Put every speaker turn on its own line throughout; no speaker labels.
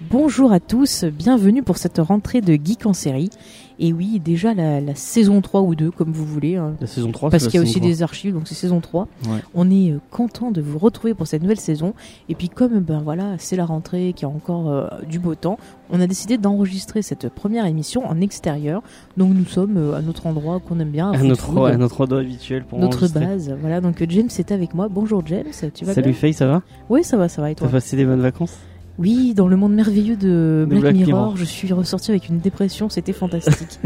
Bonjour à tous, bienvenue pour cette rentrée de Geek en série. Et oui, déjà la, la saison 3 ou 2, comme vous voulez. hein,
La saison 3,
Parce
Oh, c'est
qu'il y
la
a
saison
aussi
3.
des archives, donc c'est saison 3.
Ouais.
On est euh, content de vous retrouver pour cette nouvelle saison. Et puis comme ben voilà, c'est la rentrée, qu'il y a encore euh, du beau temps, on a décidé d'enregistrer cette première émission en extérieur. Donc nous sommes euh, à notre endroit qu'on aime bien, à
À Ah, notre,
Footwood,
à notre endroit habituel pour
notre
enregistrer.
base. Voilà, donc euh, James est avec moi. Bonjour James, tu vas
Salut
bien
Faye, ça va
Oui, ça va, ça va et
T'as
toi
passé des bonnes vacances
Oui, dans le monde merveilleux de
De
Black,
Black
Mirror,
Mirror.
je suis ressortie avec une dépression, c'était fantastique.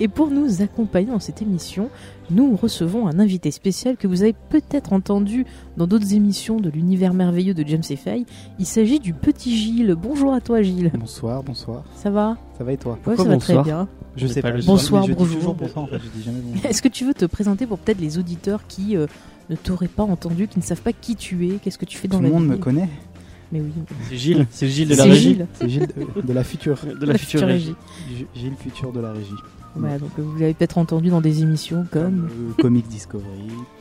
Et pour nous accompagner dans cette émission, nous recevons un invité spécial que vous avez peut-être entendu dans d'autres émissions de l'univers merveilleux de James et Fay. Il s'agit du petit Gilles. Bonjour à toi Gilles.
Bonsoir, bonsoir.
Ça va
Ça va et toi
Ouais,
Pourquoi
ça va
bonsoir
très bien.
Je
Mais
sais
pas
pas.
le
je-
bonsoir,
mais je dis
bonjour.
toujours bonsoir en fait, je dis jamais bonjour.
Est-ce que tu veux te présenter pour peut-être les auditeurs qui euh, ne t'auraient pas entendu, qui ne savent pas qui tu es, qu'est-ce que tu fais dans
Tout
la
le monde
vie
me connaît.
Mais oui,
C'est Gilles, c'est le Gilles de la
c'est
régie.
Gilles,
C'est Gilles euh, de, de la future.
De la, future régie.
G- Gilles futur de la régie.
Voilà, donc euh, vous l'avez peut-être entendu dans des émissions comme...
euh, Comic Discovery,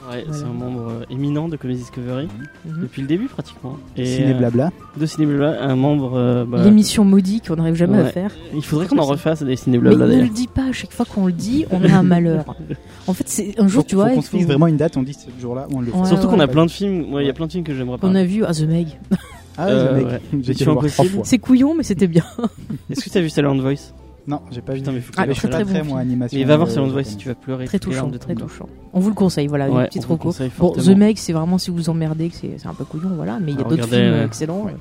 Ouais,
Voilà.
c'est un membre euh, éminent de Comedy Discovery
Mhm.
depuis le début pratiquement. Et,
Ciné
euh,
Blabla.
de Cinéblabla, un membre. euh, bah,
L'émission maudite qu'on n'arrive jamais à
Ouais.
faire.
il faudrait qu'on en refasse des
Mais
Cinéblabla
ne le
d'ailleurs.
dis pas, à chaque fois qu'on le dit, on a un malheur. En fait, c'est un jour,
Faut,
tu vois,
faut qu'on
il
se
faut-
fixe vraiment une date, on dit ce jour-là, on le fait.
Ouais,
Surtout
ouais.
qu'on a plein de films, ouais, il y a plein de films que j'aimerais pas.
on a vu ah, The Meg.
Ah,
Euh,
le mec,
ouais.
j'ai dû
Mission
le voir trois
Impossible.
fois.
C'est couillon, mais c'était bien.
Est-ce que t'as vu Silent Voice
Non, j'ai pas vu.
Putain, mais faut que
Ah,
t'ailles voir
je suis
très,
ça.
très
pas
bon
très
film.
moi animation.
Mais va voir
euh,
Silent Voice si
japonaise.
tu vas pleurer.
Très
toutes les
touchant,
larmes de ta
très
bouche.
touchant. On vous le conseille, voilà,
Ouais,
une petite
on vous
reco.
conseille
Bon, The
fortement.
Meg, c'est vraiment si vous vous emmerdez, que c'est c'est un peu couillon, voilà, mais il y a
Ah,
d'autres
regardez,
films euh,
ouais.
excellents.
Ouais.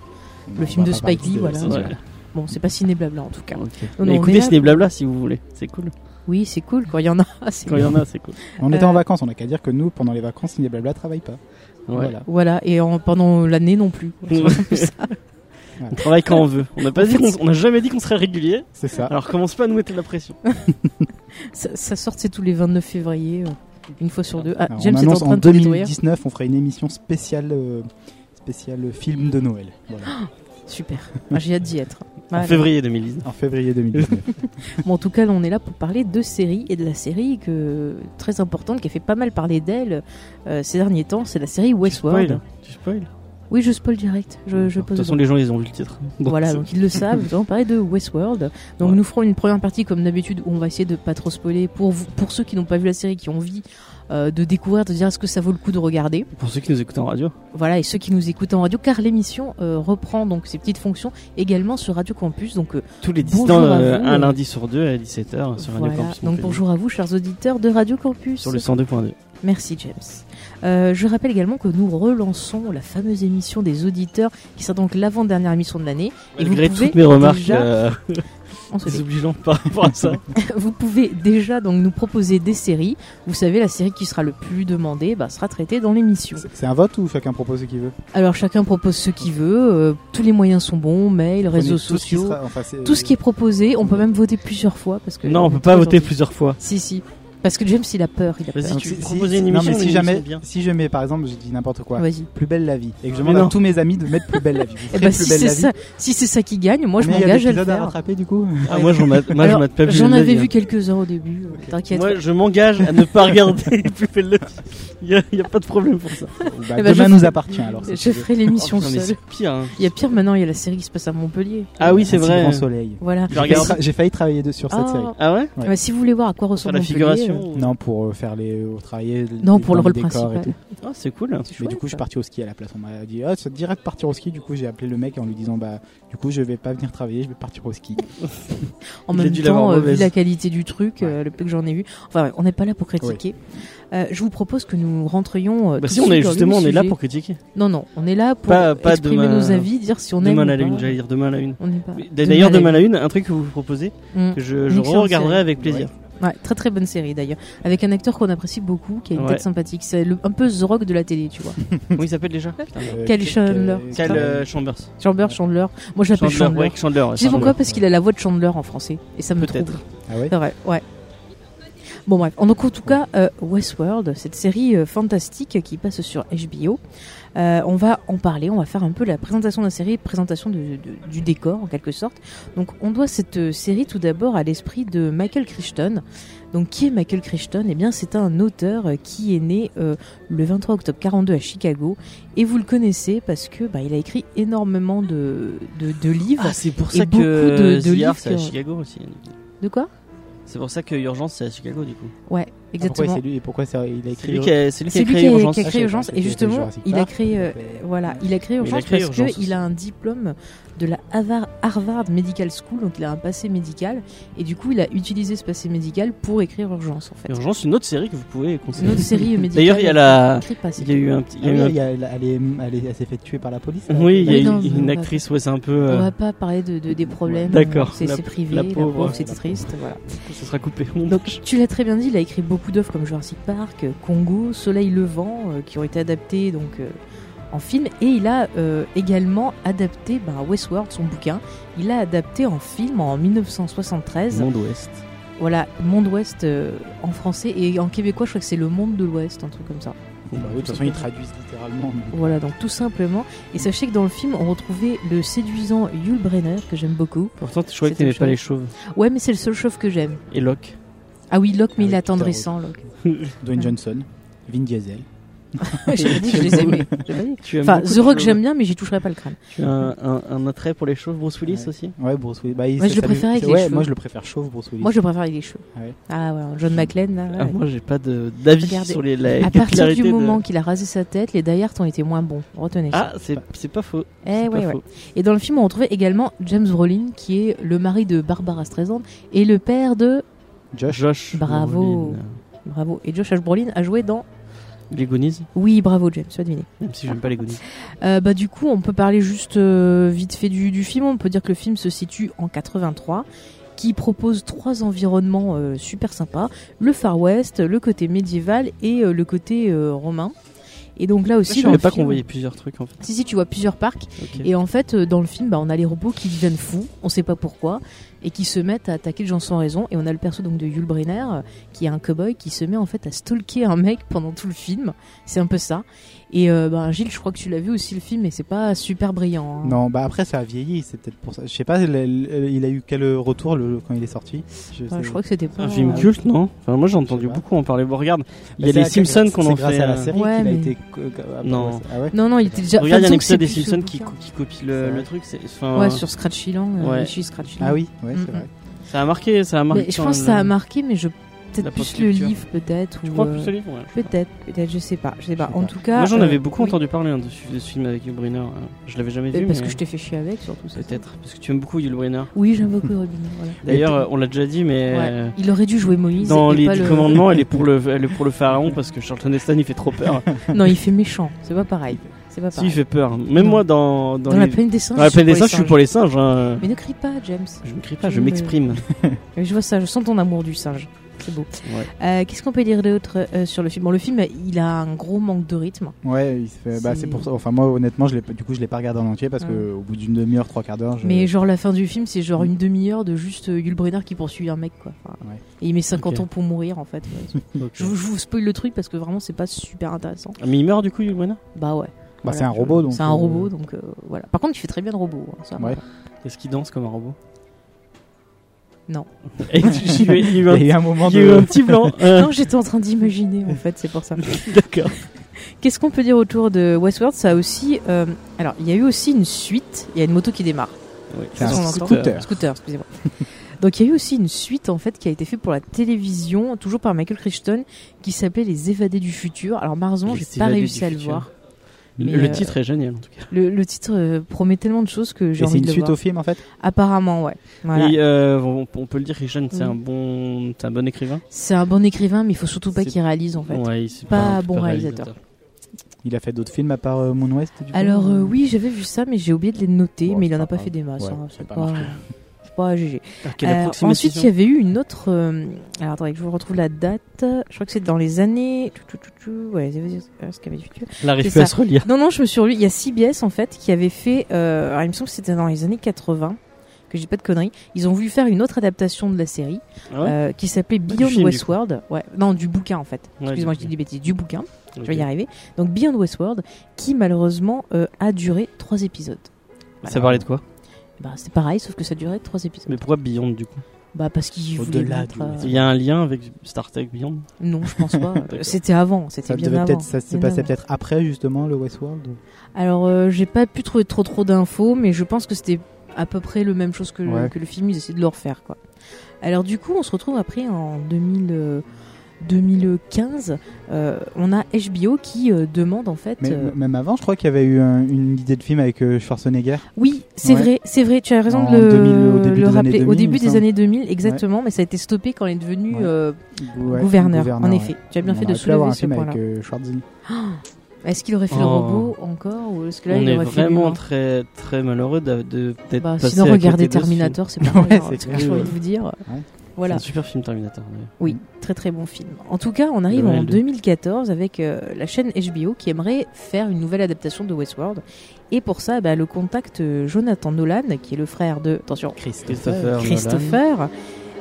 Le
On
film
va
de
pas parler
Spike Lee,
de-
voilà.
de-
Ouais.
Ouais.
Bon, c'est pas ciné blabla en tout cas.
Ok.
Non,
Mais
non, on est
écoutez
là.
Cinéblabla si vous voulez, c'est cool.
Oui, c'est cool quand il y en a. ah, c'est
Quand il y en a, c'est cool.
On était en
Euh,
vacances, on a qu'à dire que nous, pendant les vacances, Ciné Blabla travaille pas.
Ouais.
Voilà.
Voilà, et en- pendant l'année non plus.
on travaille quand on veut. On n'a pas dit qu'on- on n'a jamais dit qu'on serait régulier.
C'est
Ah.
ça.
Alors commence pas à nous mettre de la pression.
Ça, ça sort, c'est tous les 29 février, euh, une fois sur deux. Ah,
Alors,
James
on
est en
annonce
train
en,
de te détruire.
2019, on fera une émission spéciale, euh, spéciale euh, film de Noël. Voilà.
Super, Ah, j'ai hâte d'y être.
En
Voilà.
février 2019.
En février 2019.
Bon, en tout cas, là, on est là pour parler de séries et de la série que très importante qui a fait pas mal parler d'elle euh, ces derniers temps, c'est la série Westworld.
Spoil. Tu spoil.
Oui, je spoil direct. Je, je
De toute
pose.
façon, les gens, ils ont vu le titre. Donc,
Voilà,
c'est-
donc ils le savent. Nous allons parler de Westworld. Donc
Ouais.
nous ferons une première partie comme d'habitude où on va essayer de pas trop spoiler pour vous, pour ceux qui n'ont pas vu la série, qui ont envie euh, de découvrir, de dire est-ce que ça vaut le coup de regarder.
Pour ceux qui nous écoutent en radio,
Voilà, et ceux qui nous écoutent en radio, car l'émission euh, reprend donc ses petites fonctions également sur Radio Campus. Donc euh,
tous les
Bonjour
distants,
à
euh,
vous.
un lundi sur deux à 17h sur Radio
voilà.
Campus
donc
Montpellier.
bonjour à vous, chers auditeurs de Radio Campus.
Sur le 102.2.
Merci James. Euh, je rappelle également que nous relançons la fameuse émission des auditeurs, qui sera donc l'avant-dernière émission de l'année. Et vous
Malgré
pouvez
toutes mes remarques
déjà-
euh,
On se dit.
désobligeantes par rapport à ça.
Vous pouvez déjà donc nous proposer des séries. Vous savez, la série qui sera le plus demandée bah, sera traitée dans l'émission.
C'est- C'est un vote ou chacun propose ce qu'il veut
Alors chacun propose ce qu'il veut. euh, tous les moyens sont bons, mail,
Prenez
réseaux
tout ce qui
sociaux.
sera- enfin, c'est-
Tout ce qui est proposé, on peut même voter plusieurs fois parce que
non, on peut pas voter plusieurs fois.
Si si, parce que James il a peur, il a peur.
Vas-y, Si tu
euh, Si- si-
proposais une
non,
émission,
mais
une
si jamais,
émission bien.
si je mets par exemple, je dis n'importe quoi,
Vas-y.
plus belle la vie, et que je
Mais
demande
non.
à tous mes amis de mettre plus belle la vie, vous
Ah, Eh
ferez
ben,
plus
si
belle
c'est
la vie.
ça, si c'est ça qui gagne, moi je
Mais il y a
m'engage à le
d'épisodes
faire. Eh
rattraper du coup.
Ah, moi, j'en mate- moi, je mate pas plus
J'en
belle la
avais
vie,
vu
hein.
quelques uns au début. euh, T'inquiète.
Moi, je m'engage à ne pas regarder plus belle la vie. Il y a- il y a, pas de problème pour ça.
Bah,
Eh ben,
demain
je-
nous appartient alors. si
je
tu veux.
ferai l'émission
Oh, putain, mais
seule.
c'est pire. hein.
Il y a pire maintenant, il y a la série qui se passe à Montpellier.
Ah oui, c'est
Un si
vrai.
Grand soleil.
Voilà.
Je
J'ai failli
regarde.
tra- J'ai failli travailler de- sur cette
Ah.
série.
Ah ouais
Ouais.
Bah, si vous voulez voir à quoi
Sur
ressemble
la
Montpellier,
figuration ou-
Non, pour euh, faire les, euh, travailler.
Non,
les-
pour le
dans
rôle
les décors et
principal.
tout.
Ah, c'est cool.
C'est
Mais
chouette,
du coup, je suis
ça.
parti au ski à la place. On m'a dit, ah, ça te dirait de partir au ski. Du coup, j'ai appelé le mec en lui disant, bah, du coup, je vais pas venir travailler, je vais partir au ski.
En
Il a
même
dû l'avoir
temps, euh, vu
mauvaise.
la qualité du truc, euh, le peu que j'en ai vu. Enfin, ouais, on n'est pas là pour critiquer. Euh, je vous propose que nous rentrions. euh,
Bah
tout
si,
de
on
suite
est
dans le
justement, on est là
sujet.
pour critiquer.
Non, non, on est là pour
Pas- pas
exprimer
demain-
nos avis, dire si on aime.
Demain
ou
à la
pas.
lune, j'allais dire demain à la une.
On n'est pas.
Mais D'ailleurs,
Demain à
demain à
la
la une, un truc que vous proposez,
Mm.
que je, je
Une excellente
regarderai
série.
avec plaisir.
Ouais, très très bonne série d'ailleurs, avec un acteur qu'on apprécie beaucoup, qui a une
Ouais.
tête sympathique. C'est le- un peu The Rock de la télé, tu vois.
Comment il s'appelle déjà Putain.
Euh,
Quel
quel-
Chandler.
quel-
Cal
Chandler.
euh, Chambers.
Chandler, Chandler. Moi, je l'appelle Chandler.
ouais, Chandler.
Je sais
Chandler.
pourquoi Parce qu'il a la voix de Chandler en français, et ça me trouve.
Peut-être.
Ah ouais
C'est vrai, ouais. Bon bref, en, donc, en tout cas, euh, Westworld, cette série euh, fantastique qui passe sur HBO, euh, on va en parler, on va faire un peu la présentation de la série, présentation de- de- du décor en quelque sorte. Donc on doit cette euh, série tout d'abord à l'esprit de Michael Crichton. Donc qui est Michael Crichton Eh bien c'est un auteur euh, qui est né euh, le 23 octobre 42 à Chicago et vous le connaissez parce que bah, il a écrit énormément de, de, de livres.
Ah, c'est pour
Et
ça
beaucoup de-
que
de
The
livres
Art, c'est à
qui ont-
Chicago aussi.
De quoi
C'est pour ça que Urgence, c'est à Chicago du coup.
Ouais,
Ah, Pourquoi
exactement.
c'est lui et pourquoi ça- il a
C'est
écrit
lui qui a, c'est lui qui
C'est
a
lui qui
créé
a,
Urgence.
qui a
Ah,
créé
je
Urgence
pensais
et
que c'était
justement
Jurassic
il a
Park.
créé euh,
Ouais. Ah
voilà il a créé
Mais il a
Urgence
créé
parce
Urgence
qu'il
aussi.
a un diplôme de la Harvard, Harvard Medical School donc il a un passé médical et du coup il a utilisé ce passé médical pour écrire Urgence en fait.
Urgence, une autre série que vous pouvez
C'est une
conseiller.
autre série médicale.
D'ailleurs, il y a la-
écrite par-
Il y a eu un petit.
Ah
il y a
oui,
eu un-
il y a- elle, est- elle est- elle s'est fait tuer par la police. là, Bah
Oui, il y a
Mais
eu
non,
une,
mais on va-
actrice, ouais, c'est un peu.
On
euh,
va pas parler de, de- des problèmes.
D'accord.
C'est
La-
c'est privé.
la
La
pauvre,
pauvre,
ouais,
c'était
la
triste. Voilà.
ça sera coupé. au montage.
Donc tu l'as très bien dit, il a écrit beaucoup d'œuvres comme Jurassic Park, euh, Congo, Soleil Levant, euh, qui ont été adaptées donc euh, en film. Et il a euh, également adapté ben, Westworld, son bouquin. Il l'a adapté en film en 1973.
Monde Ouest.
Voilà, Monde Ouest euh, en français et en québécois, je crois que c'est le Monde de l'Ouest, un truc comme ça.
Bon, bah oui, de toute façon, ils traduisent littéralement. mais-
Voilà, donc tout simplement. Et sachez que dans le film, on retrouvait le séduisant Yul Brenner, que j'aime beaucoup.
Pourtant, je croyais que
C'était
t'aimais
chaud.
pas les chauves.
Ouais, mais c'est le seul chauve que j'aime.
Et Locke.
Ah oui, Locke, mais
Ah
il
oui,
est attendrissant, Locke.
Dwayne Johnson, Vin Diesel.
J'ai pas dit que je les aimais. J'ai pas dit.
Tu aimes
Enfin,
beaucoup
The
les
Rock,
chauves.
j'aime bien, mais j'y toucherai pas le crâne.
Tu as un, un- un attrait pour les chauves, Bruce Willis
Ouais.
aussi
Ouais, Bruce Willis. Bah, il-
Moi, je
ça-
le
ça-
préfère avec les
ouais,
cheveux.
Moi, je le préfère chauve, Bruce Willis.
Moi, je préfère, il est chaud.
Ah ouais.
Ah ouais, John McClane, là.
Ah,
ouais.
Moi, j'ai pas de- d'avis
Regardez.
sur les. La,
à partir
capillarité
du
de-
moment qu'il a rasé sa tête, les Die Hard ont été moins bons. Retenez ça.
Ah, c'est c'est pas faux.
Eh
C'est
ouais,
pas
ouais.
faux.
Et dans le film, on retrouvait également James Brolin, qui est le mari de Barbara Streisand et le père de.
Josh.
Josh.
Bravo.
Brolin. euh,
Bravo. Et Josh H. Brolin a joué dans.
Les Goonies,
Oui, bravo, James, tu as deviné.
même si j'aime pas les Goonies.
Euh, bah, du coup, on peut parler juste euh, vite fait du, du film. On peut dire que le film se situe en 83, qui propose trois environnements euh, super sympas le Far West, le côté médiéval et euh, le côté euh, romain. Et donc là aussi,
je
dans
savais
le
pas
film-
qu'on voyait plusieurs trucs en fait.
Si, si, tu vois plusieurs parcs.
Ok.
Et en fait, euh, dans le film, bah, on a les robots qui deviennent fous, on sait pas pourquoi, et qui se mettent à attaquer les gens sans raison. Et on a le perso donc de Yul Brynner, euh, qui est un cowboy, qui se met en fait à stalker un mec pendant tout le film. C'est un peu ça. Et euh, bah, Gilles, je crois que tu l'as vu aussi le film, et c'est pas super brillant. hein.
Non, bah après, ça a vieilli. C'est peut-être pour ça. Je sais pas, le- le- il a eu quel retour le- quand il est sorti Je
Ouais,
sais-
je crois que c'était
C'est
pas. euh,
un film culte, Ah, non Enfin, moi j'ai entendu
Je sais pas.
beaucoup en parler. Bon, regarde, il y a
Bah,
les
c'est à-
Simpsons qu'on
c'est
en
grâce
fait.
à la
euh,
série
Ouais,
qu'il a
mais-
été. co- ah, bah,
Non.
ouais, c'est- Ah ouais
Non, non, il était déjà.
Regarde, il y a
enfin,
un
disons que c'est
épisode des
plus ce
Simpsons qui,
bouquin.
co- qui copie le,
C'est
le
vrai.
truc. c'est- enfin,
Ouais, sur Scratchyland,
Ouais.
euh, je suis Scratchyland.
Ah oui, ouais,
Mm,
c'est vrai.
Ça a marqué, ça a marqué.
Mais je
quand
pense que
même
ça a
le-
marqué, mais je.
euh, la
Peut-être
pop
plus le
culture.
livre, peut-être.
Tu
ou,
crois
euh,
plus ce livre ouais, je sais pas.
Peut-être, peut-être, je sais pas, je sais pas.
Je sais
En
pas.
tout cas,
Moi j'en
euh,
avais beaucoup
oui.
entendu parler hein, de, ce, de ce film avec Yul Brynner. hein. Je l'avais jamais
Euh,
vu.
parce
mais-
que je t'ai fait chier avec, surtout. c'est ça.
Peut-être, parce que tu aimes beaucoup Yul Brynner.
Oui, j'aime beaucoup Robin. voilà.
D'ailleurs, euh, on l'a déjà dit,
Ouais.
mais. euh,
Il aurait dû jouer Moïse.
Dans
et
les
pas
Dix
le-
commandements, elle est pour le, elle est pour le pharaon parce que Charlton Heston il fait trop peur.
Non, il fait méchant. C'est pas pareil. C'est pas
si il
pareil.
fait peur. Même
Non.
moi dans dans,
Dans,
les-
la plaine des singes.
dans la plaine des singes, je
pour les
suis pour les singes. hein.
Mais ne crie pas, James.
Je ne crie pas,
Tu
je
me-
m'exprime.
Mais Je vois ça, je sens ton amour du singe. C'est beau.
Ouais.
Euh, Qu'est-ce qu'on peut dire d'autre euh, sur le film Bon, le film, il a un gros manque de rythme.
Ouais, il se fait. Bah, c'est
C'est-
pour ça. Enfin, moi, honnêtement, je l'ai pas- du coup, je l'ai pas regardé en entier parce que au bout d'une demi-heure, trois quarts d'heure, je.
Mais genre, la fin du film, c'est genre une demi-heure de juste euh, Yul Brynner qui poursuit un mec, quoi. Enfin,
Ouais.
Et il met 50
Ok.
ans pour mourir, en fait. Ouais. je, vous, je vous spoil le truc parce que vraiment, c'est pas super intéressant.
Ah, Mais il meurt du coup, Yul Brynner
Bah ouais.
Bah,
Voilà.
c'est un robot, donc.
C'est un
euh,
robot, donc euh, voilà. Par contre, il fait très bien de robot. hein, ça.
Ouais.
Est-ce qu'il danse comme un robot
Non.
Et tu- il y a eu- il y
Il y
a
a
eu un-
eu un moment
il y a eu un
de.
petit blanc. euh,
Non, j'étais en train d'imaginer en fait, c'est pour ça.
D'accord.
Qu'est-ce qu'on peut dire autour de Westworld Ça a aussi. euh, alors, il y a eu aussi une suite. Il y a une moto qui démarre.
Ouais.
C'est un
Qu'est-ce qu'on entend
scooter.
Scooter, excusez-moi. Donc, il y a eu aussi une suite en fait qui a été faite pour la télévision, toujours par Michael Crichton, qui s'appelait Les Évadés du futur. Alors, malheureusement,
Les
j'ai pas
Évadés
réussi
du
à le
futur.
voir. Mais,
Le
euh,
titre est génial en tout cas.
Le, le titre euh, promet tellement de choses que j'ai
Et c'est
envie
une
de le
suite
voir.
au film en fait.
Apparemment, ouais. Voilà. Mm.
Et, euh, on, on peut le dire, Richard,
Oui.
c'est un bon, c'est un bon écrivain.
C'est un bon écrivain, mais il faut surtout pas
C'est-
qu'il réalise en fait.
Ouais, il- c'est
Pas
un
un bon
super
réalisateur.
Il a fait d'autres films à part euh, Moon West. Du coup,
Alors euh, oui, j'avais vu ça, mais j'ai oublié de les noter.
Bon,
mais
c'est
il en a
pas
pas
grave.
fait des masses.
Ouais,
hein,
c'est
c'est
pas
pas, c'est pas GG.
Ah, quelle
Euh,
approximation.
ensuite, il y avait eu une autre. euh, alors attendez, que je vous retrouve la date. Je crois que c'est dans les années. tout, tout, tout, tout, Ouais, les années- euh, ce qu'il y avait du tout.
L'arrive
c'est
plus à
ça.
se relire.
Non, non, je me suis relu. Il y a CBS en fait qui avait fait. euh, alors, il me semble que c'était dans les années 80 que que j'ai pas de conneries, ils ont voulu faire une autre adaptation de la série
Ah ouais
euh, qui s'appelait Beyond
film, du
Westworld. Ouais, non, du bouquin en fait.
Ouais,
Excusez-moi,
du-
je dis des bêtises. Du bouquin, je
ok.
vais y arriver. Donc Beyond Westworld, qui malheureusement euh, a duré trois épisodes.
Ça parlait de quoi
Bah, c'est pareil, sauf que ça durait trois épisodes.
Mais pourquoi Beyond du coup
Bah parce qu'ils voulaient
Au-delà
mettre,
du-
euh,
Il y a un lien avec Star Trek Beyond
Non, je pense pas. c'était avant, c'était
Ça,
bien
devait
avant.
peut-être, ça se
Bien
passait
avant.
peut-être après justement le Westworld.
Alors, euh, j'ai pas pu trouver trop trop d'infos, mais je pense que c'était à peu près le même chose que,
Ouais.
que le film. Ils essaient de le refaire, quoi. Alors, du coup, on se retrouve après en 2000, euh, 2015. euh, on a HBO qui euh, demande en fait.
Mais
euh,
m- même avant, je crois qu'il y avait eu un- une idée de film avec euh, Schwarzenegger.
oui, c'est
Ouais.
vrai, c'est vrai. Tu as raison
En
de le,
2000, au début
le
des
rappeler.
années
au
2000,
début
il me
des
semble.
années 2000, exactement. Mais ça a été stoppé quand il est devenu
Ouais.
euh,
Ouais,
gouverneur, En
ouais.
effet, tu as bien
On
fait de
aurait pu
soulever
avoir un
ce
film
point-là.
avec euh, Schwarzenegger.
Est-ce qu'il aurait fait le
Oh.
robot encore ou est-ce que là
On
il
est
aurait fait
vraiment
l'humain
très très malheureux d'a- de peut-être
Bah,
passer
sinon,
à côté
regardez
de ce film.
Terminator, c'est pas
Ouais,
grave,
c'est
ce que
clair,
j'ai envie
ouais.
de vous dire.
Ouais.
C'est
Voilà,
un super film Terminator. d'ailleurs.
oui, très très bon film. En tout cas, on arrive
Le
en
L2.
2014 avec euh, la chaîne HBO qui aimerait faire une nouvelle adaptation de Westworld. Et pour ça, bah, le contact euh, Jonathan Nolan, qui est le frère de, attention,
Christopher.
Christopher.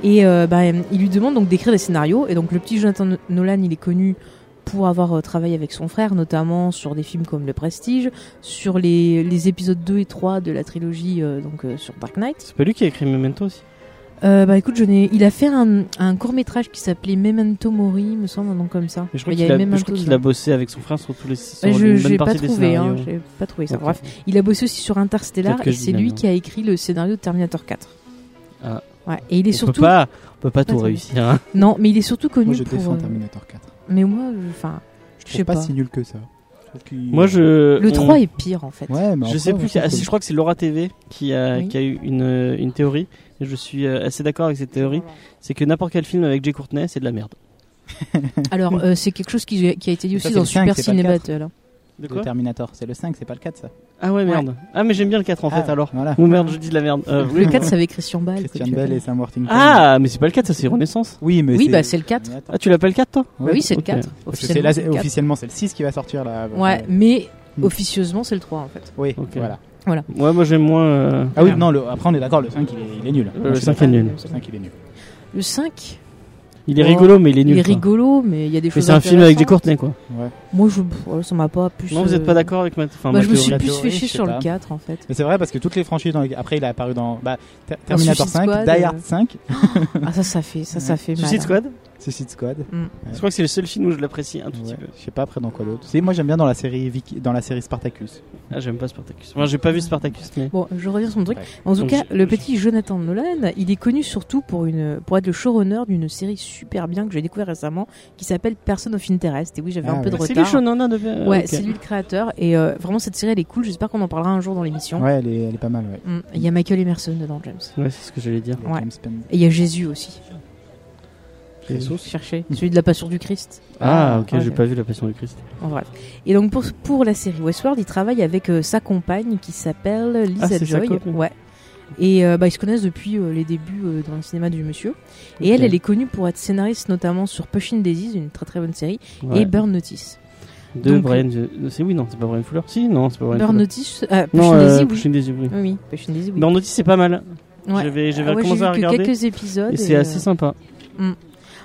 Et euh, bah, euh, il lui demande donc d'écrire des scénarios. Et donc le petit Jonathan No- Nolan, il est connu pour avoir euh, travaillé avec son frère, notamment sur des films comme Le Prestige, sur les, les épisodes 2 et 3 de la trilogie euh, donc euh, sur Dark Knight.
C'est pas lui qui a écrit Memento aussi
Euh, bah écoute, je n'ai- il a fait un, un court métrage qui s'appelait Memento Mori, me semble un nom comme ça.
Mais Je crois
Il y
qu'il
avait
a, je
Memento
crois qu'il
dedans.
a bossé avec son frère sur tous les sur
Ouais,
une
je
bonne
n'ai pas
partie des
trouvé, hein,
scénarios.
j'ai pas trouvé ça.
Ok.
Bref, il a bossé aussi sur Interstellar
Peut-être que
et
je
c'est
dis
lui
merde.
qui a écrit le scénario de Terminator 4.
Ah.
Ouais, et il est
on
surtout
peut pas, on peut pas tout
Attends.
réussir. hein.
non, mais il est surtout connu
Moi, je
pour.
défends
euh,
Terminator 4.
Mais moi, je- enfin,
Je
je
trouve
sais
pas
pas.
si nul que ça. Je trouve qu'il-
Moi je
Le
on-
3 est pire en fait.
Ouais, mais en
Je sais
soi,
plus, qui-
trouve
ah,
que-
si, je crois que c'est Laura TV qui a,
Oui.
qui a eu une, euh, une théorie, et je suis euh, assez d'accord avec cette théorie, c'est que n'importe quel film avec Jay Courtenay, c'est de la merde.
Alors, euh, c'est quelque chose qui, qui a été dit
Mais
aussi
ça, c'est
dans
le cinq,
Super
c'est pas
Ciné
le quatre.
Battle. hein.
De
de Terminator. C'est le 5, c'est pas le 4 ça.
Ah ouais, merde. Ah, mais j'aime bien le 4 en fait
Ah,
alors.
Voilà.
Ou merde, je dis de la merde. Euh, oui.
Le 4, c'est avec Christian Bale. que
Christian
tu
Bale
appelles.
et Sam Worthington.
Ah, mais c'est pas le 4, ça c'est Renaissance.
Oui, mais
Oui, bah, c'est le 4.
Terminator.
Ah, tu l'appelles 4 toi
Bah oui, c'est le
Ok.
4.
Parce que c'est là,
Officiellement, c'est le 4.
officiellement, c'est le 6 qui va sortir là.
Ouais, mais
Hmm.
officieusement, c'est le 3 en fait.
Oui,
Ok.
voilà.
Ouais, moi j'aime moins. euh,
Ah oui, non, le- après on est d'accord, le 5 il est, il est nul.
Le
Moi, je suis
5 est
d'accord.
nul.
Le 5 il est nul.
Le 5,
Il est
Oh,
rigolo, mais il est
il
nul.
est
quoi.
rigolo, mais il y a des
Mais
choses.
c'est un film avec Jay
intéressantes.
Courtenay quoi.
Ouais.
Moi, je, pff, ouais, ça m'a pas plus.
Non, vous
euh,
êtes pas d'accord avec ma, enfin,
bah,
ma
je me suis
théorie.
plus
théorie,
fait
je
chier
sais
sur
pas.
le 4 en fait.
Mais c'est vrai parce que toutes les franchises, dans les- après il est apparu dans bah, Ter-
Dans
Terminator
Suicide
5,
Squad,
Die Hard
euh.
5,
Ah, ça, ça fait, ça, ça fait mal.
Suicide
hein.
Squad
Suicide Squad.
Je crois que c'est le seul film où je l'apprécie un tout
Ouais,
petit peu.
Je sais pas après dans quoi d'autre. C'est moi j'aime bien dans la série Vicky- dans la série Spartacus.
Ah, j'aime pas Spartacus. Moi j'ai pas vu Spartacus, mais.
Bon, je reviens sur mon truc.
Ouais.
En tout
Donc,
cas,
je-
le
je-
petit Jonathan Nolan, il est connu surtout pour, une, pour être le showrunner d'une série super bien que j'ai découvert récemment qui s'appelle Person of Interest. Et oui, j'avais
Ah
un peu
ouais.
de
C'est lui
retard.
Shonana de. euh,
Ouais,
ok.
c'est lui le créateur. Et euh, vraiment, cette série, elle est cool. J'espère qu'on en parlera un jour dans l'émission.
Ouais, elle est, elle est pas mal. Ouais.
Mm. Il y a Michael Emerson dedans, James.
Ouais, c'est ce que j'allais dire.
Il y a
Ouais.
James Pen-
Et il y a Jésus aussi.
Jesus.
Cherchez. Celui de la Passion du Christ.
Ah, ok,
Ouais,
j'ai
j'ai-
pas vu La Passion du Christ.
En bref. Et donc, pour, pour la série Westworld, il travaille avec euh, sa compagne qui s'appelle Lisa
Ah, c'est sa
Joy.
copine.
Ouais. Et euh, bah, ils se connaissent depuis euh, les débuts euh, dans le cinéma du monsieur. Et elle, elle est connue pour être scénariste notamment sur Pushing Daisies, une très très bonne série,
Ouais.
et Burn Notice.
De
Eh ben, donc-
Brian. euh, C'est oui, non, c'est pas Brian Fuller. Si, non, c'est pas Brian
Burn
Fuller.
Notice, ah, Pushing
Non,
Daisies,
euh,
oui.
Pushing Daisy, oui.
Oui, oui, Pushing Daisies, oui.
Burn Notice, c'est pas mal.
Ouais.
J'avais
Ah
j'avais
ouais,
commencé à
j'ai vu
regarder.
que quelques épisodes.
Et c'est
euh,
assez sympa.
Mm.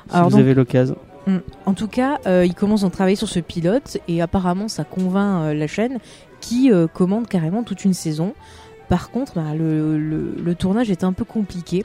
Si
Alors
vous
donc-
avez l'occasion.
Mm. En tout cas, euh, ils commencent à travailler sur ce pilote et apparemment ça convainc euh, la chaîne qui euh, commande carrément toute une saison. Par contre, bah, le, le- le tournage est un peu compliqué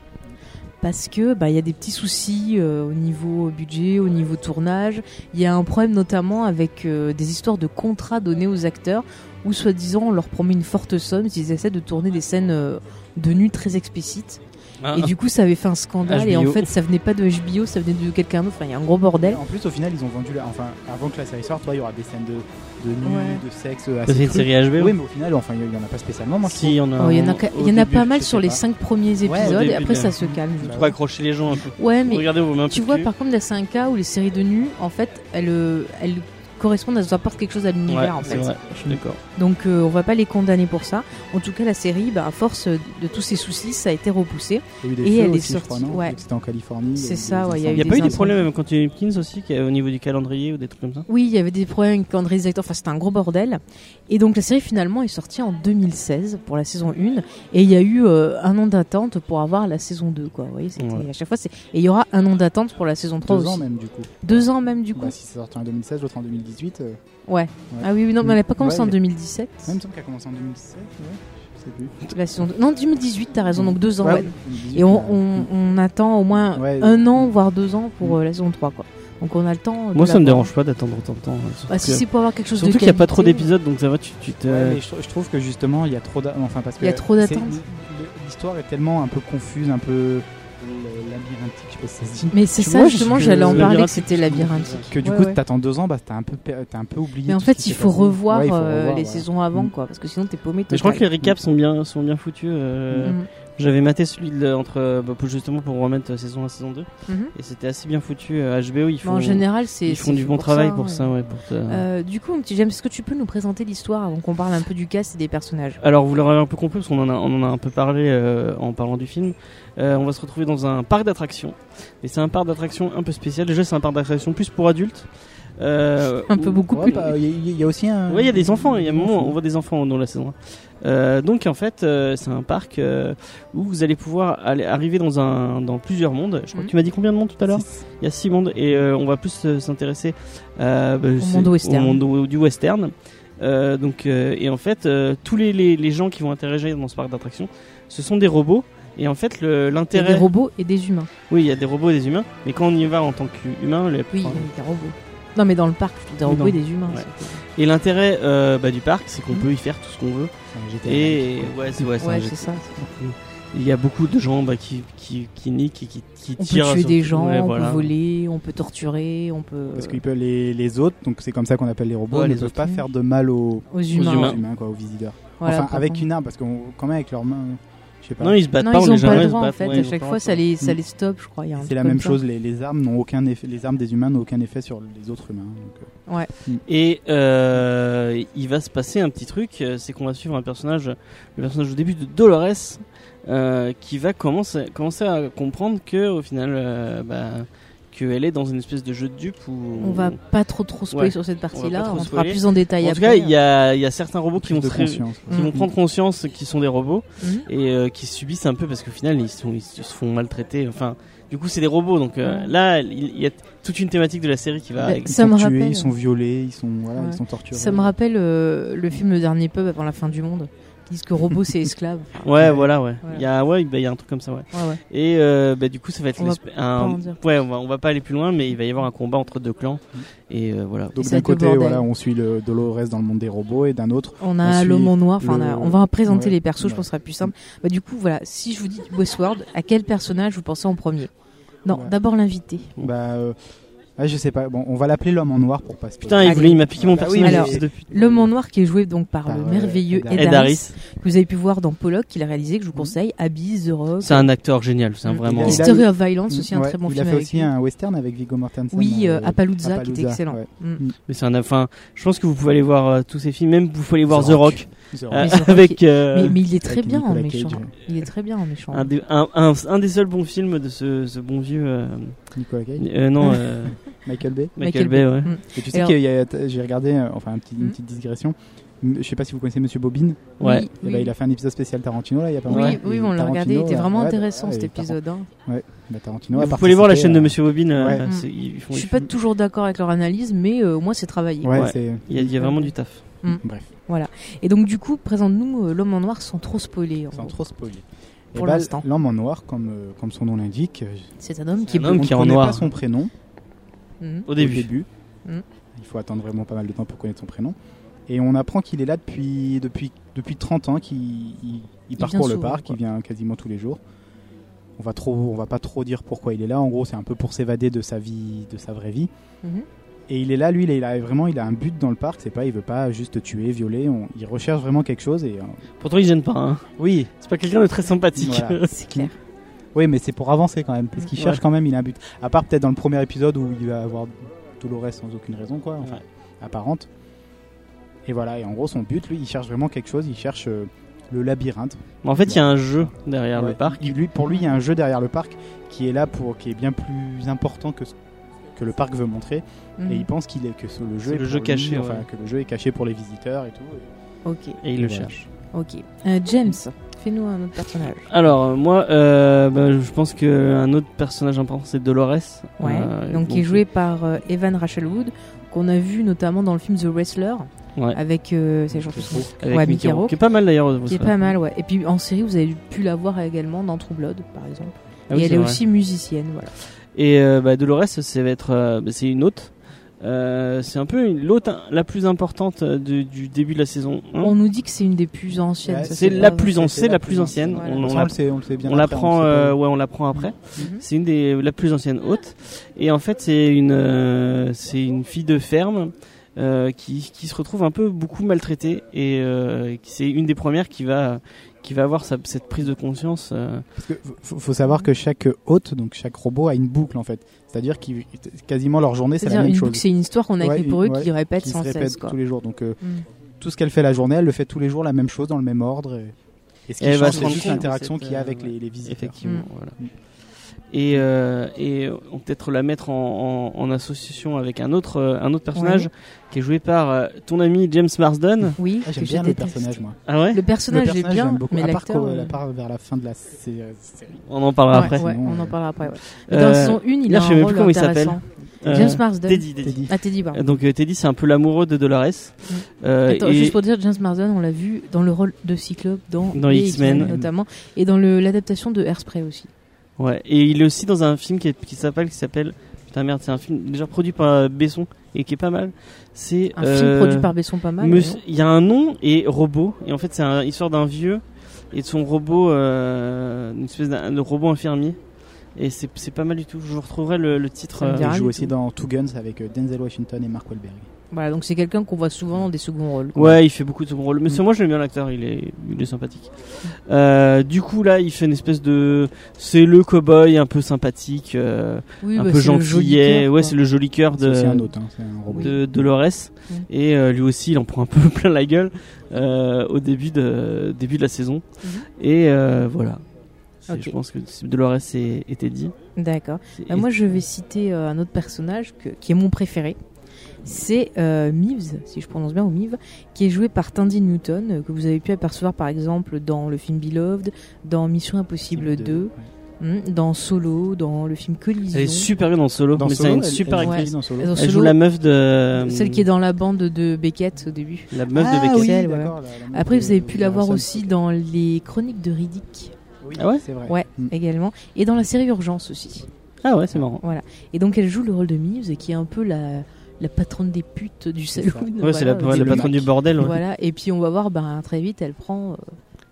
parce que bah, il y a des petits soucis euh, au niveau budget, au niveau tournage. Il y a un problème notamment avec euh, des histoires de contrats donnés aux acteurs où soi-disant on leur promet une forte somme s'ils essaient de tourner des scènes euh, de nu très explicites.
Ah,
Et du coup, ça avait fait un scandale et en
HBO.
fait, ça venait pas de HBO, ça venait de quelqu'un d'autre. Enfin, il y a un gros bordel.
En plus, au final, ils ont vendu. La... Enfin, avant que la série sorte, ouais, il y aura des scènes de, de nu,
Ouais.
de sexe. euh, Assez
bah, C'est une
cru.
série HBO.
Oui, mais au final, enfin, il y en a pas spécialement. Moi, je
si, on a.
Oh, Il y en a,
on-
ca- il
au
y en a
début,
pas mal
je
sur
sais
les
pas.
cinq premiers
Ouais, au
épisodes
début,
et après
il y
ça
a-
se calme. je
Bah
trouve.
Pour accrocher les gens un peu.
Ouais, mais
Regardez, vous
tu vois, par contre, là c'est un cas où les séries de nu, en fait, elles, euh, elles correspondent, elles apportent quelque chose à l'univers
Ouais,
en
c'est
fait.
vrai, je suis d'accord.
Donc euh, on va pas les condamner pour ça. En tout cas, la série, bah, à force de tous ces soucis, ça a été repoussée.
Il y a eu des
Et
feux
elle est
aussi, je crois,
sortie,
non
ouais.
C'était en Californie.
C'est
il y a eu
ça,
des
ouais, il y a eu
Il n'y a
des
pas eu des
incendies.
problèmes avec Anthony Hopkins aussi, qui, au niveau du calendrier ou des trucs comme ça
Oui, il y avait des problèmes avec le calendrier des acteurs, enfin c'était un gros bordel. Et donc la série finalement est sortie en 2016 pour la saison 1 et il y a eu euh, un an d'attente pour avoir la saison 2 quoi. Vous voyez, c'était-
Ouais.
à chaque fois c'est et il y aura un an d'attente pour la saison 3
Deux
aussi.
ans même, du coup.
Deux ans même du coup.
Bah, si c'est sorti en 2016, l'autre en 2018. euh,
Ah oui, oui, non, mais elle n'a pas commencé
Ouais,
en
mais-
2017.
ouais, il me semble qu'elle a commencé en 2017, ouais. Je sais plus.
La saison 2. Non, 2018, t'as raison, donc deux ans.
Ouais,
ouais.
2018,
Et on,
euh,
on- on attend au moins
Ouais. Mm.
un an, voire deux ans pour euh, la saison 3 quoi. Donc on a le temps. de
Moi, ça
la
me
voir.
dérange pas d'attendre autant de temps. hein, surtout
Bah, si
que-
c'est pour avoir quelque chose de
Surtout qu'il n'y a pas trop
qualité,
d'épisodes, donc ça va, tu, tu te.
Ouais, mais je, trou- je trouve que justement, il y a trop d'attentes. Enfin, parce que
Euh, Il y a trop
c'est-
d'attentes.
L'histoire est tellement un peu confuse, un peu labyrinthique, je sais pas si ça se dit.
Mais c'est
Tu
ça
vois,
justement,
je-
j'allais en
je-
parler que
labyrinthique,
c'était
je-
labyrinthique.
Que du
Ouais,
coup,
ouais.
t'attends deux ans, bah, t'as un, peu per- t'as un peu oublié.
Mais en
tout ce
fait,
qui
il
s'est
faut
passé.
revoir,
Ouais, il faut
euh,
revoir,
les
ouais.
saisons avant,
Mm.
quoi, parce que sinon t'es paumé.
Mais je crois que les
total.
recaps sont bien, sont bien foutus. euh,
Mhm.
J'avais maté celui de, entre, euh, bah, pour- justement pour remettre euh, saison 1 saison 2,
Mhm.
et c'était assez bien foutu. euh, HBO, ils
Mais
font,
en général, c'est
ils font
c'est
du
fait
bon travail pour
ouais.
ça. ouais, pour ça.
Euh, du coup, mon petit James, est-ce que tu peux nous présenter l'histoire avant qu'on parle un peu du cast et des personnages
Alors vous l'aurez un peu compris parce qu'on en a, on en a un peu parlé euh, en parlant du film. Euh, on va se retrouver dans un parc d'attractions. Et c'est un parc d'attractions un peu spécial. Déjà c'est un parc d'attractions plus pour adultes. Euh,
Un peu
où-
beaucoup
Ouais,
plus.
bah, Il y, a- il y a aussi un.
Ouais, il y a des enfants. Il y a un moment où on voit des enfants dans la saison. un. Euh, donc en fait euh, c'est un parc euh, où vous allez pouvoir aller, arriver dans un dans plusieurs mondes. Je crois
Mhm.
que tu m'as dit combien de mondes tout à l'heure.
Six.
Il y a six mondes et euh, on va plus euh, s'intéresser euh, bah, c'est-
monde western.
au monde o- du western. Euh, donc, euh, et en fait, euh, tous les, les, les gens qui vont interagir dans ce parc d'attractions, ce sont des robots. Et en fait, le-
Il y a des
l'intérêt.
robots et des humains.
Oui, il y a des robots et des humains. Mais quand on y va en tant qu'humain, les-
Oui, il y a des robots. Non, mais dans le parc, plutôt, des
Oui,
robots
dans-
et des humains.
ouais.
c'est-
et l'intérêt euh, bah, du parc, c'est qu'on peut y faire tout ce qu'on veut.
C'est un GTA.
Et euh, ouais, c'est ouais, c'est un
Mm. Ouais,
jeu.
c'est ça.
Il y a beaucoup de gens bah, qui, qui, qui niquent et qui, qui
On peut
tirent.
tuer
sur-
des gens,
Ouais,
on
voilà.
peut voler, on peut torturer, on peut.
Parce qu'ils peuvent les, les autres, donc c'est comme ça qu'on appelle les robots,
Ouais,
ne
les
peuvent
autres.
pas faire de mal aux,
Aux humains.
humains.
aux humains, quoi, aux visiteurs.
Voilà,
enfin, avec
pour-
une arme, parce qu'on quand même avec leurs mains, je sais pas.
Non, ils se battent
Non,
pas, on
ils
les
ont pas
jamais
le
se
droit en
battent.
fait.
Ouais,
à
ils ont
chaque
pas
fois,
le
ça
droit.
les, ça
Mm.
les stoppe, je crois. il y a un
c'est
truc
la
comme
même
ça.
chose, les, les armes n'ont aucun effet, les armes des humains n'ont aucun effet sur les autres humains. donc, euh,
Et euh, il va se passer un petit truc, euh, c'est qu'on va suivre un personnage, le personnage au début de Dolores, euh, qui va commencer, commencer à comprendre que au final, euh, bah, qu'elle est dans une espèce de jeu de dupe où
On va pas trop trop spoiler
Ouais.
sur cette
On va pas
partie-là.
trop
On fera
spoiler.
plus en détail
En tout
après. hein.
cas, il y a, il y a certains robots qui
prise
vont,
de
se ré-
conscience, quoi.
qui vont
Mhm.
prendre conscience qu'ils sont des robots
Mhm.
et euh, qui subissent un peu parce qu'au final ils, sont, ils se font maltraiter. Enfin, du coup, c'est des robots, donc euh,
Ouais.
là, il il y a toute une thématique de la série qui va.
Mm. Bah,
ex-
Ils
Ça
sont
me
tués,
rappelle-
ils sont violés, ils sont, voilà,
Ouais.
ils sont torturés.
Ça me rappelle euh, le film Le Dernier Pub avant la fin du monde. Ils disent que robot c'est esclave.
Ouais, voilà, ouais.
Voilà.
Il y a, ouais, bah, il y a un truc comme ça, ouais.
Ouais, ouais.
Et euh, bah, du coup, ça va être
On va
l'esp- un.
en dire
Ouais, on va, on va pas aller plus loin, mais il va y avoir un combat entre deux clans. Et euh, voilà.
Et
Donc
ça
d'un
te
côté,
bordel.
voilà, on suit le Dolores dans le monde des robots et d'un autre,
On a
Ensuite,
l'homme en noir, enfin, on, a-
le-
on va présenter
ouais,
les persos, je
ouais.
pense que ce sera plus simple. Bah, du coup, voilà, si je vous dis Westworld, à quel personnage vous pensez en premier Non,
Ouais.
d'abord l'invité.
bah, euh, ah, je sais pas. Bon, on va l'appeler l'homme en noir pour pas se
Putain, il, voulait, il m'a piqué mon
Bah
personnage
oui,
alors-
fils de pute.
L'homme en noir qui est joué donc par
Par,
le
euh,
merveilleux
Ed
Ed, Harris,
Ed Harris.
que vous avez pu voir dans Pollock, qu'il a réalisé,
Mm.
que je vous conseille, Abyss, The Rock,
C'est un acteur génial, c'est un
Mm.
vraiment.
Il a- Mm,
History of Violence, aussi un
Ouais,
très bon
il
film
a fait
avec
aussi
lui.
un western avec Viggo Mortensen.
Oui, euh,
euh,
Appalooza, qui était
Appalooza,
excellent.
ouais. Euh,
Mm.
Mais c'est un. Enfin, je pense que vous pouvez aller voir euh, tous ces films, même vous pouvez aller voir
The
The Rock,
The
euh,
Mais The Rock
avec.
est-
euh,
Mais, mais il est très
avec
bien en
Nicolas
méchant.
Cage, ouais.
Il est très bien en méchant.
Un des, un, un- un des seuls bons films de ce, ce bon vieux. euh,
Nicolas Cage,
euh, non, euh,
Michael Bay.
Michael, Bay, ouais.
Mm.
Et tu
Alors-
sais qu'il y a, t- j'ai regardé, euh, enfin un petit-
Hmm.
une petite digression. M- Je sais pas si vous connaissez Monsieur Bobine.
Ouais.
Oui,
Eh
oui.
ben, il a fait un épisode spécial Tarantino là, il y a pas
Oui,
mal.
oui,
Et
on l'a
Tarantino,
regardé, il était
euh,
vraiment
ouais,
intéressant
ouais,
cet
et Tar-
épisode. hein.
bah, Tarantino a
vous pouvez aller voir la
participé
chaîne de
à-
Monsieur Bobine. euh,
Ouais.
bah,
Mm.
c'est- ils font-
Je suis
ils
pas
font-
toujours d'accord avec leur analyse, mais euh, au moins c'est travaillé.
Ouais,
Ouais.
c'est. Hmm.
Il y a- il y a vraiment du taf.
Bref,
Et donc du coup, présente-nous euh, l'homme en noir sans trop spoiler. en
sans
gros.
trop spoiler.
Hmm. Pour
Eh ben,
l'instant.
L'homme en noir, comme, euh, comme son nom l'indique, euh,
C'est un homme qui est
Un
bleu.
homme
on
qui est
ne
en
connaît
noir.
pas son prénom
Mhm.
Au début.
au début.
Mhm.
Il faut attendre vraiment pas mal de temps pour connaître son prénom. Et on apprend qu'il est là depuis, depuis, depuis 30 ans, qu'il il- il parcourt le
souvent,
parc,
quoi.
il vient quasiment tous les jours. On va trop, on va pas trop dire pourquoi il est là. En gros, c'est un peu pour s'évader de sa vie, de sa vraie vie.
Mhm.
Et il est là, lui, il a, il a vraiment, il a un but dans le parc. C'est pas, il veut pas juste tuer, violer. on- il recherche vraiment quelque chose. Et euh,
Pourtant, il gêne pas. hein.
oui,
C'est pas quelqu'un de très sympathique.
Voilà.
C'est clair.
oui, mais c'est pour avancer quand même, parce qu'il
Ouais.
cherche quand même. Il a un but. À part peut-être dans le premier épisode où il va avoir Dolores sans aucune raison, quoi. Enfin,
Ouais.
apparente. Et voilà, et en gros, son but, lui, il cherche vraiment quelque chose, il cherche euh, le labyrinthe.
Mais en fait, il y a un jeu derrière
Ouais,
le parc.
il- lui, pour lui, il y a un jeu derrière le parc qui est là pour, qui est bien plus important que ce que le parc veut montrer.
Mhm.
Et il pense qu'il est que ce- le jeu
Mmh. C'est
est
le
pour
jeu
lui,
caché,
enfin,
ouais.
que le jeu est caché pour les visiteurs et tout.
Ok,
Et il le
Voilà.
cherche.
ok. Euh, James, fais-nous un autre personnage.
Alors, euh, moi, euh, bah, je pense qu'un autre personnage important, c'est Dolores.
Ouais.
Euh,
Donc, qui est joué par euh, Evan Rachel Wood, qu'on a vu notamment dans le film The Wrestler,
Ouais.
avec euh, c'est gentil.
avec
ouais,
Mickey
Mickey
Rourke,
Rourke.
Qui est pas mal d'ailleurs. vous
Qui est
savez.
pas mal, ouais. Et puis en série, vous avez pu la voir également dans True Blood, par exemple.
Ah oui,
et elle
c'est
est,
vrai.
aussi musicienne, voilà.
Et euh, bah, Dolores, ça va être, euh, bah, c'est une hôte. Euh, c'est un peu une- l'hôte hein, la plus importante euh, du, du début de la saison. hein.
On nous dit que c'est une des plus anciennes.
Ouais,
ça,
c'est la
pas
plus
vrai.
ancienne, c'est la plus ancienne.
Voilà.
On-
On,
On,
on,
l'app-
le sait, on le sait bien.
on
après,
l'apprend,
on le sait pas.
euh, ouais, on l'apprend après.
Mhm.
C'est une des la plus ancienne hôte. Et en fait, c'est une, euh, c'est une fille de ferme euh, qui, qui se retrouve un peu beaucoup maltraitée et euh, qui- c'est une des premières qui va, qui va avoir sa- cette prise de conscience. euh.
Parce que f- faut, faut savoir que chaque hôte, donc chaque robot, a une boucle en fait. C'est-à-dire qu'ils quasiment leur journée, c'est la
C'est-à-dire,
même
une
chose.
boucle, c'est une histoire qu'on a
Ouais,
écrite pour eux
ouais,
qui répète
qui se
sans cesse,
répète
quoi.
tous les jours. Donc euh,
Mm.
tout ce qu'elle fait la journée, elle le fait tous les jours la même chose dans le même ordre. Et, et ce qui
Et elle va
change,
se
c'est
rendre
juste
compte
l'interaction
de cette,
qu'il y a
euh,
avec les, les visiteurs.
Effectivement,
Mm.
voilà.
Mm.
Et, euh, et on peut être la mettre en, en- en association avec un autre, euh, un autre personnage
Ouais.
qui est joué par euh, ton ami James Marsden.
Oui,
Ah,
que
J'aime
je
bien le
déteste.
personnage, moi.
Ah ouais
Le personnage,
le
est
personnage,
bien,
j'aime beaucoup.
mais
à part,
l'acteur.
qu'on-
euh,
à part vers la fin de la sé- euh, série.
On en parlera
ouais,
après.
ouais,
sinon,
on en
euh,
parlera après. ouais. Et
Euh,
Dans son une, il
là,
a
je
un
sais même
rôle
plus comment il s'appelle.
intéressant.
euh,
James Marsden.
Teddy, Teddy.
Teddy.
Ah, Teddy, pardon.
Donc euh, Teddy, c'est un peu l'amoureux de Dolores. Euh,
Attends,
et-
juste pour dire, James Marsden, on l'a vu dans le rôle de Cyclope dans,
Dans
les
X-Men.
notamment, et dans le- l'adaptation de Hairspray aussi.
Ouais, et il est aussi dans un film qui, est- qui s'appelle qui s'appelle putain merde, c'est un film déjà produit par euh, Besson et qui est pas mal. C'est
Un film produit par Besson pas mal.
Besson. Il y a un nom et robot et en fait c'est un- l'histoire d'un vieux et de son robot euh, une espèce d'un- de robot infirmier et c'est c'est pas mal du tout. Je vous retrouverai le, le titre.
Ça me dit
euh,
rien
Il joue
du
aussi
tout.
dans Two Guns avec euh, Denzel Washington et Mark Wahlberg.
Voilà, donc c'est quelqu'un qu'on voit souvent dans des seconds rôles. quoi.
Ouais, il fait beaucoup de second
Mm.
rôle. Mais c'est- moi, j'aime bien l'acteur, il est, il est sympathique. Euh, du coup, là, il fait une espèce de. C'est le cow-boy un peu sympathique, euh,
Oui,
un
bah,
peu
c'est le joli cœur,
gentillet.
quoi.
Ouais, c'est le joli cœur de.
C'est aussi un hôte, hein, c'est un robot.
de Dolores
Oui.
et euh, lui aussi il en prend un peu plein la gueule euh, au début de début de la saison
Mhm.
et euh, voilà C'est-
Ok.
je pense que c'est- Dolores et, et Teddy
D'accord.
C'est-
Bah, moi, je vais citer euh, un autre personnage que- qui est mon préféré. C'est euh, Meeves, si je prononce bien, ou Meeves, qui est joué par Tandy Newton, euh, que vous avez pu apercevoir par exemple dans le film Beloved, dans Mission
euh,
Impossible 2, hum, dans Solo, dans le film Collision.
elle est super bien dans Solo
Dans
mais c'est
Solo,
une
elle-
super
elle-
Ouais.
actrice
dans Solo.
Dans
elle
Solo,
joue la meuf de
celle qui est dans la bande de Beckett au début.
la meuf de
Ah
Beckett
oui,
Bexel, ouais.
d'accord, la- la meuf
Après,
de-
vous avez pu
de
la voir
Harrison
aussi
Ford.
dans les Chroniques de Riddick
Oui,
Ah ouais
c'est vrai.
Ouais.
Mm.
également, et dans la série Urgence aussi.
ah ouais c'est marrant
Et donc elle joue le rôle de Muse qui est un peu la, la patronne des putes du
C'est
saloon.
ça.
ouais c'est la,
Voilà.
ouais, la
le
patronne
mec.
du bordel ouais.
Voilà. Et puis on va voir, ben, très vite, elle prend euh,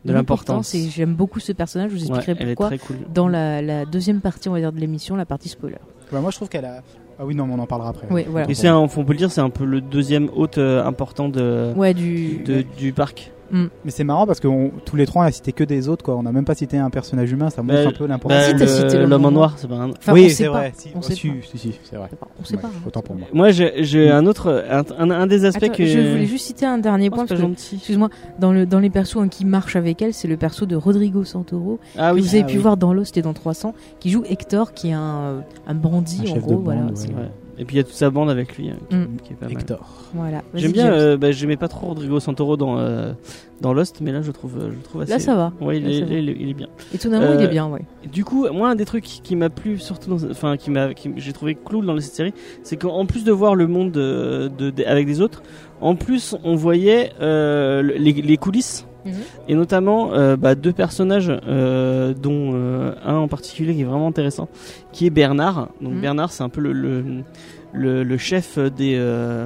de l'importance
Et j'aime beaucoup ce personnage, je vous
Ouais,
expliquerai
elle est
pourquoi
très cool
dans la, la deuxième partie, on va dire, de l'émission, la partie spoiler.
Bah, moi, je trouve qu'elle a. Ah oui, non, mais on en parlera après.
Ouais, voilà.
et c'est un, on peut le dire c'est un peu le deuxième hôte euh, important de,
Ouais, du.
de- du parc
Mais c'est marrant parce que on- tous les trois, on a cité que des autres, quoi. On n'a même pas cité un personnage humain, ça montre
Bah,
un peu
bah,
l'importance.
Si, t'as
le-
cité l'homme
l'homme en
en
noir c'est pas un
Enfin, on
oui,
sait
c'est
pas.
vrai. Si,
On
oh,
sait
si,
pas.
si, si, c'est vrai.
On sait
Ouais,
pas. hein.
Autant pour moi.
Moi, j'ai j'ai un autre, un, un- un des aspects
Attends,
que
Je voulais juste citer un dernier
Oh,
point.
c'est pas
parce que,
gentil.
Excuse-moi, dans, le, dans les persos hein, qui marchent avec elle, c'est le perso de Rodrigo Santoro,
Ah
que
oui,
vous avez
Ah
pu
oui.
voir dans Lost et dans 300, qui joue Hector, qui est un, euh, un bandit
Un
en
chef de
gros.
bande,
voilà,
ouais.
c'est-
ouais. Et puis il y a toute sa bande avec lui, euh, qui,
Mm.
qui est pas mal.
Hector.
voilà. Vas-y,
J'aime bien,
James.
euh, bah, j'aimais pas trop Rodrigo Santoro dans euh, dans Lost, mais là je trouve, euh, je le trouve assez.
Là, ça va.
Ouais, il
Là,
est,
ça va.
il est- il est bien.
Étonnamment,
Euh,
il est bien, ouais.
Et du coup, moi, un des trucs qui m'a plu, surtout, dans- enfin, qui m'a, qui- j'ai trouvé cool dans cette série, c'est qu'en plus de voir le monde euh, de, de- avec des autres, en plus on voyait euh, les, les coulisses.
Mhm.
Et notamment euh, bah, deux personnages, euh, dont euh, un en particulier qui est vraiment intéressant, qui est Bernard. Donc
Mhm.
Bernard, c'est un peu le, le, le- le chef des, euh,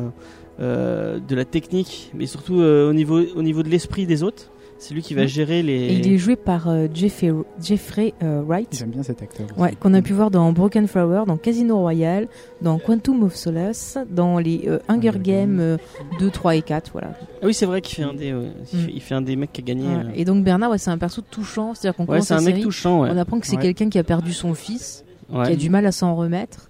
euh, de la technique, mais surtout euh, au, niveau, au niveau de l'esprit des autres. C'est lui qui va
Mhm.
gérer
Et il
les.
est joué par euh, Jeffrey, Jeffrey, euh, Wright,
J'aime bien cet acteur. aussi.
ouais, qu'on a pu voir dans Broken Flower, dans Casino Royale, dans Quantum of Solace, dans les euh, Hunger
Hunger
Games
Games.
euh, 2, 3 et 4. Voilà.
Ah oui, c'est vrai qu'il fait un des, ouais, il,
Mhm.
fait, il fait un des mecs qui a gagné.
Ouais.
euh.
Et donc Bernard, ouais, c'est un perso touchant, c'est-à-dire qu'on
Ouais,
commence
c'est
la
un mec
série,
touchant. Ouais.
on apprend que c'est
Ouais.
quelqu'un qui a perdu son fils,
Ouais.
qui a du mal à s'en remettre.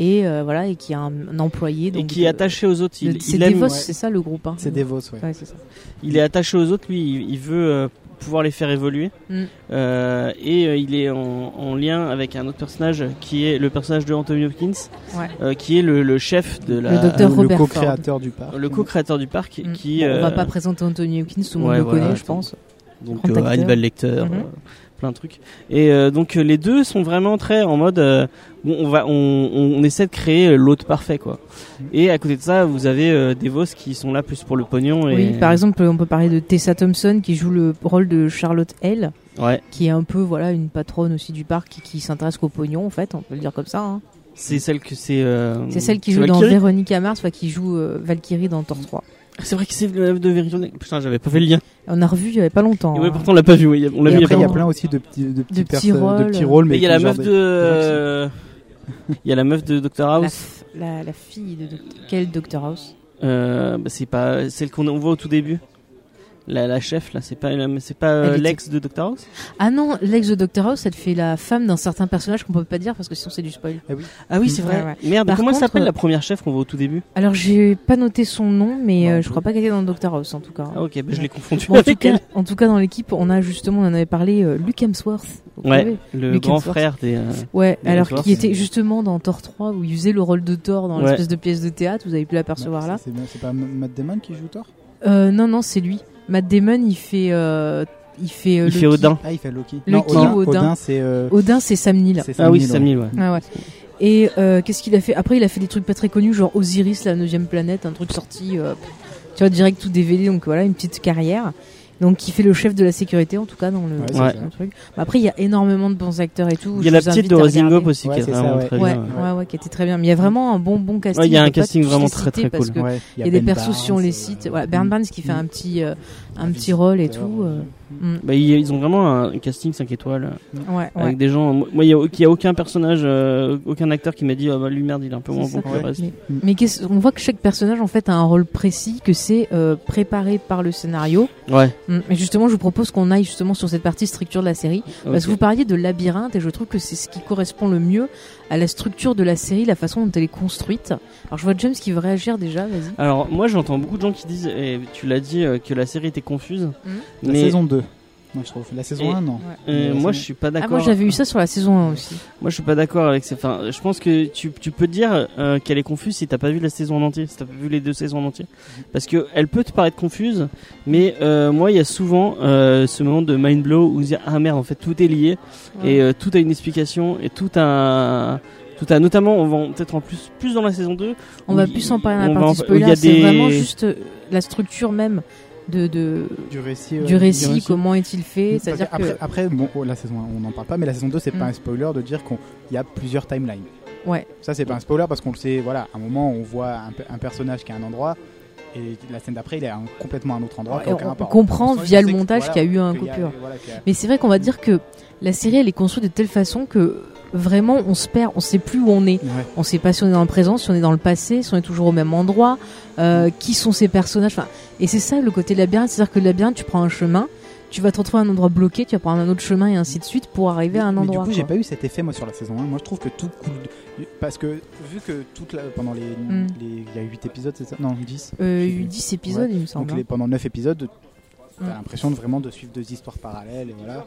et euh, voilà et qui a un, un employé donc
et qui est
de-
attaché aux autres.
de-
Il,
c'est
il aime-
Devos,
ouais.
c'est ça le groupe. hein.
C'est Devos, ouais. Ah,
Ouais, c'est ça.
il est attaché aux autres, lui, il, il veut euh, pouvoir les faire évoluer.
Mm.
Euh, et euh, il est en, en lien avec un autre personnage qui est le personnage de Anthony Hopkins,
Ouais.
euh, qui est le, le chef de la.
Le docteur
le
Robert
co-créateur du parc.
le co-créateur du parc
Mm.
qui.
Bon, On va
euh,
pas présenter Anthony Hawkins, tout le monde
ouais,
le
voilà,
connaît, je
attends.
pense.
donc
Grand
euh,
acteur.
Hannibal Lecter,
Mhm.
euh, plein de trucs. Et euh, donc euh, les deux sont vraiment très en mode euh, bon, on va on, on essaie de créer euh, l'hôte parfait quoi. Et à côté de ça, vous avez euh, des Vos qui sont là plus pour le pognon et
Oui, par exemple, on peut parler de Tessa Thompson qui joue le rôle de Charlotte L,
ouais,
qui est un peu voilà une patronne aussi du parc qui, qui s'intéresse qu'au pognon en fait, on peut le dire comme ça. hein.
c'est celle que c'est euh,
C'est celle qui joue dans
Valkyrie
Véronica Mars, enfin, qui joue euh, Valkyrie dans Thor 3.
C'est vrai que c'est le rêve de Véronique. Putain, j'avais pas fait le lien.
On a revu il y avait pas longtemps.
Et ouais,
hein.
pourtant on l'a pas vu, oui, on l'a
Et
vu
Et
il y a
après, il y a
pas-
plein aussi de petits, de petits,
petits
perso- de
rôles.
petits rôles.
Mais
Mais
il y a la
qui genre
meuf de euh, il y a la meuf de Doctor
hein. la,
House.
f- la, la fille de Docteur... Quel Doctor House
Euh, bah, c'est pas celle qu'on on voit au tout début. La, la chef là, c'est pas la- c'est pas
Elle
euh,
était-
l'ex de Doctor House.
Ah non, l'ex de Doctor House, elle fait la femme d'un certain personnage qu'on peut pas dire parce que sinon c'est du spoil.
Ah
oui, c'est vrai. Ouais,
Merde,
Par
comment elle
contre,
s'appelle
euh,
la première chef qu'on voit au tout début
Alors j'ai pas noté son nom, mais
Non,
euh,
non
je crois pas qu'elle était dans Doctor House en tout cas. hein.
Ah ok, bah, je l'ai confondu
Bon, en, tout
avec
cas,
elle.
en tout cas, dans l'équipe, on a justement, on en avait parlé, euh, Luke Hemsworth. Vous
Ouais,
savez
le
Luke
grand
Hemsworth.
frère des. euh,
Ouais,
Luke
alors
Hemsworth.
qui était justement dans Thor 3 où il faisait le rôle de Thor dans
Ouais. Bah,
l'espèce de pièce de théâtre, vous avez pu l'apercevoir là.
C'est c'est pas Matt Damon qui joue Thor
Euh, non, non, c'est lui. Matt Damon, il fait. euh, il fait, euh,
il
Loki.
fait Odin.
Ah, il fait Loki.
Loki
non, Odin,
ou Odin
Odin, c'est. euh,
Odin, c'est Sam Neill.
c'est
Ah oui,
Sam
Sam
Neill,
Neill, ouais.
Ah ouais. Et euh, qu'est-ce qu'il a fait Après, il a fait des trucs pas très connus, genre Osiris, la 9 planète, un truc sorti, euh, tu vois, direct tout DVD, donc voilà, une petite carrière. Donc, qui fait le chef de la sécurité, en tout cas, dans le,
Ouais, c'est
dans
ça.
le truc. Mais Après, il y a énormément de bons acteurs et tout.
Il y
je
a la
vous
petite
invite
de
à
Rising
regarder.
Up aussi
Ouais,
qui est
c'est ça,
vraiment
ouais.
très
Ouais,
bien.
ouais, ouais, qui était très bien. Mais il y a vraiment un bon, bon casting.
Ouais, il y a
Je
un
peux pas
casting
tous les
vraiment très,
citer
très
parce
cool.
que
Ouais,
Il y a des
Ben
persos si on
Barnes,
les
euh,
cite. Voilà, Bern Barnes qui fait
Mm.
un petit, euh, un petit rôle et tout. euh, mm.
Bah, il- ils ont vraiment un casting 5 étoiles euh,
Ouais, ouais.
avec des gens. Moi, il y a, il y a aucun personnage, euh, aucun acteur qui m'a dit ah bah lui merde, il est un peu moins
C'est
bon
ça.
que le reste.
Mais, mais qu'est-ce- on voit que chaque personnage en fait a un rôle précis, que c'est euh, préparé par le scénario.
Ouais.
Mm. Mais justement, je vous propose qu'on aille justement sur cette partie structure de la série. Parce que Bah, vous parliez de labyrinthe et je trouve que c'est ce qui correspond le mieux à la structure de la série, la façon dont elle est construite. Alors je vois James qui veut réagir déjà, vas-y.
Alors moi j'entends beaucoup de gens qui disent, et tu l'as dit, euh, que la série était confuse.
La
Mais
saison 2. Moi, je trouve. La saison
Et-
1, non.
Ouais.
euh, moi
La saison-
je suis pas
Ah,
d'accord.
moi j'avais eu ça sur la saison 1 aussi.
Moi, je suis pas d'accord avec ces. Enfin, je pense que tu, tu peux dire euh, qu'elle est confuse si t'as pas vu la saison en entier, si t'as pas vu les deux saisons en entier, parce que elle peut te paraître confuse, mais euh, moi, il y a souvent euh, ce moment de mind blow où dire ah merde, en fait tout est lié et euh, tout a une explication et tout a tout a notamment on va en- peut-être en plus plus dans la saison 2
On va
Oui,
plus en parler dans
on
la
va en-
partie
il y
spoiler,
a
c'est
des-
vraiment juste euh, la structure même de, de-
Du récit.
du
euh,
récit,
récit.
comment est-il fait,
Parce
c'est-à-dire
que après,
que...
après, bon, oh, la saison 1, on n'en parle pas, mais la saison 2, c'est
Mm.
pas un spoiler de dire qu'on il y a plusieurs timelines.
Ouais.
Ça, c'est pas un spoiler parce qu'on le sait, voilà, à un moment, on voit un, pe- un personnage qui est à un endroit, et la scène d'après, il est à un- complètement à un autre endroit. qui a
on-
aucun
on
rapport.
comprend
On sait-
via
on
le
sait que-
montage
voilà,
qu'il y a eu un
qu'il y a-
coupure.
voilà, qu'il y a-
Mais c'est vrai qu'on va dire que la série, elle est construite de telle façon que vraiment on se perd, on sait plus où on est.
Ouais.
On sait pas si on est dans le présent, si on est dans le passé, si on est toujours au même endroit, euh, qui sont ces personnages. Enfin, et c'est ça le côté labyrinthe, c'est-à-dire que le labyrinthe, tu prends un chemin, tu vas te retrouver à un endroit bloqué, tu vas prendre un autre chemin et ainsi de suite pour arriver à un
Mais
endroit.
du coup, j'ai
quoi.
pas eu cet effet moi sur la saison 1. Moi, je trouve que tout coule de- parce que vu que toute la... pendant les les- il y a 8 épisodes, c'est ça Non, 10.
Hmm. Euh,
j'ai
eu
vu.
10 épisodes, il me semble. hein.
Donc les... pendant 9 épisodes, t'as
Mm.
l'impression de vraiment de suivre deux histoires parallèles et voilà.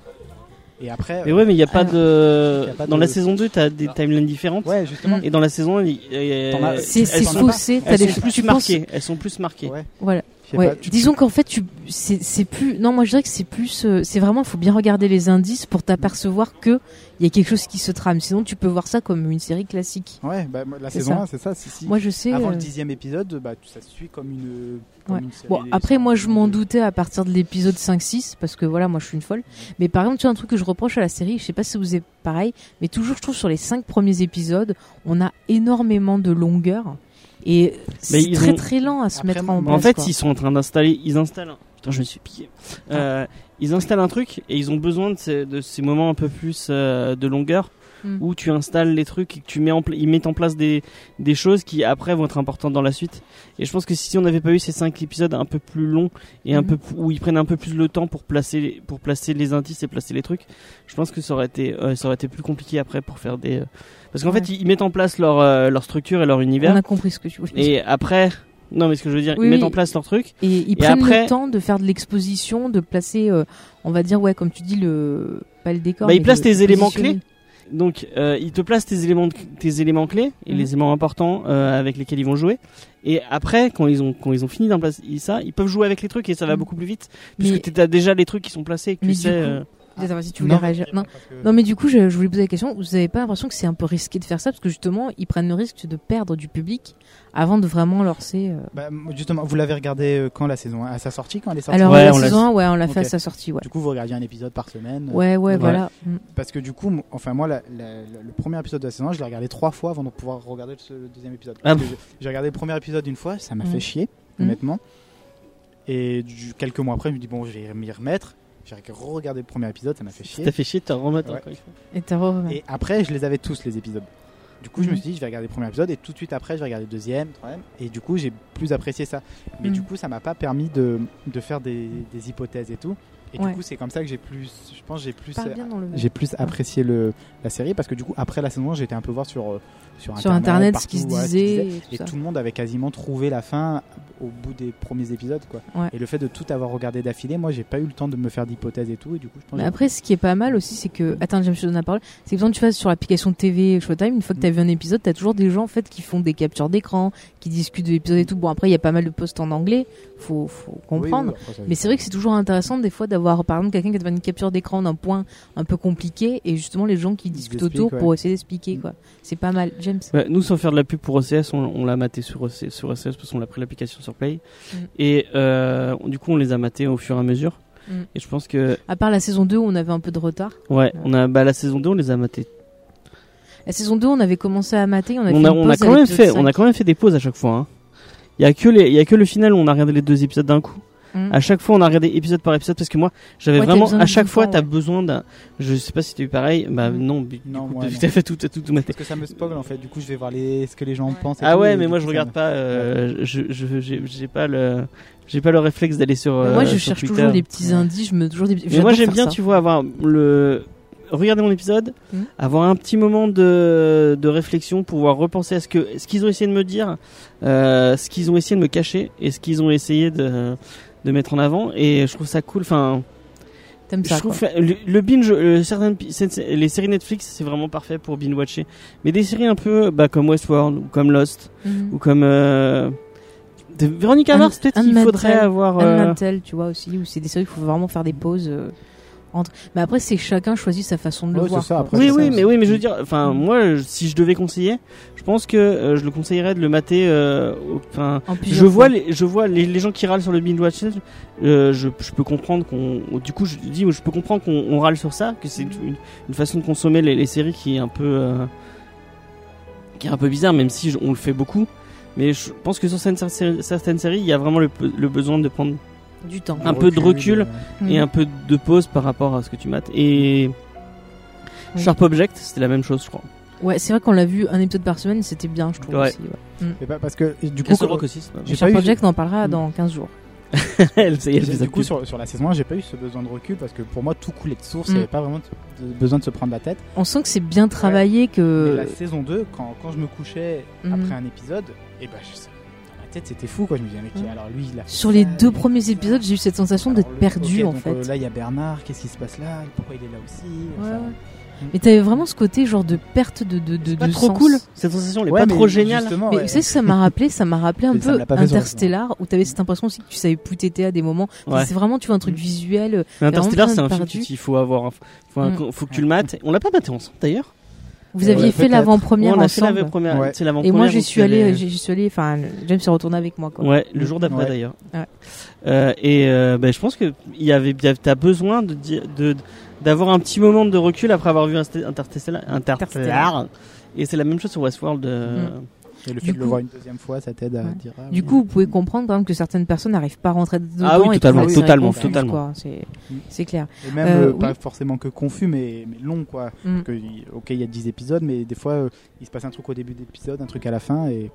Et après
mais ouais mais il y a pas
Alors,
de
il y a pas
dans
de-
la saison 2 t'as des timelines différentes
ouais, justement.
et dans la saison 1 il- euh,
T'en as-
elles
C'est
Elles
c'est
sont
faussé, t'as
elles
des
sont
tu
plus
penses-
marquées elles sont plus marquées
Ouais.
Voilà.
Je sais
Ouais.
pas, tu-
Disons qu'en fait, tu, c'est, c'est plus. Non, moi je dirais que c'est plus. euh, c'est vraiment, il faut bien regarder les indices pour t'apercevoir que il y a quelque chose qui se trame. Sinon, tu peux voir ça comme une série classique.
Ouais, bah, moi, la
C'est
saison
ça.
1, c'est ça. Si, si.
Moi, je sais.
Avant
euh,
le dixième épisode, bah, tu- ça se suit comme une. comme
Ouais.
une série-
Bon, après, moi, je m'en doutais à partir de l'épisode 5-6, parce que voilà, moi, je suis une folle. Mais par exemple, tu vois, un truc que je reproche à la série, je sais pas si vous êtes pareil, mais toujours, je trouve, sur les 5 premiers épisodes, on a énormément de longueur. Et c'est
ils
très,
ont-
très lent à se
Après,
mettre en
mais
place.
en fait,
quoi. Ah.
ils sont en train d'installer, ils installent. un- Putain, je me suis piqué. Euh, Ils installent un truc et ils ont besoin de ces, de ces moments un peu plus euh, de longueur
Mm.
où tu installes les trucs et que tu mets en pla- ils mettent en place des, des choses qui après vont être importantes dans la suite. Et je pense que si on n'avait pas eu ces cinq épisodes un peu plus longs et un
Mhm.
peu p- où ils prennent un peu plus le temps pour placer les, pour placer les indices et placer les trucs, je pense que ça aurait été euh, ça aurait été plus compliqué après pour faire des euh, parce qu'en
Ouais.
fait ils, ils mettent en place leur euh, leur structure et leur
On
univers
a compris ce que tu voulais dire.
et après non mais ce que je veux dire
Oui,
ils mettent
oui.
en place leur truc
Et ils
Et
prennent
après-
le temps de faire de l'exposition, de placer, euh, on va dire, ouais, comme tu dis, le pas le décor.
Bah, ils
mais
placent
de
tes éléments
positionner.
Donc, euh, ils te placent tes éléments, tes éléments clés et
Mhm.
les éléments importants euh, avec lesquels ils vont jouer. Et après, quand ils ont, quand ils ont fini d'emplacer ça, ils peuvent jouer avec les trucs et ça va
Mhm.
beaucoup plus vite
Mais-
puisque t'as déjà les trucs qui sont placés. Et que
Mais
tu
du
sais.
coup-
euh,
Attends, vas-y, tu voulais réagir. Non.
Euh.
Non, mais du coup, je, je voulais poser la question. Vous n'avez pas l'impression que c'est un peu risqué de faire ça parce que justement, ils prennent le risque de perdre du public avant de vraiment lancer. euh,
Bah, justement, vous l'avez regardé euh, quand la saison 1 À sa sortie quand elle est sortie
Alors
Ouais,
la
on l'a-
saison, un, ouais, on l'a fait à
Ok.
sa sortie, ouais.
Du coup, vous regardiez un épisode par semaine euh,
Ouais, ouais,
Ouais.
voilà. Mm.
Parce que du coup, m- enfin moi, la- la- la- le premier épisode de la saison 1, je l'ai regardé trois fois avant de pouvoir regarder le, le deuxième épisode.
Ah
Parce que je- J'ai regardé le premier épisode une fois, ça m'a
Mhm.
fait chier,
Mhm.
honnêtement. Et du- quelques mois après, je me dis, bon, je vais m'y remettre. J'ai re-regardé le premier épisode, ça m'a fait chier.
T'as fait chier, t'as remettre.
Ouais.
encore une fois.
Et t'as re-
Et après, je les avais tous, les épisodes. Du coup, je me
Mhm.
suis dit, je vais regarder le premier épisode et tout de suite après, je vais regarder le deuxième, troisième. Et du coup, j'ai plus apprécié ça. Mais
Mhm.
du coup, ça m'a pas permis de, de faire des, des hypothèses et tout. Et
Ouais.
du coup, c'est comme ça que j'ai plus, je pense, j'ai plus,
Parle bien dans le-
j'ai plus apprécié le, la série parce que du coup, après la saison 1, j'étais un peu voir sur, euh, sur
sur internet ce
partout,
qui se
ouais,
disait. et
Et
tout ça.
tout le monde avait quasiment trouvé la fin au bout des premiers épisodes, quoi.
Ouais.
Et le fait de tout avoir regardé d'affilée, moi, j'ai pas eu le temps de me faire d'hypothèses et tout. Et du coup, je pense
Mais
que
après, ce qui est pas mal aussi, c'est que. Attends, James, je te donne la parole. C'est que quand tu vas sur l'application TV Showtime, une fois que
Mm.
t'as vu un épisode, t'as toujours des gens en fait qui font des captures d'écran, qui discutent de l'épisode et tout. Bon, après, il y a pas mal de posts en anglais, faut, faut comprendre.
Oui, oui, après, ça-
Mais c'est vrai que c'est toujours intéressant des fois d'avoir par exemple quelqu'un qui a fait une capture d'écran d'un point un peu compliqué et justement les gens qui
Ils
discutent
expliquent,
autour
ouais.
pour essayer d'expliquer
Mm.
quoi. C'est pas mal, James.
Ouais, nous, sans faire de la pub pour OCS, on, on l'a maté sur OCS, sur OCS parce qu'on l'a pris l'application sur Play.
Mm.
Et euh, du coup, on les a matés au fur et à mesure.
Mm.
Et je pense que,
À part la saison 2 où on avait un peu de retard.
ouais, on a, bah, la saison 2, on les a matés.
La saison 2 on avait commencé à mater, on a,
On
fait
a,
une
on a
pause à
quand même
l'épisode
fait, on a
cinq.
quand même fait des pauses à chaque fois. hein. Il y a que les, il y a que le final où on a regardé les deux épisodes d'un coup.
Mm.
À chaque fois, on a regardé épisode par épisode parce que moi, j'avais
Ouais, t'as
vraiment.
besoin
À
de
chaque
tout
fois,
temps,
t'as
ouais.
besoin d'un. Je sais pas si t'as eu pareil. Bah
Mm.
non, du
Non,
coup,
moi,
t'as-
non.
t'as fait tout, t'as tout, tout maté.
Parce que ça me spoil en fait, du coup je vais voir les... ce que les gens en
Ouais.
pensent. et
Ah
tout, et
ouais, mais
du
moi je
coup, ça
regarde
me-
pas. euh, je, je, j'ai j'ai pas le, j'ai pas le réflexe d'aller sur.
Mais
euh,
moi je
sur
cherche
Twitter.
toujours des petits indices, je me toujours des.
Mais
j'adore
moi j'aime
faire
bien,
ça.
tu vois, avoir le. Regarder mon épisode,
Mhm.
avoir un petit moment de, de réflexion, pouvoir repenser à ce que ce qu'ils ont essayé de me dire, euh, ce qu'ils ont essayé de me cacher et ce qu'ils ont essayé de, de mettre en avant. Et je trouve ça cool. Enfin,
T'aimes ça
je trouve
quoi.
la- le, le binge, euh, certaines pi- c'est- c'est- les séries Netflix, c'est vraiment parfait pour binge watcher. Mais des séries un peu bah, comme Westworld ou comme Lost
Mhm.
ou comme euh, de Véronique
Un-
Mars, peut-être
un
qu'il
mental-
faudrait avoir.
Anne
euh,
Mantel, tu vois aussi, où c'est des séries qu'il faut vraiment faire des pauses euh, entre. Mais après, c'est que chacun choisit sa façon de le
Ouais, c'est
voir.
ça,
quoi.
après,
Oui,
c'est
oui,
ça.
mais oui, mais je veux dire, enfin,
Mm.
moi, je- si je devais conseiller, je pense que euh, je le conseillerais de le mater. euh, au- Enfin,
En plus,
je vois, les, je vois les, les gens qui râlent sur le binge watching. euh, je, je peux comprendre qu'on, du coup, je dis, je peux comprendre qu'on on râle sur ça, que c'est
Mm.
une, une façon de consommer les, les séries qui est un peu, euh, qui est un peu bizarre, même si je- on le fait beaucoup. Mais je pense que sur certaines, certaines séries, il y a vraiment le, pe- le besoin de prendre
du temps. Mm.
un peu de recul.
euh,
et un peu de pause par rapport à ce que tu mates. Et
Oui.
Sharp Object, c'était la même chose, je crois.
Ouais, c'est vrai qu'on l'a vu un épisode par semaine, c'était bien, je trouve
Ouais.
aussi. ouais.
mais pas- parce que du coup,
Castle Rock
euh,
aussi, c'est pas
J'ai
Sharp
pas eu-
Object, on en parlera
Mm.
dans 15 jours.
mal. Ça y est,
j'ai-
le
du
visage
coup
pub.
sur, sur la saison 1, j'ai pas eu ce besoin de recul parce que pour moi tout coulait de source, il
Mm.
n'y avait pas vraiment de- de- besoin de se prendre la tête.
On sent que c'est bien travaillé,
Mais
que.
la saison 2, quand, quand je me couchais
Euh, Mhm.
après un épisode, et ben je sais, dans ma tête c'était fou quoi. Je me disais, mais qui-
Mm.
alors lui il a fait
Sur
ça,
les
lui,
deux
il a fait
premiers
ça.
épisodes, j'ai eu cette sensation
Alors,
d'être
le-
perdu
ok,
en
donc,
fait.
euh, là il y a Bernard, qu'est-ce qui se passe là Pourquoi il est là aussi Enfin, hmm.
ouais. Mais t'avais vraiment ce côté genre de perte de de de,
Pas
de
trop
sens.
cool. Cette sensation, elle est
Ouais,
pas
mais
trop géniale.
justement,
Mais
ouais.
tu sais ce que ça m'a rappelé Ça m'a rappelé un
Mais ça me
peu
l'a pas fait sur la saison.
Interstellar, où t'avais cette impression aussi que tu savais plus t'étais à des moments. Enfin,
Ouais.
C'est vraiment, tu vois, un truc
Mm.
visuel. euh,
Mais Interstellar,
vraiment
c'est un film
perdu.
qu'il faut avoir. hein. Faut,
Mm.
un- faut que tu le mates. On l'a pas maté ensemble d'ailleurs.
Vous
Ouais,
aviez fait
peut-être.
l'avant-première
Ouais, on a fait
ensemble.
l'avant-première.
Ouais.
C'est l'avant-première.
Et moi, j'y
où
suis
tu allais-
allé, j'y suis allé. Enfin, James s'est retourné avec moi. Quoi.
Ouais, le jour d'après
Ouais.
d'ailleurs.
Ouais.
Euh, et euh, ben, je pense que il y avait, il y avait- t'as besoin de, di- de d'avoir un petit moment de recul après avoir vu Insta- Interstellar. Interstellar.
Interstellar. Mm.
Et c'est la même chose sur Westworld. euh,
Et le
Du
fait de le
coup-
voir une deuxième fois, ça t'aide à
Ouais.
dire. ah
Du
oui.
coup, vous pouvez comprendre quand même que certaines personnes n'arrivent pas à rentrer dedans.
Ah
et
oui, totalement,
trouvent des
totalement,
réponses,
totalement.
quoi. C'est-
Mm.
C'est clair.
Et même,
Euh,
euh, pas forcément que confus, mais, mais long, quoi.
Mm.
Parce que, y- ok, il y a 10 épisodes, mais des fois, euh, il se passe un truc au début d'épisode, un truc à la fin, et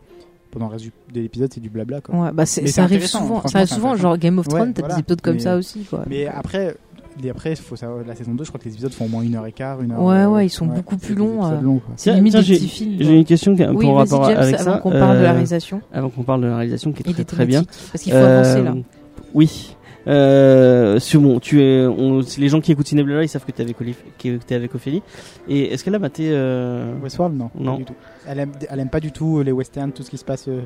pendant le reste du- de l'épisode, c'est du blabla, quoi.
Ouais, bah c'est-
Mais c'est
ça arrive
intéressant,
souvent. Ça
franchement,
arrive
c'est
souvent,
intéressant.
genre Game of
Ouais,
Thrones, t'as
voilà.
des épisodes comme
Mais-
ça aussi, quoi.
Mais après, les, après faut savoir, la saison 2, je crois que les épisodes font au moins une heure et quart, une heure.
Ouais,
euh,
ouais, ils sont beaucoup
c'est
plus
des
longs,
épisodes
euh,
longs, quoi.
C'est
Tiens,
limite
tiens,
des
j'ai-
petits films. quoi.
J'ai une question qui a un peu
Oui,
en
vas-y,
rapport
James,
avec
avant
ça.
qu'on parle de la
euh,
réalisation.
avant qu'on parle de la réalisation qui est
Et
très
des
très bien.
thématiques, Parce qu'il faut avancer là.
Euh, Oui. Euh, sur bon, tu es, on- si les gens qui écoutent Cineblala, ils savent que t'es avec, Olif- que t'es avec Ophélie. Et est-ce qu'elle a maté euh...
Westworld, non. pas
Non.
du tout. Elle aime, elle aime pas du tout les westerns, tout ce qui se passe euh,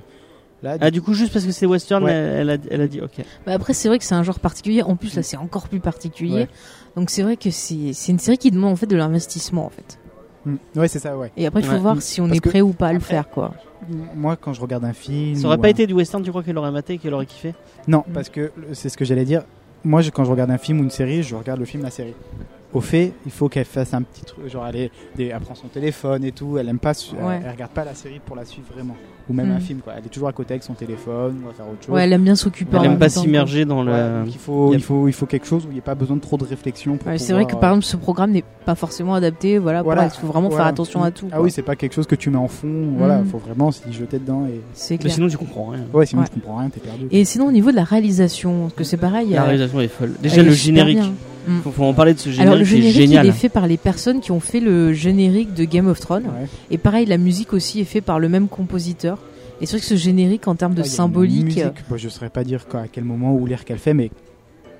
là.
Ah, du coup, juste parce que c'est western,
Ouais.
elle, elle a, elle a dit ok.
Bah après, c'est vrai que c'est un genre particulier. En plus, là, c'est encore plus particulier.
Ouais.
Donc, c'est vrai que c'est c'est une série qui demande en fait de l'investissement, en fait.
Mm. Ouais, c'est ça, ouais.
Et après, il faut
Ouais.
voir si on
Parce
est
que-
prêt ou pas à le
après-
faire, quoi.
Moi, quand je regarde un film.
Ça aurait
ou
pas
un-
été du western, tu crois qu'elle aurait maté, qu'elle aurait kiffé
Non,
Mm.
parce que le- c'est ce que j'allais dire. Moi, je- quand je regarde un film ou une série, je regarde le film, la série. Au fait, il faut qu'elle fasse un petit truc, genre elle, est, des- elle prend son téléphone et tout, elle aime pas, su- elle-
Ouais.
elle, regarde pas la série pour la suivre vraiment, ou même
Mm.
un film quoi. Elle est toujours à côté avec son téléphone ou à faire autre chose.
Ouais, elle aime bien s'occuper.
Elle
en
Elle aime
même
pas
temps,
s'immerger dans le.
Ouais, donc il faut,
y a-
il faut, il faut quelque chose où il n'y a pas besoin de trop de réflexion. Pour
quoi. Ouais, c'est vrai que
pouvoir, euh,
par exemple, ce programme n'est pas forcément adapté. Voilà,
Voilà.
pour- il faut vraiment
Ouais.
faire attention à tout.
Ah
quoi.
oui, c'est pas quelque chose que tu mets en fond. Voilà,
Mm.
faut vraiment s'y jeter dedans et.
c'est
Mais
clair.
sinon, tu comprends rien.
Ouais, sinon
Ouais.
tu comprends rien, t'es perdu.
Et sinon, au niveau de la réalisation, parce que c'est pareil.
La
euh,
réalisation est folle. Déjà,
elle est
le
super
générique.
bien. Mm.
Faut, faut en parler de ce générique,
Alors, le
qui est
générique,
génial.
il est fait par les personnes qui ont fait le générique de Game of Thrones.
Ouais.
Et pareil, la musique aussi est faite par le même compositeur. Et c'est vrai que ce générique, en termes de
Ah, il y a une
symbolique, euh,
musique, bah, je saurais pas dire quoi, à quel moment ou l'air qu'elle fait, mais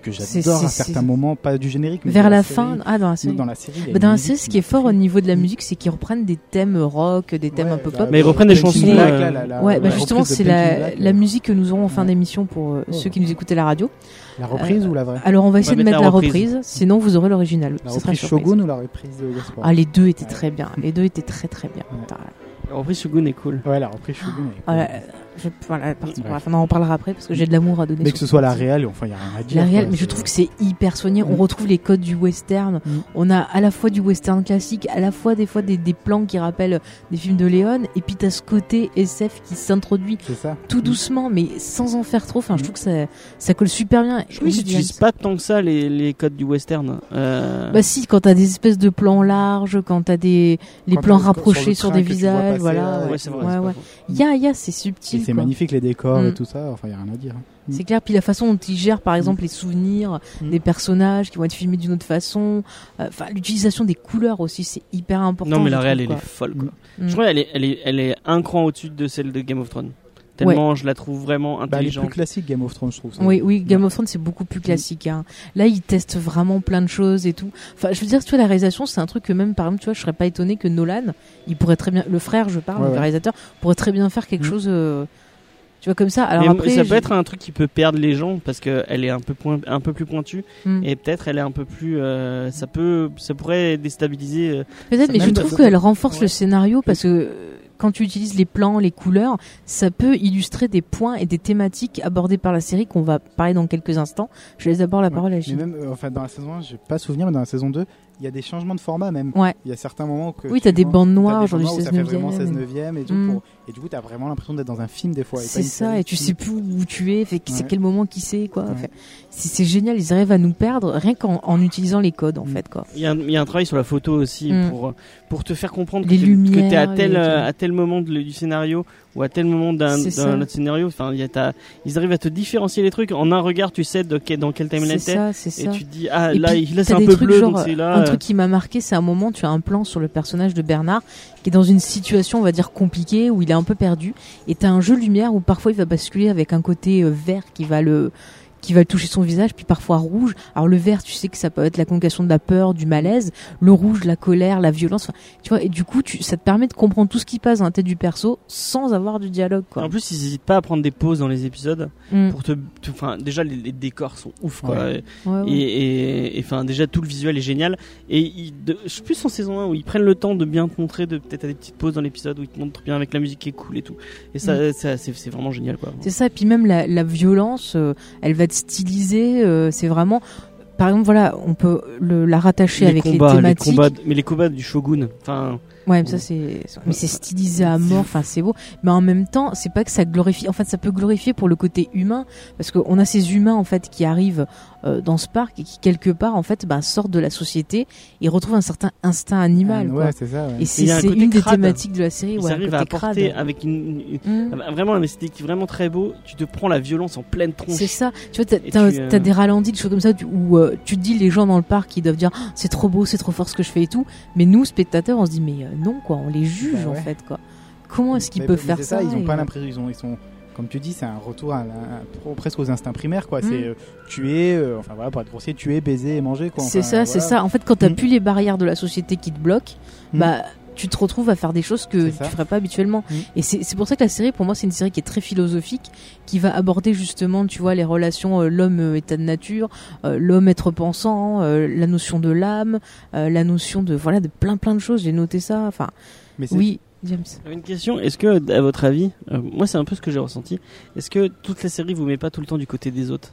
que
C'est-
j'adore
c'est-
à
c'est-
certains moments, pas du générique, mais
vers
de
la,
série.
fin, ah, dans la série.
Dans la série. il y a
Bah,
une
dans la
musique
série, ce
qui
qui est fort au
m'a-
niveau de la musique, c'est qu'ils reprennent des thèmes rock, des thèmes
Ouais,
un peu
bah,
pop.
Mais ils reprennent des chansons,
Black,
euh,
là, la- la-
ouais,
la
bah
reprise
justement,
de
c'est
Benji
la,
Black,
la
euh,
musique que nous aurons en fin
Ouais.
d'émission pour euh,
Oh.
ceux qui nous écoutaient à la radio.
euh, La
Euh,
reprise ou la vraie
Alors, on va essayer de
mettre
mettre
la
la
reprise.
reprise, sinon vous aurez l'original.
La
Ce sera une
reprise
surprise.
Shogun ou la reprise de Westworld
Ah, les deux étaient
Ouais.
très bien. Les deux étaient très très bien.
Ouais.
Putain,
La reprise Shogun est cool.
Ouais, la reprise Shogun. elle est
Ah là,
cool.
je- voilà, la partie pour
Ouais.
la fin, on en parlera après parce que j'ai de l'amour à donner.
Mais
sur
que
ce
ce soit la
film.
réelle, enfin, il y a rien à dire.
La réelle,
quoi,
mais je
c'est-
trouve que c'est hyper soigné. On
Mm.
retrouve les codes du western.
Mm.
On a à la fois du western classique, à la fois des fois des, des plans qui rappellent des films de Léon, et puis t'as ce côté SF qui s'introduit
c'est ça.
tout doucement, mais sans en faire trop. Enfin, je
Mm.
trouve que ça, ça colle super bien. Et
Je trouve
oui,
qu'ils
James.
utilisent pas tant que ça les, les codes du western. Euh,
Bah si, quand t'as des espèces de plans larges, quand t'as des les
Quand
plans
t'as- sur le
rapprochés sur,
train
des
que tu vois
visages,
passer,
voilà.
là,
ouais, c'est vrai.
Ouais,
c'est pas
ouais.
faux.
Il y a, il y a, c'est
Et
subtil.
C'est
quoi.
magnifique, les décors
Mm.
et tout ça. Enfin, il y a rien à dire. Mm.
C'est clair. Puis la façon dont il gère, par exemple, les souvenirs
Mm.
des personnages qui vont être filmés d'une autre façon. Euh, Enfin, l'utilisation des couleurs aussi, c'est hyper important.
non, mais la
je
réelle, elle
trouve,
est folle. Quoi.
Mm.
Je
quoi. Mm.
crois qu'elle est, elle est, elle est un cran au-dessus de celle de Game of Thrones. Tellement je la trouve vraiment
Bah, elle est plus
intelligente.
classique, Game of Thrones, je
euh,
trouve. ça.
Oui, oui, Game of Thrones c'est beaucoup
Mm.
plus classique. Hein. Là, ils testent vraiment plein de choses et tout. Enfin, je veux dire, tu vois, la réalisation, c'est un truc que même, par exemple, tu vois, je serais pas étonné que Nolan, il pourrait très bien, le frère, je parle,
Ouais,
le
ouais.
réalisateur, pourrait très bien faire quelque
Mm.
chose, euh, tu vois, comme ça. Alors
Mais
après,
ça
je-
peut être un truc qui peut perdre les gens parce qu'elle est un peu, point, un peu plus pointue
Mm.
et peut-être elle est un peu plus. euh, ça, peut, ça pourrait déstabiliser. euh,
Peut-être,
Ça
mais je
même-
trouve
ça-
qu'elle renforce
Ouais.
le scénario parce que euh, quand tu utilises les plans, les couleurs, ça peut illustrer des points et des thématiques abordées par la série qu'on va parler dans quelques instants. Je laisse d'abord la
Ouais.
parole à
Mais
Gilles.
même, euh, enfin, dans la saison 1, j'ai pas souvenir, mais dans la saison 2, il y a des changements de format même.
Ouais.
Il y a certains moments que.
Oui,
tu
t'as des
vois-
bandes
t'as des
noires, aujourd'hui
moments où
16
ça fait vraiment 16
neuvième.
9 et tout.
Mm.
Pour... Et du coup, t'as vraiment l'impression d'être dans un film des fois. et pas
C'est
une
ça,
série.
et tu sais plus où tu es, fait que c'est
Ouais.
quel moment qui c'est, quoi.
Ouais.
Fait- C'est c'est génial, ils arrivent à nous perdre rien qu'en en utilisant les codes, en
Mm.
fait, quoi.
Il y, a un- il y a un travail sur la photo aussi
Mm.
pour, pour te faire comprendre
Les
que t'es- que t'es à
lumières,
tel,
les-
euh, à tel moment de- du scénario ou à tel moment d'un
C'est ça.
d'un autre scénario. Enfin, il y a ta- ils arrivent à te différencier les trucs. En un regard, tu sais de quel- dans quelle
C'est
timeline t'es.
ça, c'est
Et
ça.
tu te dis, ah
Et
là,
puis,
il- là c'est
t'as
un
des
peu
trucs
bleu,
genre,
donc c'est là.
Un
euh,
truc qui m'a marqué, c'est un moment, tu as un plan sur le personnage de Bernard qui est dans une situation, on va dire, compliquée, où il est un peu perdu. Et t'as un jeu de lumière où parfois il va basculer avec un côté euh, vert qui va le qui va toucher son visage, puis parfois rouge. Alors le vert, tu sais que ça peut être la concation de la peur, du malaise, le rouge, la colère, la violence, Enfin, tu vois, et du coup, tu, ça te permet de comprendre tout ce qui passe dans la tête du perso sans avoir de dialogue, quoi.
En plus, ils n'hésitent pas à prendre des pauses dans les épisodes
Mm.
Ah pour te. te- Enfin, déjà, les, les décors sont ouf, quoi.
Ouais.
Ouais, ouais.
Et, et- et, enfin, déjà, tout le visuel est génial. Et ils, de- je suis plus en saison 1 où ils prennent le temps de bien te montrer, de peut-être à des petites pauses dans l'épisode où ils te montrent bien avec la musique qui est cool et tout. Et ça, ça c'est c'est vraiment génial, quoi.
Mm. C'est ça, et puis même la, la violence, euh, elle va être stylisée, euh, c'est vraiment... Par exemple, voilà, on peut le, la rattacher avec les thématiques.
combats, mais les combats du shogun. Enfin,
Ouais, mais ça c'est, mais c'est stylisé à mort. Enfin, c'est beau. Mais en même temps, c'est pas que ça glorifie. En fait, ça peut glorifier pour le côté humain, parce qu'on a ces humains en fait qui arrivent euh, dans ce parc et qui quelque part en fait bah, sortent de la société et retrouvent un certain instinct animal.
Ah,
quoi.
ouais, c'est ça. ouais.
Et c'est
il y a un
c'est
côté
une des
crade.
thématiques de la série.
Ils
ouais, un
arrivent à
côté crade.
apporter avec une, une-
Mm.
Ah bah, Vraiment un esthétique vraiment très beau. Tu te prends la violence en pleine
C'est
tronche.
ça. Tu vois, t'as,
Et
t'as-
tu, euh,
t'as des ralentis, des choses comme ça, tu- où euh, tu te dis les gens dans le parc qui doivent dire Ah, c'est trop beau, c'est trop fort ce que je fais et tout. Mais nous, spectateurs, on se dit mais euh, non quoi, on les juge
Bah ouais.
en fait quoi. Comment est-ce qu'ils
Mais-
peuvent
mais
faire
c'est
ça,
Ils ont
et- euh,
pas l'impression. Ils, ont- ils sont, comme tu dis, c'est un retour à la- pro- presque aux instincts primaires,
Mm.
quoi. C'est euh, tuer, euh, enfin voilà, pour être grossier, tuer, baiser et manger, quoi.
C'est ça,
Enfin,
c'est
voilà.
ça. En fait, quand t'as
Mm.
plus les barrières de la société qui te bloquent,
Mm.
bah tu te retrouves à faire des choses que
C'est ça.
tu ferais pas habituellement.
Mm.
Et c'est c'est pour ça que la série, pour moi, c'est une série qui est très philosophique, qui va aborder justement, tu vois, les relations euh, l'homme euh, état de nature, euh, l'homme être pensant, euh, la notion de l'âme, euh, la notion de voilà de plein plein de choses. J'ai noté ça. Enfin,
Mais c'est-
oui, James.
J'avais Une question, est-ce que, à votre avis, euh, moi c'est un peu ce que j'ai ressenti, est-ce que toute la série vous met pas tout le temps du côté des autres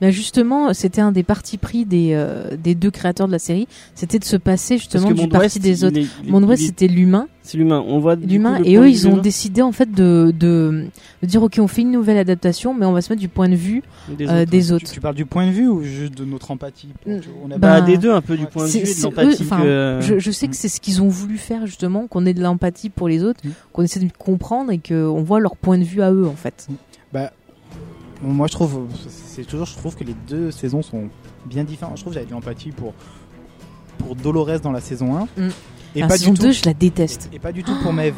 Mais Bah, justement, c'était un des partis pris des euh, des deux créateurs de la série, c'était de se passer
Parce
justement
que
du
Monde
parti
Ouest,
des
il
autres.
est- il est-
Mon
il est-
c'était l'humain.
c'est l'humain. On voit du
l'humain
coup le
et
point
eux
de
ils
vue
ont
des,
décidé en fait de, de, de dire ok on fait une nouvelle adaptation mais on va se mettre du point de vue
autres. hein,
euh, des
Tu,
autres
tu parles du point de vue ou juste de notre empathie pour-
Mm.
on a
Bah,
Bah, des deux, un peu du point de
c'est-
vue et de
c'est eux,
l'empathie.
enfin,
que-
je, je sais que c'est ce qu'ils ont voulu faire justement qu'on ait de l'empathie pour les autres
Mm.
qu'on essaie de comprendre et qu'on voit leur point de vue à eux en fait
Bah, Moi, je trouve, c'est toujours, je trouve que les deux saisons sont bien différentes. Je trouve que j'avais de l'empathie pour pour Dolores dans la saison 1
Mm.
et
la
pas
saison
du
2
tout.
je la déteste
Et, et pas du tout pour Maeve.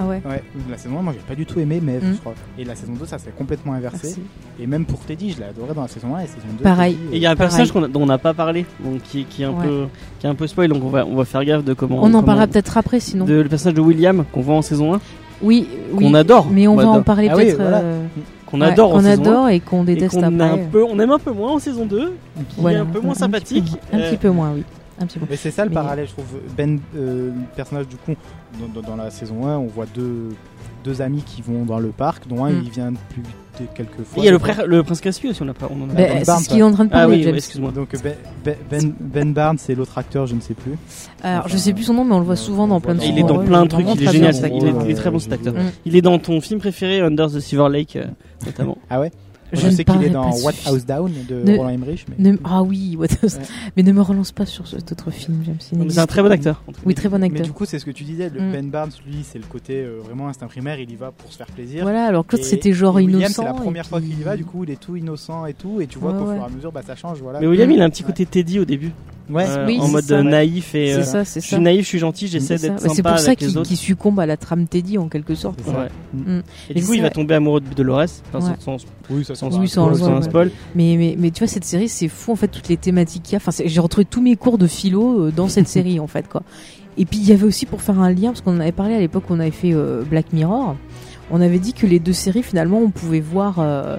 ah ouais
Ouais, la saison 1, moi, j'ai pas du tout aimé Maeve,
Mm.
je crois. Et la saison 2, ça s'est complètement inversé.
Merci.
Et même pour Teddy, je l'ai adoré dans la saison 1 et la saison 2.
Pareil.
Teddy, euh,
Et il y a un
Pareil.
personnage qu'on a- dont on n'a pas parlé, donc qui, qui est un
Ouais.
peu, qui est un peu spoil, donc on va, on va faire gaffe de comment.
on en
comment-
parlera peut-être après sinon
de le personnage de William qu'on voit en saison 1,
oui oui
qu'on adore,
mais on
qu'on
va en
adore.
parler
Ah oui,
peut-être
voilà.
euh,
qu'on
ouais,
adore en
qu'on
saison 1,
adore et qu'on
et
déteste
qu'on a
après
un peu, on aime un peu moins en saison 2,
euh,
qui
Voilà,
est un peu moins
petit peu
sympathique.
moins. un
Euh,
petit peu moins oui un petit peu
Mais c'est ça le
Mais-
parallèle, je trouve. Ben, euh, le personnage du con, dans, dans- dans la saison 1, on voit deux, deux amis qui vont dans le parc, dont un
Mm.
il vient depuis de quelques
et
fois.
il y a
je
le,
crois.
frère, le prince Cassius aussi, on n'a pas. on en a
Ben,
pas
Barnes,
c'est ce qu'il est en train de
parlé. Ah
parler
oui,
James.
ouais, excuse-moi.
Donc ben, Ben- ben, ben Barnes, c'est l'autre acteur, je ne sais plus.
alors je
Enfin,
sais plus son nom mais on le voit
on-
souvent
on
dans
le
plein de
voit
Il est dans
Ouais,
plein de
vraiment
trucs, il est
très bien,
génial,
cet
il est-
acteur.
il est très bon, cet acteur.
Mm.
Il est dans ton film préféré, Under the Silver Lake, euh, notamment.
Ah ouais
Je
Je,
ne
sais qu'il
parlerai
est
pas
dans
de
What
ce
House Down de
Ne-
Roland Emmerich. Mais...
Ne- Ah oui, what else
Ouais.
mais ne me relance pas sur cet autre film, James. il
Non, mais C'est un
n'existe
très bon
pas.
acteur. en tout cas.
Oui, très bon
Mais
acteur.
du coup, c'est ce que tu disais, le
Mm.
Ben Barnes, lui, c'est le côté euh, vraiment instinct primaire, il y va pour se faire plaisir.
Voilà, alors que l'autre
Et-
c'était genre
et William,
innocent.
C'est la
et
première fois
puis-
qu'il y va, du coup, il est tout innocent et tout, et tu vois
Ouais,
qu'au
ouais.
fur et à mesure, bah, ça change. Voilà.
Mais William,
Mm.
il a un petit
Ouais.
côté Teddy au début,
Ouais,
euh,
Oui,
en
c'est
mode
ça, ouais.
naïf et.
C'est
euh,
ça, c'est
Je
ça.
suis naïf, je suis gentil,
C'est
j'essaie
ça.
d'être
Bah, c'est
sympa
pour ça
avec
qu'il
les autres.
qu'il succombe à la trame Teddy en quelque sorte.
C'est
quoi.
ça.
Ouais.
Mm.
Et du
Mais
coup, il
c'est-
va tomber amoureux de Dolores, enfin,
Ouais.
sans, sans,
Oui, ça
sans,
Oui,
sans-
sans-
sans
ouais,
un
ouais.
spoil.
Mais, mais, mais tu vois, cette série, c'est fou en fait, toutes les thématiques qu'il y a. Enfin, c'est- j'ai retrouvé tous mes cours de philo euh, dans cette série en fait, quoi. Et puis il y avait aussi pour faire un lien, parce qu'on en avait parlé à l'époque où on avait fait euh, Black Mirror, on avait dit que les deux séries finalement on pouvait voir. euh,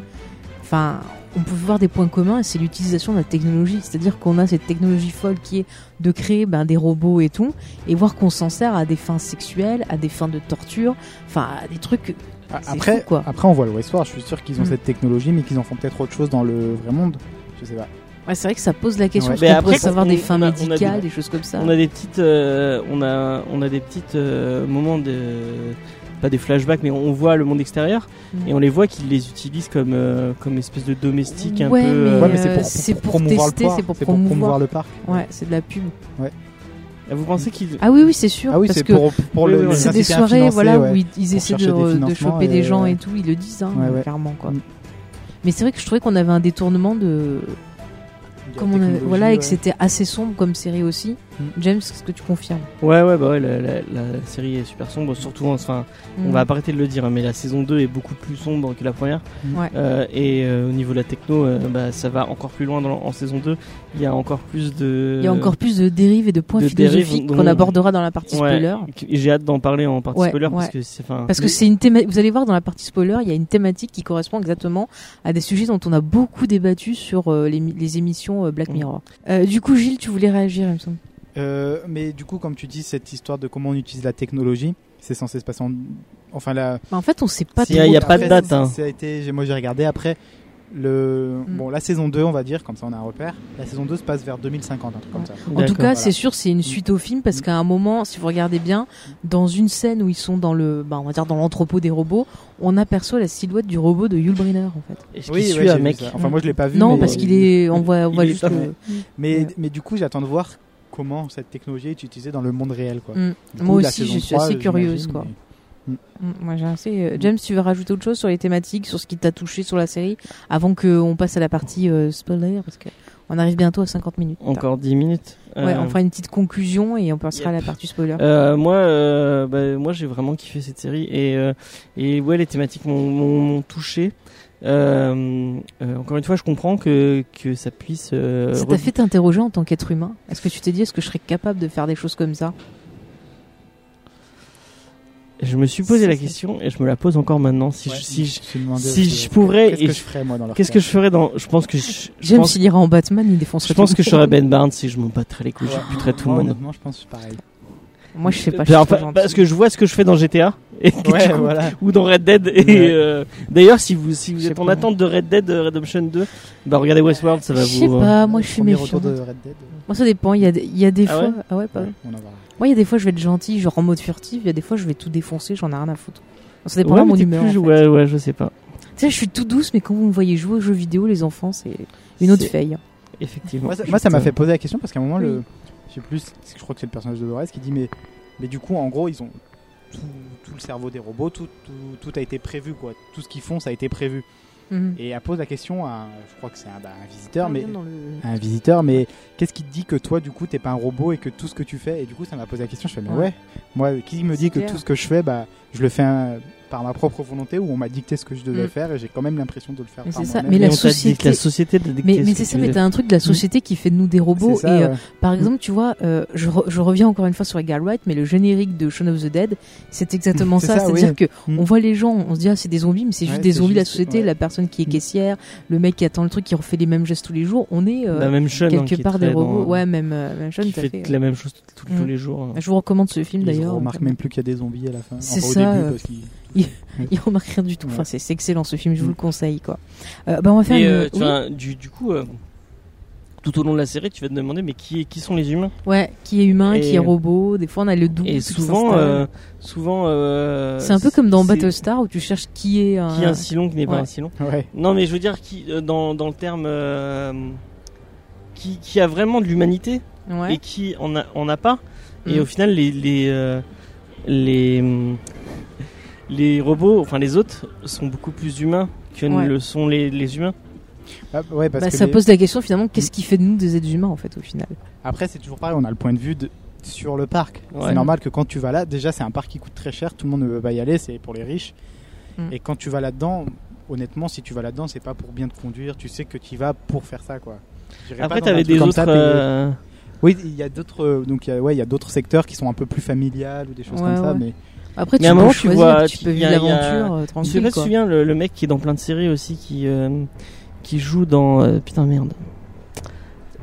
Enfin. on pouvait voir des points communs, et c'est l'utilisation de la technologie. C'est-à-dire qu'on a cette technologie folle qui est de créer ben, des robots et tout, et voir qu'on s'en sert à des fins sexuelles, à des fins de torture, enfin à des trucs.
Ah,
C'est
Après,
fou, quoi.
après, on voit le Westworld. Je suis sûr qu'ils ont
Mm.
cette technologie, mais qu'ils en font peut-être autre chose dans le vrai monde. Je sais pas.
Ouais, c'est vrai que ça pose la question.
Ouais.
parce
Mais
qu'on
après,
pourrait savoir
on-
des
on
fins
a- on a des-
médicales, des choses comme ça.
On a des petites, euh, on a, on a des petites euh, moments de, pas des flashbacks, mais on voit le monde extérieur
Mm.
et on les voit qu'ils les utilisent comme, euh, comme espèce de domestique un
Ouais,
peu.
mais,
euh,
Ouais,
mais c'est
euh,
pour,
c'est pour
promouvoir
tester,
le parc.
c'est pour promouvoir.
promouvoir le parc.
Ouais, c'est de la pub.
Vous pensez qu'ils,
Ah oui, oui, c'est sûr.
Ah oui,
parce
c'est
que
pour, pour
Oui,
le.
oui, oui.
les
c'est
inciter
des
à
soirées
financer,
voilà,
ouais.
où ils, ils
Pour
essaient
chercher des
de, de
financements
choper
et- euh,
des gens
ouais.
et tout. Ils le disent, hein,
Ouais, ouais.
clairement. Quoi.
Mm.
Mais c'est vrai que je trouvais qu'on avait un détournement de.
Il y a
Comme on avait-
technologie,
Voilà, et que
ouais.
c'était assez sombre comme série aussi.
Mm.
James, est-ce que tu confirmes
ouais, ouais, bah ouais, la, la- la série est super sombre, surtout, en- enfin, on
Mm.
va arrêter de le dire, hein, mais la saison 2 est beaucoup plus sombre que la première.
Mm. Ouais.
Euh, et euh, au niveau de la techno, euh, bah, ça va encore plus loin dans, en saison 2. Il y a encore plus de.
Mm. Il y a encore plus de dérives et de points
de
philosophiques
dérives dont-
qu'on abordera dans la partie
Ouais.
spoiler.
Et J'ai hâte d'en parler en partie
Ouais,
spoiler parce
ouais.
que c'est. enfin,
Parce que c'est une thématique, vous allez voir dans la partie spoiler, il y a une thématique qui correspond exactement à des sujets dont on a beaucoup débattu sur euh, les, mi- les émissions euh, Black
Mm.
Mirror. Euh, du coup, Gilles, tu voulais réagir, il me semble.
Euh, mais du coup, comme tu dis, cette histoire de comment on utilise la technologie, c'est censé se passer en. Enfin, la.
Bah, en fait, on sait pas
Il y a-
trop.
il y a pas de
Après,
date,
ça-
hein.
ça a été- j'ai- Moi, j'ai regardé après. Le...
Mm.
Bon, la saison 2, on va dire, comme ça on a un repère. La saison 2 se passe vers 2050, un truc comme ça.
En tout
D'accord.
cas, c'est sûr, c'est une suite au film parce qu'à un moment, si vous regardez bien, dans une scène où ils sont dans le, bah, on va dire dans l'entrepôt des robots, on aperçoit la silhouette du robot de Yul Brynner en fait.
Est-ce
Oui,
qu'il
ouais,
suit
j'ai
un
vu
mec
ça. Enfin, moi je l'ai pas vu.
non,
mais-
parce qu'il est, on voit, on voit
il est
juste.
pas
le-
vrai.
Mais,
Ouais.
mais du coup, j'attends de voir comment cette technologie est utilisée dans le monde réel. Quoi.
Mm.
Du
Moi
coup, la
aussi,
saison
je suis
3,
assez curieuse
j'imagine,
quoi.
mais-
Mm, Moi, j'ai assez. euh, James, tu veux rajouter autre chose sur les thématiques, sur ce qui t'a touché sur la série, avant qu'on passe à la partie euh, spoiler, parce que on arrive bientôt à 50 minutes.
Encore 10 minutes.
Ouais,
Euh,
on fera une petite conclusion et on passera à la
Yep.
partie spoiler.
Euh, moi, euh, bah, moi, j'ai vraiment kiffé cette série et euh, et ouais, les thématiques m'ont- m'ont m'ont touché. Euh, euh, encore une fois, je comprends que que ça puisse. euh,
ça t'a
re-
fait t'interroger en tant qu'être humain. Est-ce que tu t'es dit, est-ce que je serais capable de faire des choses comme ça
Je me suis posé
Ça,
la
ça-
question et je me la pose encore maintenant. Si
Ouais,
je, si je-
me suis demandé
si
aussi,
je
euh,
pourrais
Qu'est-ce
et
que
je-
je ferais moi dans leur
qu'est-ce que je ferais dans Je pense que je, je
James,
pense,
s'il ira en Batman, il défoncerait.
je pense
tout
que
le
je
monde.
serais Ben Barnes si je m'en battrais les couilles, je buterais tout le monde.
Honnêtement, je pense que je suis pareil.
Moi, je sais pas. Je
Bah,
suis pas
enfin,
gentille.
parce que je vois ce que je fais dans GTA et que
Ouais,
du coup,
voilà.
ou dans Red Dead. Et
Ouais.
euh, d'ailleurs, si vous si vous
Je sais
êtes en
pas.
attente de Red Dead euh, Redemption 2, bah regardez Westworld, ça
je
va vous. euh,
sais pas. Ah, Moi, je suis
Premier
méfiant.
retour de Red Dead.
Moi, ça dépend. Il y a, des- il y a des
Ah
fois.
ouais
ah ouais, pas.
Ouais, on en verra.
Moi, il y a des fois, je vais être gentil, genre en mode furtif. Il y a des fois, je vais tout défoncer. J'en ai rien à foutre. Ça dépend
Ouais,
de mon
mais t'es
humeur.
plus-
en fait.
ouais, ouais, je sais pas.
Tu sais, je suis tout douce, mais quand vous me voyez jouer aux jeux vidéo, les enfants, c'est une autre
C'est-
feuille.
Effectivement.
Moi, ça- Moi, ça m'a
Putain.
fait poser la question parce qu'à un moment,
Oui.
le... je sais plus, je crois que c'est le personnage de Dolores qui dit mais, mais du coup, en gros, ils ont tout, tout le cerveau des robots, tout, tout, tout a été prévu, quoi. Tout ce qu'ils font, ça a été prévu.
Mhm.
Et elle pose la question à, je crois que c'est un, bah, un visiteur, mais à un visiteur, mais qu'est-ce qui te dit que toi, du coup, t'es pas un robot et que tout ce que tu fais, et du coup, ça m'a posé la question, je fais, mais
Ouais.
ouais, moi, qui me
C'est
dit que
clair.
tout ce que je fais, bah, je le fais euh, par ma propre volonté ou on m'a dicté ce que je devais
Mm.
faire et j'ai quand même l'impression de le faire
Mais
par
c'est ça,
moi-même.
mais
Et
la
on t'a dit
société-
que la société de
Mais, mais c'est ça, mais t'as un
Mhm.
truc de la société qui fait de nous des robots.
C'est ça,
et euh,
ouais.
par exemple, tu vois, euh, je, re- je reviens encore une fois sur Edgar Wright, mais le générique de Shaun of the Dead, c'est exactement
C'est
ça.
ça,
C'est-à-dire
oui.
que
Mm.
on voit les gens, on se dit ah c'est des zombies, mais c'est juste
Ouais,
des
c'est
zombies de la
juste-
société,
ouais.
la personne qui est
Mm.
caissière, le mec qui attend le truc, qui refait les mêmes gestes tous les jours. On est euh,
la même chaîne hein,
quelque
qui est
part des
très
robots.
dans-
Ouais, même euh, même Shaun,
qui
t'as
fait,
fait,
la même chose tous- tous
Mm.
les jours. hein.
Je vous recommande ce film
Ils
d'ailleurs. euh,
remarquent même plus qu'il y a des zombies à la fin.
C'est
Enfin,
ça,
Au
euh,
début, parce qu'ils-
Il remarque rien du tout.
Ouais.
Enfin, c'est c'est excellent ce film, je vous
Mm.
le conseille quoi. Euh, bah, on va faire
Et
une-
euh, tu
oui.
vois, du, du coup, euh, tout au long de la série, tu vas te demander mais qui, qui sont les humains
Ouais, qui est humain,
Et-
qui est robot. Des fois, on a le doute.
Et
qui
souvent,
s'installe.
euh, souvent. euh,
c'est un peu comme dans
c'est-
Battlestar où tu cherches qui est un.
Qui est un silon qui n'est pas
Ouais.
un silon
Ouais.
Non, mais je veux dire qui euh, dans, dans le terme euh, qui, qui a vraiment de l'humanité
Ouais.
et qui en a en a pas. Et
Mm.
au final, les les euh, les hum, les robots, enfin les autres, sont beaucoup plus humains que
Ouais.
le sont les, les humains.
Ah, ouais, parce
Bah,
que
ça
les- Mm.
pose la question finalement, qu'est-ce qui fait de nous des êtres humains en fait au final
Après, c'est toujours pareil, on a le point de vue de... sur le parc.
Ouais.
C'est normal que quand tu vas là, déjà, c'est un parc qui coûte très cher, tout le monde ne veut pas y aller, c'est pour les riches.
Mm.
Et quand tu vas là-dedans, honnêtement, si tu vas là-dedans, c'est pas pour bien te conduire, tu sais que tu y vas pour faire ça, quoi. J'irais pas
Après,
dans un
t'avais
truc
des
comme
autres.
ça, payer-
euh,
Oui, il y a d'autres, euh, donc il y a- ouais, il y a d'autres secteurs qui sont un peu plus familiales ou des choses
Ouais,
comme ça,
ouais.
mais
Après, tu
Mais à un
peux
moment, tu
choisir,
vois-
tu peux
il y
vivre
a- il y a-
l'aventure euh,
Je
tranquille.
sais pas si tu te
quoi.
souviens le, le mec qui est dans plein de séries aussi qui euh, qui joue dans euh, putain merde.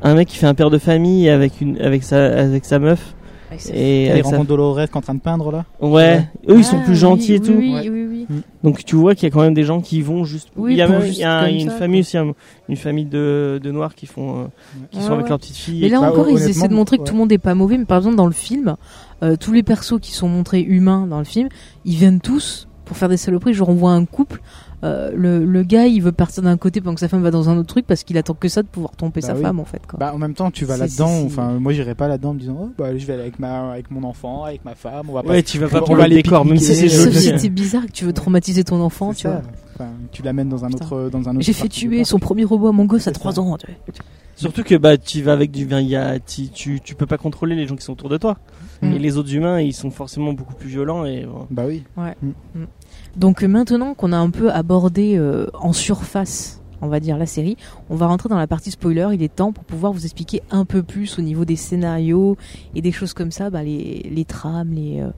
Un mec qui fait un père de famille avec une avec sa avec sa meuf
Ouais, c'est-
et
les
avec sa...
rencontres Dolores en train de peindre là.
ouais. eux ils sont
Ah,
plus
oui,
gentils et
oui,
tout
Oui,
Ouais.
oui, oui.
donc tu vois qu'il y a quand même des gens qui vont juste
Oui,
il y a,
pour
même-
juste
il y a un-
comme
une
ça,
famille aussi un- une famille de, de noirs qui font euh, qui
Ouais,
sont avec
ouais.
leur petite fille
Mais là
bah,
encore, ils
honnêtement,
essaient de montrer que
ouais.
tout le monde est pas mauvais. Mais par exemple, dans le film, euh, tous les persos qui sont montrés humains dans le film, ils viennent tous pour faire des saloperies. Genre, on voit un couple. euh, le, le gars, il veut partir d'un côté pendant que sa femme va dans un autre truc parce qu'il attend que ça de pouvoir tromper
Bah
sa
oui.
femme, en fait. Quoi.
Bah, en même temps, tu vas
Si,
là-dedans.
si, si.
Enfin, moi, j'irai pas là-dedans en me disant, oh, bah, je vais aller avec ma, avec mon enfant, avec ma femme. On va
ouais tu vas
on
pas
va
pour le
les
décor même si
pique-niquer,
c'est
euh,
Sauf
joli
si c'est bizarre que tu veux traumatiser ton enfant,
pas.
tu vois.
Enfin, tu l'amènes dans un
Putain.
autre, dans un autre.
J'ai fait
parti du
tuer
parc.
son premier robot à mon gosse à
C'est
3
ça.
ans. tu vois.
surtout que bah tu vas avec du vin il y a- tu, tu tu peux pas contrôler les gens qui sont autour de toi
Mm.
et les autres humains ils sont forcément beaucoup plus violents et voilà.
Bah oui.
Donc euh, maintenant qu'on a un peu abordé euh, en surface, on va dire la série, on va rentrer dans la partie spoiler. Il est temps pour pouvoir vous expliquer un peu plus au niveau des scénarios et des choses comme ça, bah, les, les trames, les, euh,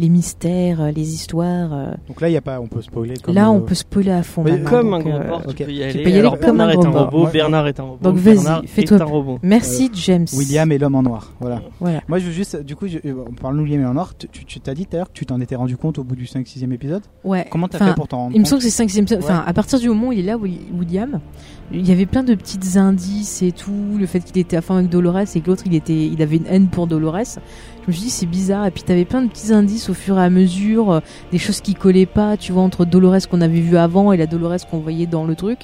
les mystères, euh, les histoires. euh.
Donc là, il y a pas, on peut spoiler. Comme,
là, on
euh,
peut spoiler à fond.
mais
maintenant,
Comme un
donc,
gros
euh,
porc, tu
ok.
peux y aller.
peux y aller
alors
comme un
Bernard est
gros
un
porc.
robot,
Moi-
Bernard est un robot.
Donc vas-y,
Bernard est
fais-toi
un robot.
Merci James.
Euh, William et l'homme en noir. Voilà.
Voilà.
Moi, je veux juste, du coup, je, euh, on parle de William et l'homme en noir. Tu- Tu tu t'as dit tout à l'heure que tu t'en étais rendu compte au bout du 5-6ème épisode.
Ouais.
Comment t'as
Enfin,
fait pour t'en rendre
Il me
compte
semble que c'est 5 Enfin, à partir du moment où il est là, Wi- William, il y avait plein de petits indices et tout. Le fait qu'il était à fond avec Dolores et que l'autre, il, était, il avait une haine pour Dolores. Je me suis dit, c'est bizarre. Et puis, t'avais plein de petits indices au fur et à mesure, euh, des choses qui collaient pas, tu vois, entre Dolores qu'on avait vu avant et la Dolores qu'on voyait dans le truc.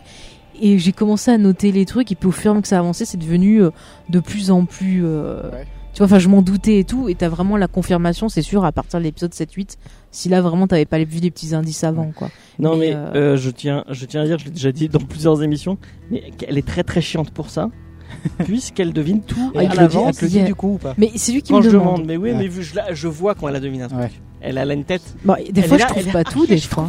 Et j'ai commencé à noter les trucs. Et puis, au fur et à mesure que ça avançait, c'est devenu euh, de plus en plus. euh,
Ouais.
Tu vois, enfin, je m'en doutais et tout. Et t'as vraiment la confirmation, c'est sûr, à partir de l'épisode 7-8. Si là, vraiment, t'avais pas vu les petits indices avant, quoi.
Non
Mais,
mais,
euh,
euh, je tiens, je tiens à dire, je l'ai déjà dit dans plusieurs émissions, mais elle est très très chiante pour ça, puisqu'elle devine tout
Et elle
à
te le dit- elle
l'avance.
te le dit du coup ou pas
Mais c'est lui qui
Quand
me
je
demande.
demande, mais oui,
Ouais.
mais vu, je, la- je vois quand elle a deviné un truc.
Ouais.
Elle a là une tête.
Bon, des
Elle
fois,
est là,
je trouve
elle est
pas
là.
tout, des fois.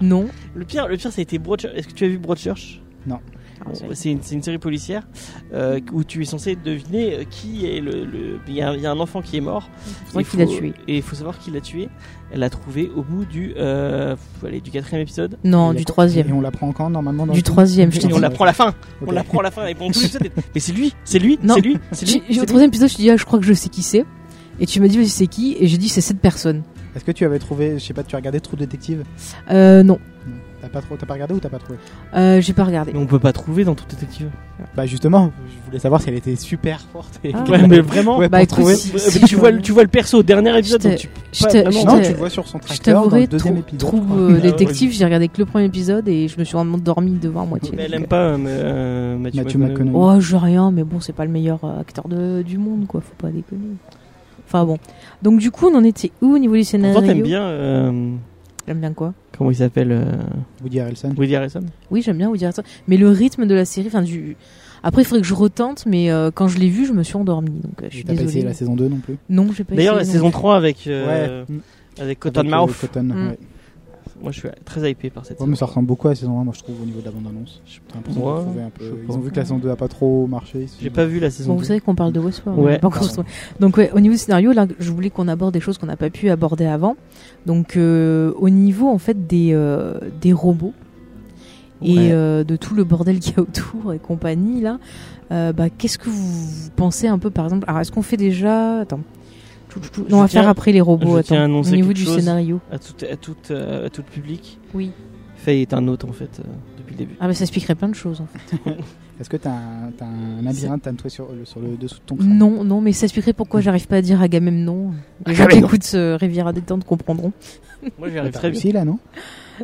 non.
Le pire, le pire, ça a été Broadchurch. Est-ce que tu as vu Broadchurch Bon, bah, C'est une, c'est une série policière euh, où tu es censé deviner euh, qui est le. le- Il y, a un- il y a un enfant qui est mort.
vrai
Il
qu'il l'a
faut-
tué.
Et il faut savoir qui l'a tué. Elle l'a trouvé au bout du, euh, pff, allez, du quatrième épisode.
Non,
Et
du
la- Et
troisième.
on la prend quand normalement dans
Du
le film
troisième, je
Et
t'ai
Et on
dit.
la prend à la fin.
Ok.
On la prend à la fin. Et pendant tout l'épisode, elle- mais c'est lui, c'est lui,
Non.
c'est lui, c'est lui.
J'ai- j'ai- Au
c'est lui.
troisième épisode, je te dis, ah, je crois que je sais qui c'est. Et tu m'as dit, vas-y, c'est qui Et j'ai dit, c'est cette personne.
Est-ce que tu avais trouvé, je sais pas, tu as regardé Trou Détective
Euh, non.
T'as pas, trop- t'as pas regardé ou t'as pas trouvé
Euh, j'ai pas regardé.
Mais on peut pas trouver dans tout détective.
Bah justement, je voulais savoir si elle était super forte. Et
Ah.
qu'elle-
Ouais, mais vraiment.
Ouais,
Bah,
pour
écoute,
trouver-
si-
Euh,
si
mais
je
tu,
vois-
vois, le- tu vois le perso au dernier épisode,
Je
donc
t'ai-
tu
Je
pas
t'a-
vraiment.
je
Non,
t'a-
tu le vois sur son
je
tracteur dans
t'avouerai,
le deuxième
trou-
épisode.
trouve
je crois.
euh,
Ah, ouais.
détective, j'ai regardé que le premier épisode et je me suis vraiment dormi devant à moitié.
Mais elle
donc,
aime pas euh, euh, Mathieu,
Matthew
McConaughey.
McConaughey.
Oh, je rien, mais bon, c'est pas le meilleur euh, acteur de, du monde, quoi. Faut pas déconner. Enfin bon. Donc, du coup, on en était où au niveau du scénario
Pourtant, t'aimes bien. euh,
J'aime bien quoi
comment il s'appelle euh,
Woody Harrelson.
Woody Harrelson
Oui, j'aime bien Woody Harrelson. Mais le rythme de la série, enfin du. Après, il faudrait que je retente, mais euh, quand je l'ai vu, je me suis endormie, donc euh, je suis
T'as pas
désolée.
essayé la saison 2 non plus
Non, j'ai pas
D'ailleurs, la
essayé. non.
saison 3 avec, euh,
Ouais.
avec
Avec,
Cotton
euh,
Mouth.
Cotton,
Mm.
ouais.
Moi, je suis très hypé par cette
Ouais, mais ça
saison.
ressemble beaucoup à la saison 1, moi je trouve, au niveau de la bande-annonce. J'ai l'impression de
Ouais,
trouver un peu-
je sais
Ils
pas.
ont vu que la saison 2 a pas trop marché. ils se sont
J'ai
dit, Ah,
pas vu la saison
Bon, vous
2.
savez qu'on parle de Westworld.
Ouais.
on l'a pas encore
Pardon.
trouvé. Donc ouais, au niveau du scénario, là, je voulais qu'on aborde des choses qu'on n'a pas pu aborder avant. Donc euh, au niveau en fait des euh, des robots et
Ouais.
euh, de tout le bordel qu'il y a autour et compagnie là, euh, bah qu'est-ce que vous pensez un peu par exemple Alors est-ce qu'on fait déjà Attends, Tchou, tchou, tchou. non,
Je
on va
tiens-
faire après les robots.
je
attends.
tiens à annoncer
au niveau
quelque
du
chose.
scénario.
À tout, à tout, euh, à tout le public,
Oui.
Faye est un autre en fait euh, depuis le début.
Ah mais ça expliquerait plein de choses. En fait.
Est-ce que t'as un, t'as un labyrinthe à me trouver sur, le- sur le dessous de ton crâne
Non, non, mais ça expliquerait pourquoi j'arrive pas à dire Agamemnon. Les gens qui
Mm. Agamemnon.
écoutent ce Riviera détente comprendront.
Moi, j'y
Ah,
arrive
T'as
très bien.
réussi là, non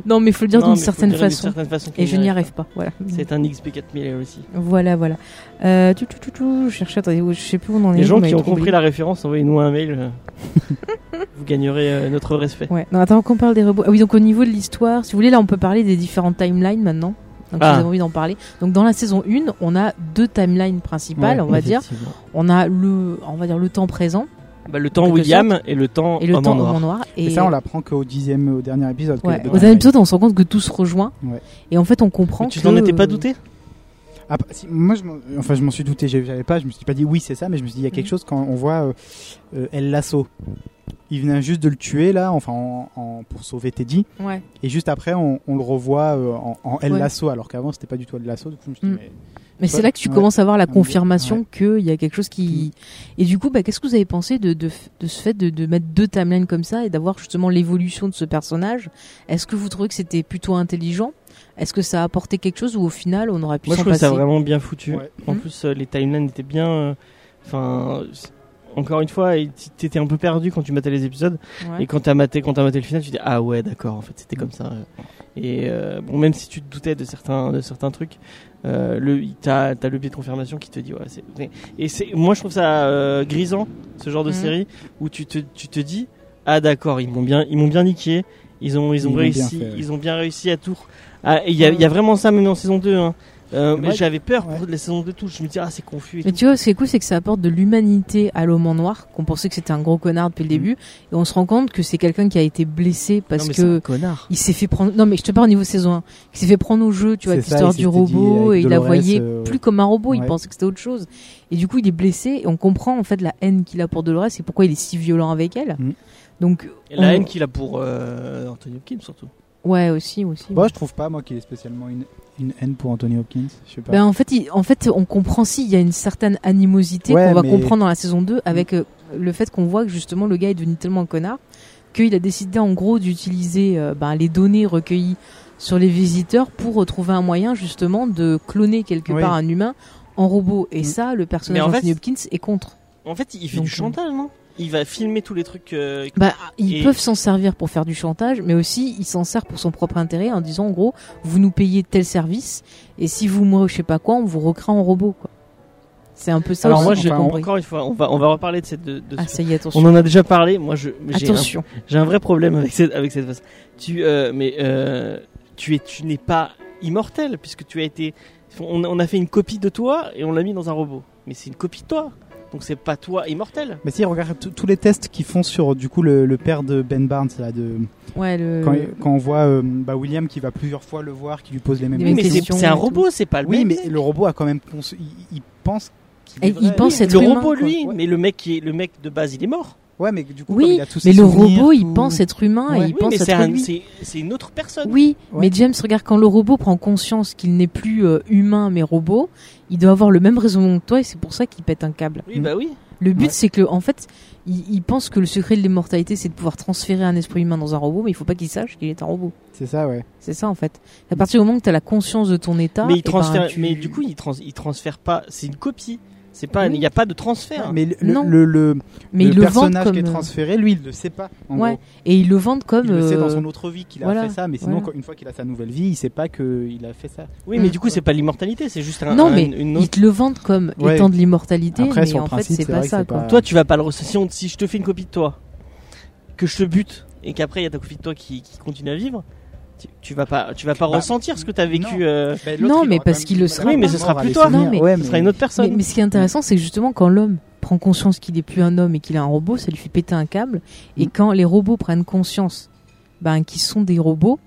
Non, mais faut le dire
Non,
d'une
mais faut
certaine
le dire d'une
façon.
certaine façon
Et
qu'on
je n'y arrive pas. Voilà. Mm.
pas. C'est un XP4000 aussi.
Voilà, voilà. Euh, tout, tout, tout, tout, je cherchais, attendez, je sais plus où on en est.
Les gens
vous m'avez
qui ont
trop
compris
oublié.
la référence, envoyez-nous un mail. euh, Vous gagnerez euh, notre respect.
Ouais. Non, attends, qu'on parle des robots. Ah oui, donc au niveau de l'histoire, si vous voulez, là, on peut parler des différentes timelines maintenant. Donc, si
Ah.
vous avez envie d'en parler. Donc, dans la saison 1, on a deux timelines principales, on va dire.
Effectivement.
On a le, on va dire le temps présent
Bah, le temps
Quelque
William et le temps
et le
homme
temps
en noir.
homme en noir.
Et ça, on l'apprend qu'au dixième, au dernier épisode. que
Ouais,
les deux
au
derniers
dernier épisode, on se rend compte que tout se rejoint.
Ouais.
Et en fait, on comprend
Mais tu
que.
t'en étais pas douté
Ah, bah, si, moi, je m'en- enfin, je m'en suis douté. j'ai- J'avais pas, je me suis pas dit oui, c'est ça, mais je me suis dit il y a quelque
Mhm.
chose quand on voit euh, euh, El Lasso. Il venait juste de le tuer là, enfin, en, en- pour sauver Teddy,
Ouais.
et juste après, on, on le revoit euh, en, en El
Ouais.
Lasso, alors qu'avant c'était pas du tout El Lasso. Du coup, je me suis dit,
Mhm.
mais-
Mais c'est là que tu
Ouais.
commences à avoir la
Ouais.
confirmation qu'il y a quelque chose qui.
Mmh.
Et du coup, bah, qu'est-ce que vous avez pensé de, de, f- de ce fait de, de mettre deux timelines comme ça et d'avoir justement l'évolution de ce personnage Est-ce que vous trouvez que c'était plutôt intelligent Est-ce que ça a apporté quelque chose ou au final on aurait pu
Moi, je
s'en
trouve
passer
ça vraiment bien foutu.
Ouais.
En
Mhm.
plus, euh, les timelines étaient bien. euh, Enfin, c- encore une fois, et t- t'étais un peu perdu quand tu matais les épisodes.
Ouais. Mm.
Et quand t'as maté, quand t'as maté le final, tu dis ah ouais, d'accord. En fait, c'était comme ça. Et euh, bon, même si tu te doutais de certains, de certains trucs, euh, le t'as as le biais de confirmation qui te dit ouais. c'est- mais- Et c'est, moi, je trouve ça euh, grisant ce genre de
Mhm.
série où tu te, tu te dis ah d'accord, ils m'ont bien, ils m'ont bien niqué. Ils ont, ils ont
Ils l'ont bien
réussi,
fait, ouais.
ils ont bien réussi à tout. Ah, et Il y, a- il y a vraiment ça même en saison 2. hein. Euh,
Mais
mais
moi,
j'avais peur
ouais.
pour les saisons de touche. Je me dis, ah, c'est confus. et
Mais
tout.
tu vois, ce qui est cool, c'est que ça apporte de l'humanité à l'homme en noir, qu'on pensait que c'était un gros connard depuis le
Mhm.
début, et on se rend compte que c'est quelqu'un qui a été blessé parce
Mmh. Non, mais c'est un
que
connard.
il s'est fait prendre. Non, mais je te parle au niveau saison 1. Il s'est fait prendre au jeu, tu vois,
C'est
avec
ça,
l'histoire
il
du
s'était dit
robot,
avec
et il la
Dolores,
voyait
euh,
plus comme un robot, il
ouais.
pensait que c'était autre chose. Et du coup, il est blessé, et on comprend en fait la haine qu'il a pour Dolores et pourquoi il est si violent avec elle.
Mhm.
Donc,
Et la
on-
haine qu'il a pour euh, Anthony Hopkins, surtout.
ouais, aussi, aussi.
Moi, je trouve pas, moi, qu'il ait spécialement une, une haine pour Anthony Hopkins. Je sais pas.
Ben, en, fait, il- en fait, on comprend si, il y a une certaine animosité
Ouais,
qu'on va
mais-
comprendre dans la saison 2 avec euh, le fait qu'on voit que justement le gars est devenu tellement un connard qu'il a décidé en gros d'utiliser euh, ben, les données recueillies sur les visiteurs pour retrouver un moyen justement de cloner quelque
Oui.
part un humain en robot. Et
Mm.
ça, le personnage
Mais en fait,
d'Anthony Hopkins est contre.
En fait, il fait
Donc,
du chantage, non Il va filmer tous les trucs. euh,
Bah, ils
Et-
peuvent s'en servir pour faire du chantage, mais aussi ils s'en servent pour son propre intérêt en disant en gros, vous nous payez tel service et si vous moi je sais pas quoi, on vous recrée en robot quoi. C'est un peu ça.
Alors
aussi
moi,
qu'on
j'ai
a
enfin,
compris.
encore une fois, on va on va reparler de cette. De, de
Ah
ce-
ça y est, attention.
On en a déjà parlé. Moi, je j'ai un,
Attention.
j'ai un vrai problème avec cette avec cette phase. Tu euh, mais euh, tu es tu n'es pas immortel puisque tu as été. On, a- on a fait une copie de toi et on l'a mis dans un robot. Mais c'est une copie de toi, donc c'est pas toi immortel.
Mais si, regarde tous- tous les tests qu'ils font sur du coup le, le père de Ben Barnes, là, de,
Ouais, le...
quand, quand on voit euh, bah, William qui va plusieurs fois le voir, qui lui pose les mêmes
Les
Oui,
mêmes
mais
questions.
c'est
questions
c'est un
et tout.
robot, c'est pas le
Oui,
même.
mais le robot a quand même. conçu- Il, il pense. qu'il
Et
est
Eh, il
vrai.
pense être
le
humain,
robot
quoi.
lui,
Ouais.
mais le mec qui est le mec de base, il est mort.
Ouais, mais du coup, comme
Oui,
il a tous
mais
ses
le
souvenirs,
robot, il
tout-
pense être humain et
Ouais.
il
Oui,
pense
mais c'est
être
un-
lui.
c'est c'est une autre personne.
Oui,
Ouais.
mais James, regarde, quand le robot prend conscience qu'il n'est plus euh, humain mais robot, il doit avoir le même raisonnement que toi et c'est pour ça qu'il pète un câble.
Oui, bah oui.
Le but,
Ouais.
c'est que, en fait, il, il pense que le secret de l'immortalité, c'est de pouvoir transférer un esprit humain dans un robot, mais il faut pas qu'il sache qu'il est un robot.
C'est ça, ouais.
C'est ça, en fait.
Mm.
À partir du moment que t'as la conscience de ton état,
mais il
eh ben,
transfère,
tu-
mais du coup, il, trans, il transfère pas. C'est une copie. C'est pas, il
Oui.
n'y a pas de transfert.
Mais le, le-
Non.
le, le-
mais
le
il le vend
personnage
comme,
qui est
euh,
transféré, lui, il le sait pas. en
Ouais.
gros.
et il le vendent comme,
Il le sait dans
euh,
son autre vie qu'il a
voilà,
fait ça, mais sinon,
voilà.
quand- une fois qu'il a sa nouvelle vie, il sait pas qu'il a fait ça.
oui, mais
Mm.
du coup, c'est pas l'immortalité. C'est juste un.
Non,
un-
mais
une
ils
autre.
te le vendent comme
Ouais.
étant de l'immortalité,
Après,
mais
sur le
en fait,
principe,
c'est
c'est
pas
vrai que
ça,
c'est
quoi.
pas-
Toi, tu vas pas le re- si, on- si je te fais une copie de toi, que je te bute et qu'après il y a ta copie de toi qui, qui continue à vivre, tu, tu vas pas, tu vas pas
Bah,
ressentir ce que t'as vécu.
non.
euh,
Bah,
Non,
l'autre, il
mais
aura
parce
quand même-
qu'il le sera
Oui, mais
la
ce sera
mort,
plus
les
toi.
souvenirs.
Non, mais-
Ouais,
ce sera
mais-
une autre personne.
Mais, mais ce qui est intéressant, c'est que justement, quand l'homme prend conscience qu'il n'est plus un homme et qu'il est un robot, ça lui fait péter un câble. Et
Mm.
quand les robots prennent conscience ben, qu'ils sont des robots,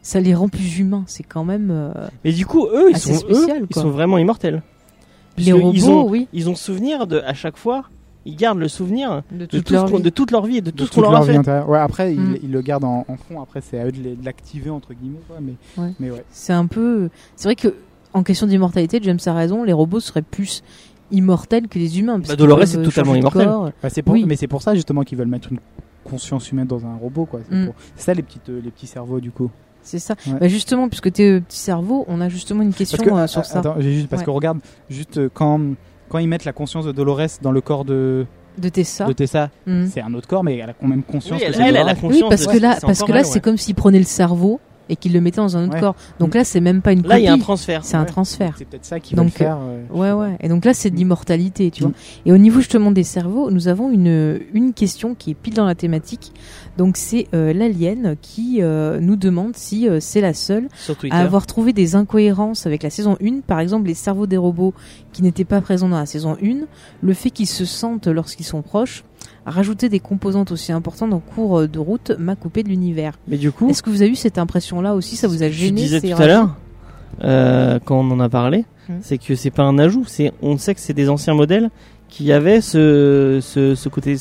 ça les rend plus humains. C'est quand même. euh,
Mais du coup, eux, ils
Ah, c'est
sont,
spécial,
eux, ils
quoi.
sont vraiment immortels.
les
Puisque
robots,
ils ont,
oui.
ils ont souvenir de, à chaque fois, ils gardent le souvenir
De
de,
toute
tout ce
leur
qu'on-
vie.
de toute leur vie et de tout
de
ce qu'on
toute
leur a
vie
fait.
intérieure. Ouais, après, ils-
Mm.
ils, le gardent en, en fond. Après, c'est à eux de les- de l'activer, entre guillemets. quoi, mais,
Ouais.
mais ouais.
C'est un peu. C'est vrai que en question d'immortalité, James a raison, les robots seraient plus immortels que les humains. parce
Bah,
qu'ils
Dolores
peuvent euh,
est
changer
totalement
de
immortel.
corps.
Bah, c'est pour,
Oui.
Mais c'est pour ça, justement, qu'ils veulent mettre une conscience humaine dans un robot. quoi. C'est
Mm.
pour- c'est ça, les, petites, euh, les petits cerveaux, du coup.
C'est ça.
Ouais.
Bah, justement, puisque tu es petit cerveau, on a justement une question
Parce que,
euh, sur ça.
Attends, j'ai juste, parce
Ouais.
que regarde, juste euh, quand, quand ils mettent la conscience de Dolores dans le corps de,
De Tessa.
de Tessa,
Mm.
c'est un autre corps, mais elle a quand même conscience.
Oui, elle,
que c'est
elle, elle a
Dolores.
conscience.
Oui, parce
de-
que là,
c'est
parce
encore
que là,
elle,
c'est
ouais.
comme s'il prenait le cerveau et qu'il le mettait dans un autre
Ouais.
corps. Donc là, c'est même pas une
Là, il y a un
copie,
transfert.
c'est un
Ouais.
transfert.
C'est peut-être ça qu'ils veulent
Donc,
faire. euh, je sais
Ouais,
pas.
ouais. Et donc là, c'est de
Mm.
l'immortalité, tu vois.
Mm.
Et au niveau justement des cerveaux, nous avons une, une question qui est pile dans la thématique. Donc c'est euh, l'alien qui euh, nous demande si euh, c'est la seule
Sur Twitter.
à avoir trouvé des incohérences avec la saison 1. Par exemple, les cerveaux des robots qui n'étaient pas présents dans la saison 1, le fait qu'ils se sentent lorsqu'ils sont proches, rajouter des composantes aussi importantes en cours de route m'a coupé de l'univers.
Mais du coup,
Est-ce que vous avez eu cette impression-là aussi Ça vous a
je
gêné
disais
c'est
tout à l'heure, euh, quand on en a parlé,
Mm.
c'est que c'est pas un ajout, c'est on sait que c'est des anciens modèles qui avaient ce, ce, ce côté.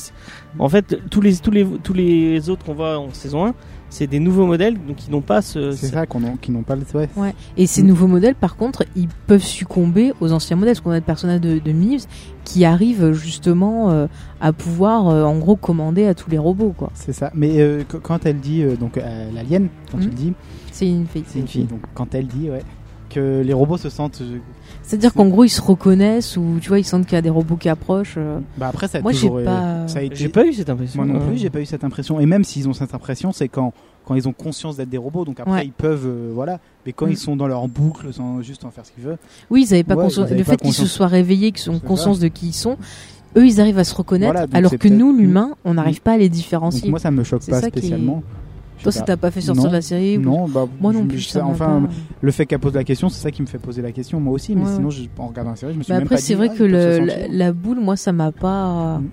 En fait, tous les, tous les, tous les autres qu'on voit en saison 1, c'est des nouveaux modèles donc qui n'ont pas ce.
C'est
ce-
ça qu'on en- qu'ils n'ont pas le. Ouais.
Ouais. Et ces
Mm.
nouveaux modèles, par contre, ils peuvent succomber aux anciens modèles. Parce qu'on a le personnage de, de Mives qui arrive justement euh, à pouvoir, euh, en gros, commander à tous les robots. quoi.
C'est ça. Mais euh, qu- quand elle dit, euh, donc euh, l'alien, quand
Mhm.
il dit,
C'est une fille.
c'est une fille, donc quand elle dit, ouais, que les robots se sentent. euh,
C'est-à-dire qu'en gros, ils se reconnaissent ou tu vois, ils sentent qu'il y a des robots qui approchent. euh.
Bah après, ça a
Moi, j'ai
toujours. euh,
pas-
ça a été-
J'ai pas eu cette impression.
Moi non
euh.
plus, j'ai pas eu cette impression. Et même s'ils ont cette impression, c'est quand, quand ils ont conscience d'être des robots. Donc après,
Ouais.
ils peuvent. euh, voilà. Mais quand
Mm.
ils sont dans leur boucle, sans juste en faire ce qu'ils veulent.
Oui, ils n'avaient pas
Ouais,
conscience.
ils avaient
Le
pas
fait qu'ils se
conscience.
soient réveillés, qu'ils ont
C'est
conscience de qui ils sont, eux, ils arrivent à se reconnaître.
Voilà, donc
alors
c'est
que nous,
peut-être-
l'humain, on n'arrive pas à les différencier.
Donc moi, ça me choque
C'est
pas
ça qui est-
spécialement.
Toi, ça t'a pas fait sortir
non.
de la série ou-
Non, bah,
Moi non
je-
plus.
je-
ça m'a
enfin,
pas-
le fait qu'elle pose la question, c'est ça qui me fait poser la question, moi aussi. Mais
Ouais,
sinon, je- en regardant la série, je me suis
Mais
même
après,
pas
c'est
dit,
vrai
ah,
que
je peux
le- la,
ressentir.
la boule, moi, ça m'a pas.
Mm.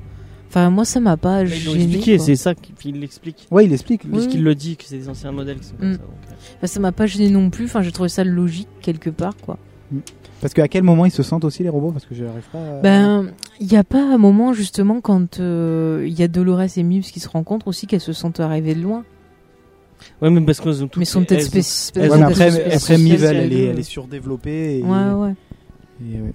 Enfin, moi, ça m'a pas
Ils l'ont
gêné.
expliqué, c'est ça qu'il l'explique.
Ouais, il explique.
Oui.
Puisqu'il le dit que c'est des anciens modèles qui sont comme
Mm.
ça. donc, euh.
Enfin, ça m'a pas gêné non plus. Enfin, j'ai trouvé ça logique quelque part, quoi.
Parce qu'à quel moment ils se sentent aussi les robots Parce que j'arrive pas. à-
Ben, il n'y a pas un moment justement quand euh, il y a Dolores et Mims qui se rencontrent aussi qu'elles se sentent arriver de loin.
Ouais, même parce qu'elles ont toutes.
mais elles sont peut-être
elles ont-
spéciales.
elles
Ouais,
ont
mais
des
après,
espèces
après
spéciales
Mivel,
à
elle est,
deux.
elle est surdéveloppée. Et,
Ouais, ouais.
et ouais.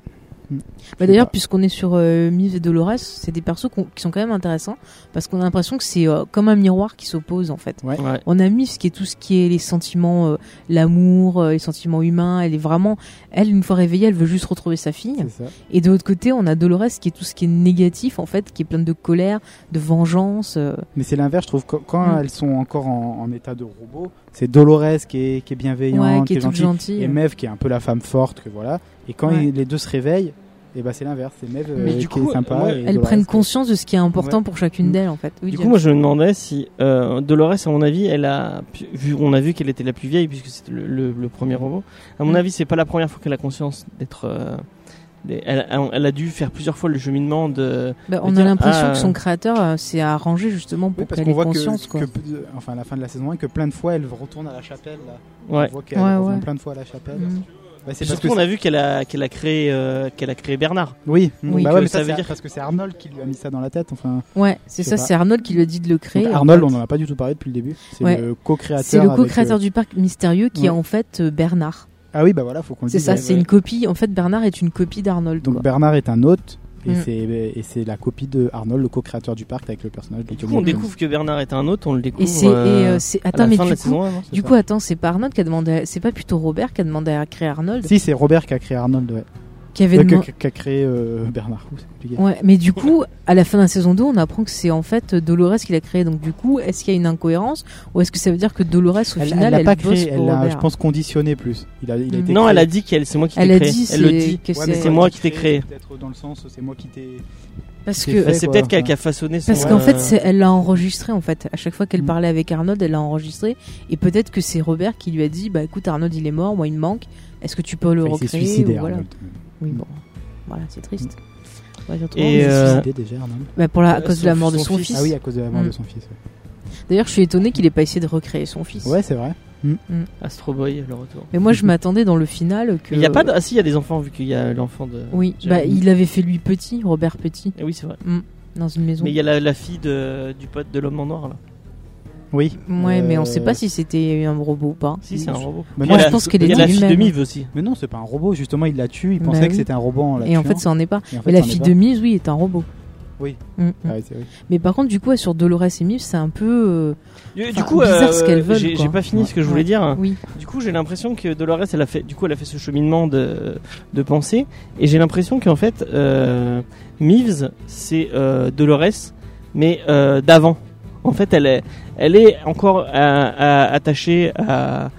Hmm.
Bah,
Je sais
D'ailleurs,
pas.
puisqu'on est sur euh, Mives et Dolores, c'est des persos qu'on- qui sont quand même intéressants parce qu'on a l'impression que c'est euh, comme un miroir qui s'oppose en fait.
Ouais.
On a Mives qui est tout ce qui est les sentiments, euh, l'amour, euh, les sentiments humains. Elle est vraiment, elle, une fois réveillée, elle veut juste retrouver sa fille.
c'est ça.
Et de l'autre côté, on a Dolores qui est tout ce qui est négatif en fait, qui est plein de colère, de vengeance. euh,
Mais c'est l'inverse, je trouve. Quand, quand
Mm.
elles sont encore en, en état de robot, c'est Dolores qui est, qui est bienveillante,
ouais, qui est, toute
gentille,
gentille.
et Mev qui est un peu la femme forte, que voilà. Et quand
Ouais.
ils- les deux se réveillent, et ben c'est l'inverse. C'est Mev
Mais
euh,
du
qui
coup,
est sympa.
moi,
et
Elles
Dolores
prennent
qui-
conscience de ce qui est important pour chacune
Mm.
d'elles en fait. Oui,
Du coup,
James.
moi, je me demandais si euh, Dolores, à mon avis, elle a pu- vu, on a vu qu'elle était la plus vieille puisque c'était le, le- le premier robot. À mon
Mm.
avis, c'est pas la première fois qu'elle a conscience d'être. euh, des- elle, elle a dû faire plusieurs fois le cheminement de.
Bah,
je
on
veux
a
dire,
l'impression
ah,
que son créateur euh, s'est arrangé justement
Oui,
pour
parce
qu'elle
qu'on
ait
voit que,
conscience. quoi.
que- enfin, à la fin de la saison 1, que plein de fois elle retourne à la chapelle. Là.
Ouais.
On voit qu'elle
Ouais,
revient
ouais.
plein de fois à la chapelle.
Mm.
Bah, c'est
Et
parce
surtout,
que
on a vu qu'elle a, qu'elle a créé, euh, qu'elle a créé Bernard.
Oui,
Oui.
bah ouais,
Que
mais
ça
ça,
veut
veut
dire-
dire parce que c'est Arnold qui lui a mis ça dans la tête. Enfin,
Ouais, c'est
Je
ça,
sais pas.
c'est Arnold qui lui a dit de le créer.
Donc,
en
Arnold,
fait.
on n'en a pas du tout parlé depuis le début. C'est
Ouais.
le co-créateur.
C'est le
avec,
co-créateur
euh,
du parc mystérieux qui
ouais.
est en fait euh, Bernard.
Ah oui, bah voilà, faut qu'on le
C'est
dise.
ça,
ouais,
c'est
ouais.
une copie. En fait, Bernard est une copie d'Arnold.
Donc
quoi.
Bernard est un hôte. Et
Mm.
c'est- et c'est la copie de Arnold, le co-créateur du parc, avec le personnage de
Du
Tony
coup, on
Hopkins.
découvre que Bernard est un autre. On le découvre.
Et c'est. et,
euh,
euh, c'est-
à la
attends, mais
fin de
du
la
coup,
saison un, hein. non
C'est
du
ça.
coup, attends, c'est pas Arnold qui a demandé. à- C'est pas plutôt Robert qui a demandé à créer Arnold
Si, c'est Robert qui a créé Arnold, ouais.
qui avait
Ouais, que-
demandé-
que- qui a créé euh, Bernard. Ouh, c'est compliqué.
Ouais, mais du coup, à la fin de la saison 2, on apprend que c'est en fait Dolores qui l'a créé. Donc du coup, est-ce qu'il y a une incohérence ou est-ce que ça veut dire que Dolores au
Elle
final
l'a
elle
pas
bosse
créé,
pour
elle l'a,
Robert
je pense, conditionné plus. Il a, il a
Mm.
été
Non,
créé.
elle a dit qu'elle, c'est moi qui
Elle
t'ai
a
créé.
dit
elle le
c'est-
dit.
que
Ouais, mais
c'est
c'est moi qui t'ai créé.
Peut-être dans le sens, c'est moi qui t'ai.
parce
c'est
que
fait.
c'est
quoi,
peut-être qu'elle
enfin.
qui a façonné son.
parce qu'en
euh,
fait, c'est- elle l'a enregistré en fait. À chaque fois qu'elle
Mm.
parlait avec Arnold, elle l'a enregistré et peut-être que c'est Robert qui lui a dit bah écoute Arnold, il est mort, moi il me manque. Est-ce que tu peux le
Enfin, il
recréer
s'est suicidé, hein, euh,
Ou voilà.
Arnold.
Oui, bon. Voilà, c'est triste. Ouais, surtout,
Et,
Il
mais-
s'est
euh,
suicidé déjà, Arnold.
bah, pour la à
euh,
cause
son-
de la mort de
son
son
fils.
fils.
Ah oui, à cause de la mort
Mm.
de son fils. ouais.
D'ailleurs, je suis étonné qu'il ait pas essayé de recréer son fils.
Ouais, c'est vrai.
Astro Boy, le retour.
Mais moi, je m'attendais dans le final que
Il y a pas. De... Ah, si, il y a des enfants vu qu'il y a l'enfant de.
Oui,
J'avais
bah,
mis.
il avait fait lui petit, Robert Petit,
Eh oui, c'est vrai.
dans une maison.
Mais il y a la, la fille de, du pote de l'homme en noir là.
Oui.
Ouais, mais on
Euh,
sait pas si c'était un robot ou pas.
Si, c'est un robot.
Bah,
Puis
moi,
il y a
je
la-
pense qu'elle
Il y a
était
la fille de
humaine.
Mive aussi.
Mais non, c'est pas un robot, justement, il l'a tué, il
Bah
pensait que
oui.
c'était un robot en la
Et en
tuant.
fait, ça en est pas.
Et en fait,
Mais la
ça en est
fille
pas.
de Mise, oui, est un robot.
Oui.
Mm, mm.
Ah ouais, c'est vrai.
Mais par contre, du coup, ouais, sur Dolores et Mise, c'est un peu. euh,
Du,
Enfin,
coup, euh,
bizarre ce qu'elles veulent,
j'ai
quoi.
j'ai pas fini ce que je voulais
Ouais.
dire.
Oui.
Du coup, j'ai l'impression que Dolores, elle a fait, du coup, elle a fait ce cheminement de, de pensée, et j'ai l'impression qu'en fait, euh, Mives, c'est euh, Dolores, mais euh, d'avant. En fait, elle est, elle est encore euh, à- à- attachée à,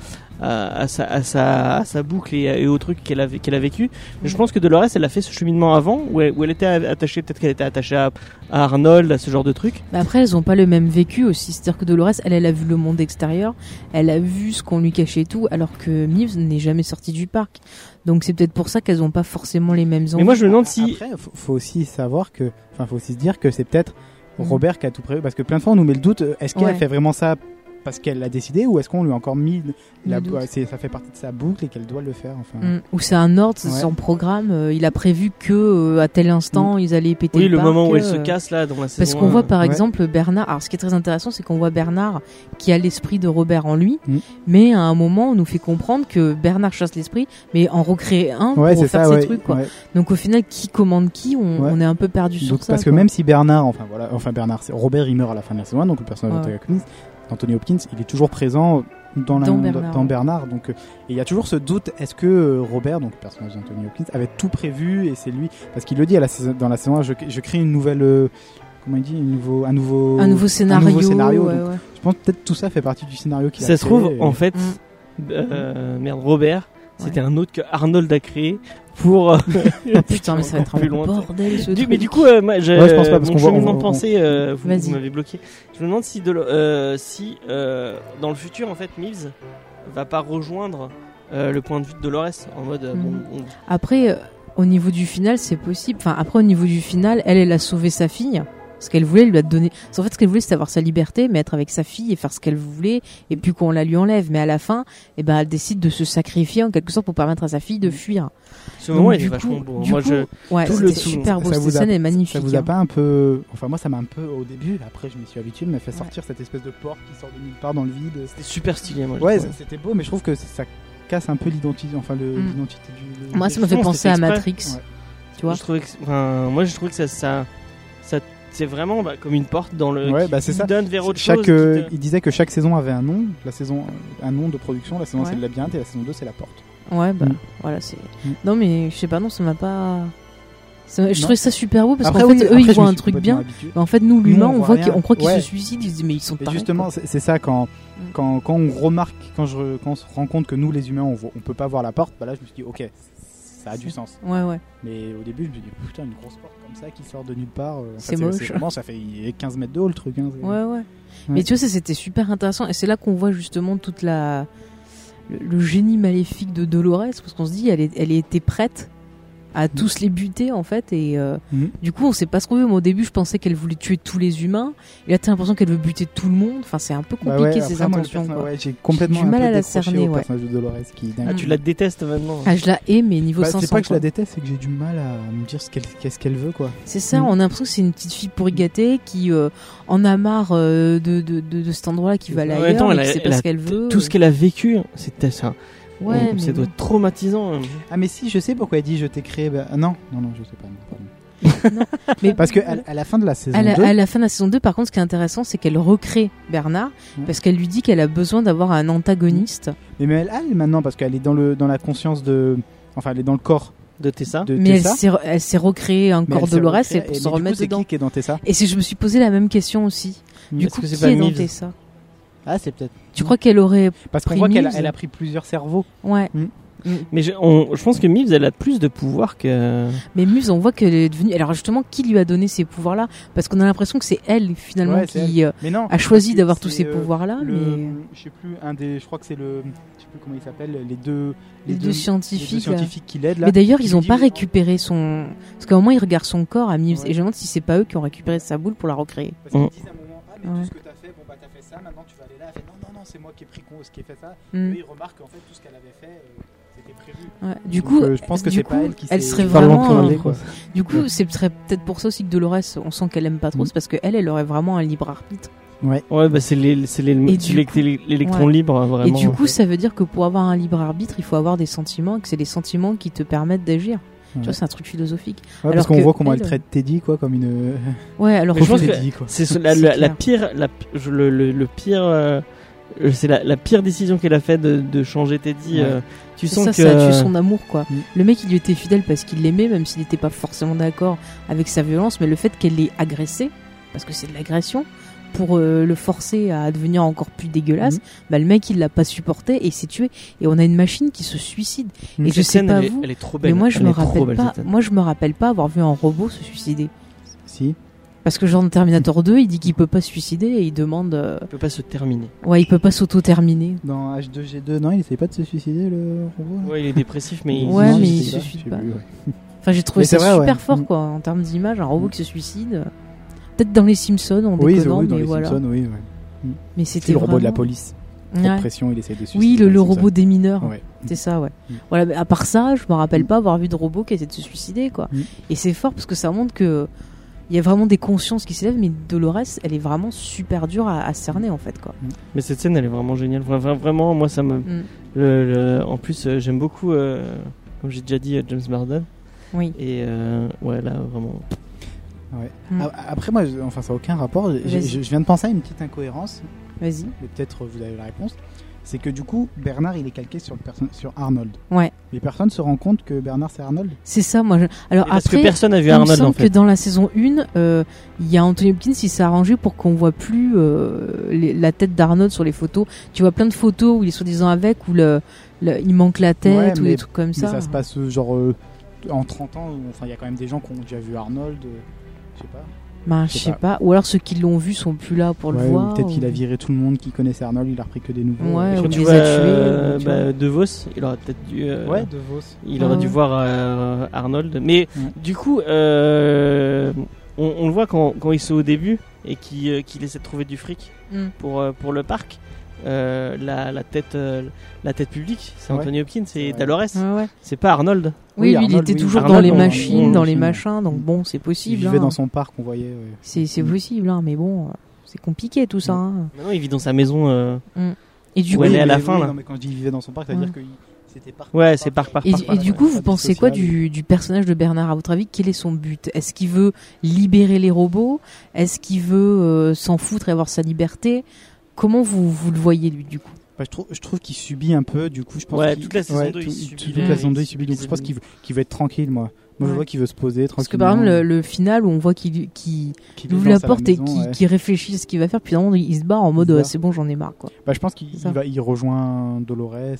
à, à sa, à sa- à sa boucle et, à- et au truc qu'elle a, vé- qu'elle a vécu. Mais je pense que Dolores, elle a fait ce cheminement avant, où elle, où elle était attachée, peut-être qu'elle était attachée à, à Arnold, à ce genre de truc.
Mais après, elles ont pas le même vécu aussi. C'est-à-dire que Dolores, elle, elle a vu le monde extérieur, elle a vu ce qu'on lui cachait et tout, alors que Mise n'est jamais sortie du parc. Donc c'est peut-être pour ça qu'elles ont pas forcément les mêmes envies.
Mais moi, je me demande si.
Après, faut, faut aussi savoir que, enfin, faut aussi se dire que c'est peut-être
Mhm.
Robert qui a tout prévu, parce que plein de fois on nous met le doute. euh, Est-ce qu'elle
Ouais.
fait vraiment ça parce qu'elle l'a décidé, ou est-ce qu'on lui a encore mis la,
Le doute.
ouais, c'est- ça fait partie de sa boucle et qu'elle doit le faire. Enfin,
Mm. Ou c'est un ordre, c'est
Ouais. Mm.
son programme. euh, il a prévu que euh, à tel instant, ils allaient péter
Oui,
le
le
parc,
moment où elle se
euh,
casse là dans la saison.
Parce qu'on voit
un.
par
Ouais.
exemple Bernard. Alors, ce qui est très intéressant, c'est qu'on voit Bernard qui a l'esprit de Robert en lui,
Mm.
mais à un moment, on nous fait comprendre que Bernard chasse l'esprit, mais en recréer un
ouais,
pour
c'est
faire
ça.
ses
ouais,
trucs. Quoi.
ouais.
Donc, au final, qui commande qui On,
Ouais.
on est un peu perdu sur
Donc,
ça.
parce que
quoi.
même si Bernard, enfin voilà, enfin Bernard, c'est- Robert, il meurt à la fin de la saison 1, donc le personnage
Ouais.
d'antagoniste, d'Anthony Hopkins, il est toujours présent dans, la-
Dans Bernard.
dans Bernard, donc euh, et il y a toujours ce doute est-ce que euh, Robert, donc le personnage d'Anthony Hopkins, avait tout prévu et c'est lui parce qu'il le dit à la saison- dans la saison 1, je, je crée une nouvelle, euh, comment il dit, une nouveau, un nouveau,
un nouveau scénario.
scénario,
ouais, Mm.
donc.
ouais.
Je pense que peut-être tout ça fait partie du scénario qui.
Ça se trouve, en fait,
Mm.
Mhm.
euh, merde, Robert, C'était un autre que Arnold a créé pour. euh,
Oh, Putain, mais ça va être un
plus loin,
bordel ce
du-
truc.
mais du coup, euh, moi, j'ai-
Ouais, je pense pas, parce
mon
qu'on voit- Mhm.
cheminement
on-
de pensée, euh, vous,
Vas-y.
vous m'avez bloqué. Je me demande si, de, euh, si euh, dans le futur, en fait, Mills va pas rejoindre euh, le point de vue de Dolores en mode. euh, bon,
Mhm.
on-
Après, euh, au niveau du final, c'est possible. Enfin, après, au niveau du final, elle, elle a sauvé sa fille. Ce qu'elle voulait, elle lui a donné. En fait, ce qu'elle voulait, c'est avoir sa liberté, mais être avec sa fille et faire ce qu'elle voulait, et puis qu'on la lui enlève. Mais à la fin, eh ben, elle décide de se sacrifier en quelque sorte pour permettre à sa fille
Mm.
de fuir.
Ce moment
Donc,
était
du
vachement
coup-
beau.
du
Moi,
coup,
je.
Ouais,
Tout
c'était
le sous-
super beau.
ça
Cette
vous a-
scène est magnifique.
Ça vous a
hein.
pas un peu. Enfin, moi, ça m'a un peu au début, là, après, je m'y suis habitué, il m'a fait sortir cette espèce de porte qui sort de nulle part dans le vide.
C'était super stylé, moi. je
Ouais,
trouve.
ça- c'était beau, mais je trouve que ça casse un peu l'identité enfin, le-
Mm.
l'identité du. le-
Moi, ça m'a fait
Justement,
penser
c'était
à
exprès.
Matrix.
Ouais.
Tu vois
Je trouvais que, enfin, moi, je trouvais que ça, ça, ça- c'est vraiment bah, comme une porte dans le.
Ouais,
qui-
bah, c'est
qui
ça.
Donne vers autre
chaque,
chose.
euh,
qui te-
il disait que chaque saison avait un nom. La saison, un nom de production. La saison 1
Ouais.
c'est le labyrinthe et la saison 2 c'est la porte.
Ouais, bah
Mm.
voilà, c'est.
Mm.
Non, mais je sais pas, non, ça m'a pas. ça- je
Non.
trouvais ça super beau parce qu'en
Après,
fait,
oui,
eux,
après, je
ils voient
me
un
suis
truc
complètement
bien.
habitué.
Mais en fait, nous, l'humain,
Nous, on
on,
voit
voit qu'ils-
rien.
on croit qu'ils
Ouais.
se suicident, ils se disent, mais ils sont
Et
pas.
justement, c'est c'est ça quand,
Mm.
quand, quand on remarque, quand, je, quand on se rend compte que nous les humains on, voit, on peut pas voir la porte, bah là je me suis dit ok, ça a du sens.
Ouais, ouais.
Mais au début je me suis dit putain, une grosse porte comme ça qui sort de nulle part, euh,
C'est
enfin,
moche.
Vraiment, ça fait 15 mètres de haut le truc. hein, c'est-
Ouais, ouais. Mais tu vois, ça c'était super intéressant. Et c'est là qu'on voit justement toute la. Le, le génie maléfique de Dolores, parce qu'on se dit, elle, est- elle était prête
Mm.
à tous les buter en fait. Et euh,
Mhm.
du coup, on s'est pas trouvé. Moi au début, je pensais qu'elle voulait tuer tous les humains. Et là, t'as l'impression qu'elle veut buter tout le monde. Enfin, c'est un peu
Bah
compliqué
ouais,
ses
après, moi, le
intentions.
personnage-
quoi.
ouais, J'ai complètement
J'ai du
un
mal
peu
à la
décroché
cerner,
au
ouais.
personnage de Dolores qui d'un
Ah,
coup,
tu la détestes maintenant.
Ah, je la hais, mais niveau
Bah,
500.
c'est pas que je
quoi.
la déteste, c'est que j'ai du mal à me dire ce qu'elle- qu'est-ce qu'elle veut quoi.
C'est ça,
Mm.
on a l'impression que c'est une petite fille pourrigatée qui euh, en a marre euh, de, de, de, de cet endroit qui va
En
l'ailleurs,
même temps,
mais
elle
qui
a-
sait
elle
pas
a
ce qu'elle veut.
Tout ce qu'elle a vécu, c'était ça.
Ouais, mais
ça doit
bon.
être traumatisant. hein,
Ah mais si, je sais pourquoi elle dit je t'ai créé. Bah, non, non, non, je sais pas. non, pardon.
Mais
Parce que à, à la fin de la saison
à la,
2,
à la fin de la saison 2, par contre, ce qui est intéressant, c'est qu'elle recrée Bernard
Ouais. Mmh. Euh,
parce qu'elle lui dit qu'elle a besoin d'avoir un antagoniste.
mais même elle, elle maintenant parce qu'elle est dans le dans la conscience de, enfin elle est dans le corps
De Tessa.
de
mais elle
Tessa.
s'est, re- elle s'est recréée un
mais
corps
elle
de
s'est
Dolores
recréée,
et pour
mais
se
du coup,
remettre
c'est
dedans.
Qui qui est dans Tessa
Et c'est, je me suis posé la même question aussi. Du
Mmh. Est-ce
coup,
que
qui
c'est
est,
pas
dans
Mills
Tessa
Ah c'est peut-être.
Tu crois qu'elle aurait.
Parce qu'on
pris
voit qu'elle a-
Mills
elle a pris plusieurs cerveaux.
Ouais.
Mais je, on- je pense que Mives, elle a plus de pouvoir que.
Mais Muse, on voit qu'elle est devenue. Alors, justement, qui lui a donné ces pouvoirs-là Parce qu'on a l'impression que c'est elle, finalement,
Ouais, c'est
qui euh,
Mais non.
a choisi d'avoir
c'est,
tous ces
euh,
pouvoirs-là.
le,
Ah, mais...
je sais plus un des, je crois que c'est le, je sais plus comment il s'appelle, les deux,
Les deux scientifiques,
les deux
là.
scientifiques qui l'aident là.
Mais d'ailleurs, ils
lui
ont
dit,
pas
mais-
récupéré son. Parce qu'à un moment, ils regardent son corps à Mims.
Ouais.
Et je me demande si c'est pas eux qui ont récupéré sa boule pour la recréer.
Parce
Mm.
qu'ils disent à un moment, ah mais
Oh. Ouais.
tout ce que t'as fait, bon bah t'as fait ça, maintenant tu vas aller là. Elle fait, non non non, c'est moi qui ai pris con, ce qui ai fait ça.
Mm.
Eux, ils remarquent qu'en fait tout ce qu'elle avait fait, euh, c'était prévu.
Ouais. Du
Donc,
coup,
euh, je pense que
du
c'est
coup,
pas elle qui
elle
s'est-
serait
qui
Par
vraiment. euh,
l'entraîner, quoi.
Du coup, c'est très- peut-être pour ça aussi que Dolores, on sent qu'elle aime pas trop.
Mm.
C'est parce qu'elle, elle aurait vraiment un libre arbitre.
Ouais, bah c'est les- c'est les-
Et
c'est
du
l'é-
coup-
l'é- l'électron
ouais.
libre, vraiment.
et du coup, ça veut dire que pour avoir un libre arbitre, il faut avoir des sentiments. Et que c'est les sentiments qui te permettent d'agir. Tu
Ouais.
vois, c'est un truc philosophique.
Ouais,
Alors
parce qu'on
que
voit comment elle
elle-
traite Teddy quoi comme une
Ouais, alors
Mais je pense
que-
que-
Teddy, quoi.
C'est ce- la,
C'est
la- la
clair.
pire, la, pi- je- le, le- le pire, euh, euh, c'est la, la pire décision qu'elle a fait de, de changer Teddy.
Ouais.
euh, tu
ça,
sens que
ça a tué son amour, quoi.
Mm.
Le mec, il lui était fidèle parce qu'il l'aimait, même s'il n'était pas forcément d'accord avec sa violence, mais le fait qu'elle l'ait agressé, parce que c'est de l'agression, pour euh, le forcer à devenir encore plus
Mm.
dégueulasse, bah, le mec, il l'a pas supporté et il s'est tué. Et on a une machine qui se suicide.
Mm.
Et je
cette
sais
scène,
pas
elle, est-
vous,
elle est trop
mais
belle.
moi, je
Elle
me
est trop
rappelle
belle,
pas,
cette scène.
moi, je me rappelle pas avoir vu un robot se suicider.
Si.
Parce que genre dans Terminator 2, il dit qu'il peut pas se suicider et il demande, euh,
Elle peut pas se terminer.
ouais, il peut pas s'auto-terminer.
Dans H2G2, non, il essayait pas de se suicider le robot. là
Ouais, il est dépressif, mais il-
Ouais,
Non,
mais
je
il
sais
se
je
suicide
sais
pas.
plus, ouais.
Enfin, j'ai trouvé
Mais c'est
ça
vrai,
super
ouais.
fort,
Mm.
quoi, en termes d'image. Un robot qui se suicide. Peut-être dans les Simpsons, en
Oui, c'est
déconnant,
oui, dans
mais
les
voilà.
Simpsons, oui. ouais.
Mais
C'est
c'était
le robot de la
vraiment-
police.
Ouais.
Trop de pression, il essaie de se suicider.
Oui,
dans
le,
les
le
Simpsons.
robot des mineurs.
Ouais.
C'est ça, ouais.
Mm.
Voilà, mais à part ça, je me rappelle
Mm.
pas avoir vu de robot qui essaie de se suicider, quoi.
Mm.
Et c'est fort parce que ça montre que il y a vraiment des consciences qui s'élèvent, mais Dolores, elle est vraiment super dure à, à cerner, en fait, quoi.
mais cette scène, elle est vraiment géniale. Vra- vra- Vraiment, moi, ça me.
Mm.
le- le- En plus, euh, j'aime beaucoup, euh, comme j'ai déjà dit, euh, James Barden.
Oui.
Et euh, ouais, là, vraiment.
Mm.
Ah, Après, moi, je- enfin, ça n'a aucun rapport. J'ai-
Vas-y.
Je je viens de penser à une petite incohérence,
Vas-y.
mais peut-être vous avez la réponse. c'est que du coup, Bernard, il est calqué sur, le perso- sur Arnold.
Ouais.
Mais personne se rend compte que Bernard, c'est Arnold.
C'est ça, moi. je- Alors
Et Parce que
après,
personne n'a vu
il me
Arnold
semble
en
que
fait.
dans la saison 1, euh, il y a Anthony Hopkins, il s'est arrangé pour qu'on voit plus euh, les- la tête d'Arnold sur les photos. Tu vois plein de photos où il est soi-disant avec, où le, le- il manque la tête,
Ouais,
ou
mais-
des trucs comme
Mais
ça. hein.
ça se passe euh, genre euh, en 30 ans. où- Enfin, il y a quand même des gens qui ont déjà vu Arnold. euh, je sais pas.
Bah,
je
je
sais
sais pas. Ou alors ceux qui l'ont vu sont plus là pour
Ouais,
le
ou
voir.
Peut-être
ou-
qu'il a viré tout le monde qui connaissait Arnold, il a repris que des nouveaux.
Ouais,
Et
ou
Quand
surtout-
tu
les
vois
a
euh,
tués, tu
bah,
vois.
De Vos, il aurait peut-être dû. euh,
ouais, De Vos.
Il aurait
Ouais.
dû voir euh, Arnold. Mais
Ouais.
du coup, euh, on, on le voit quand, quand ils sont au début et qu'il euh, qu'il essaie de trouver du fric
Mm.
pour, euh, pour le parc. euh, la, la tête, euh, la tête publique, c'est
Ouais.
Anthony Hopkins, c'est
Ouais.
Dalores,
Ouais, ouais.
c'est pas Arnold.
Oui,
Oui,
lui, il
Arnold,
était
oui.
toujours dans
Arnold,
les
on-
machines,
on-
dans les
on-
machins, donc bon, c'est
Il
possible.
vivait
hein.
dans son parc, on voyait. ouais.
C'est c'est
Mm.
possible, hein, mais bon, euh, c'est compliqué tout ça. hein.
Maintenant, il vit dans sa maison. euh,
Et du
Où
coup,
elle est à la
mais-
fin,
oui,
là.
Non, mais quand je dis il vivait dans son parc, c'est-à-dire que c'était parc.
Ouais, c'est par par
Et,
par.
et du coup, vous pensez quoi du, du personnage de Bernard à votre avis Quel est son but Est-ce qu'il veut libérer les robots Est-ce qu'il veut euh, s'en foutre et avoir sa liberté Comment vous, vous le voyez lui du coup
Bah, je, trouve, je trouve qu'il subit un peu, du coup, je pense
Ouais,
qu'il-
toute la saison
ouais,
deux, il
tout-
subit
toute
les-
la saison
il
2, il
subit
subit.
les
Donc, je pense
ennemis.
qu'il veut, qu'il veut être tranquille, moi. Moi, je
Ouais.
vois qu'il veut se poser tranquillement.
Parce que par exemple, le, le final où on voit qu'il qui
qu'il
ouvre
lance
la
à
porte et
maison,
qui
ouais.
réfléchit à ce qu'il va faire, puis d'un moment, il se barre en mode
Il se
euh,
barre.
c'est bon, j'en ai marre quoi.
Bah, je pense qu'il
C'est ça.
il va, il rejoint Dolores, euh,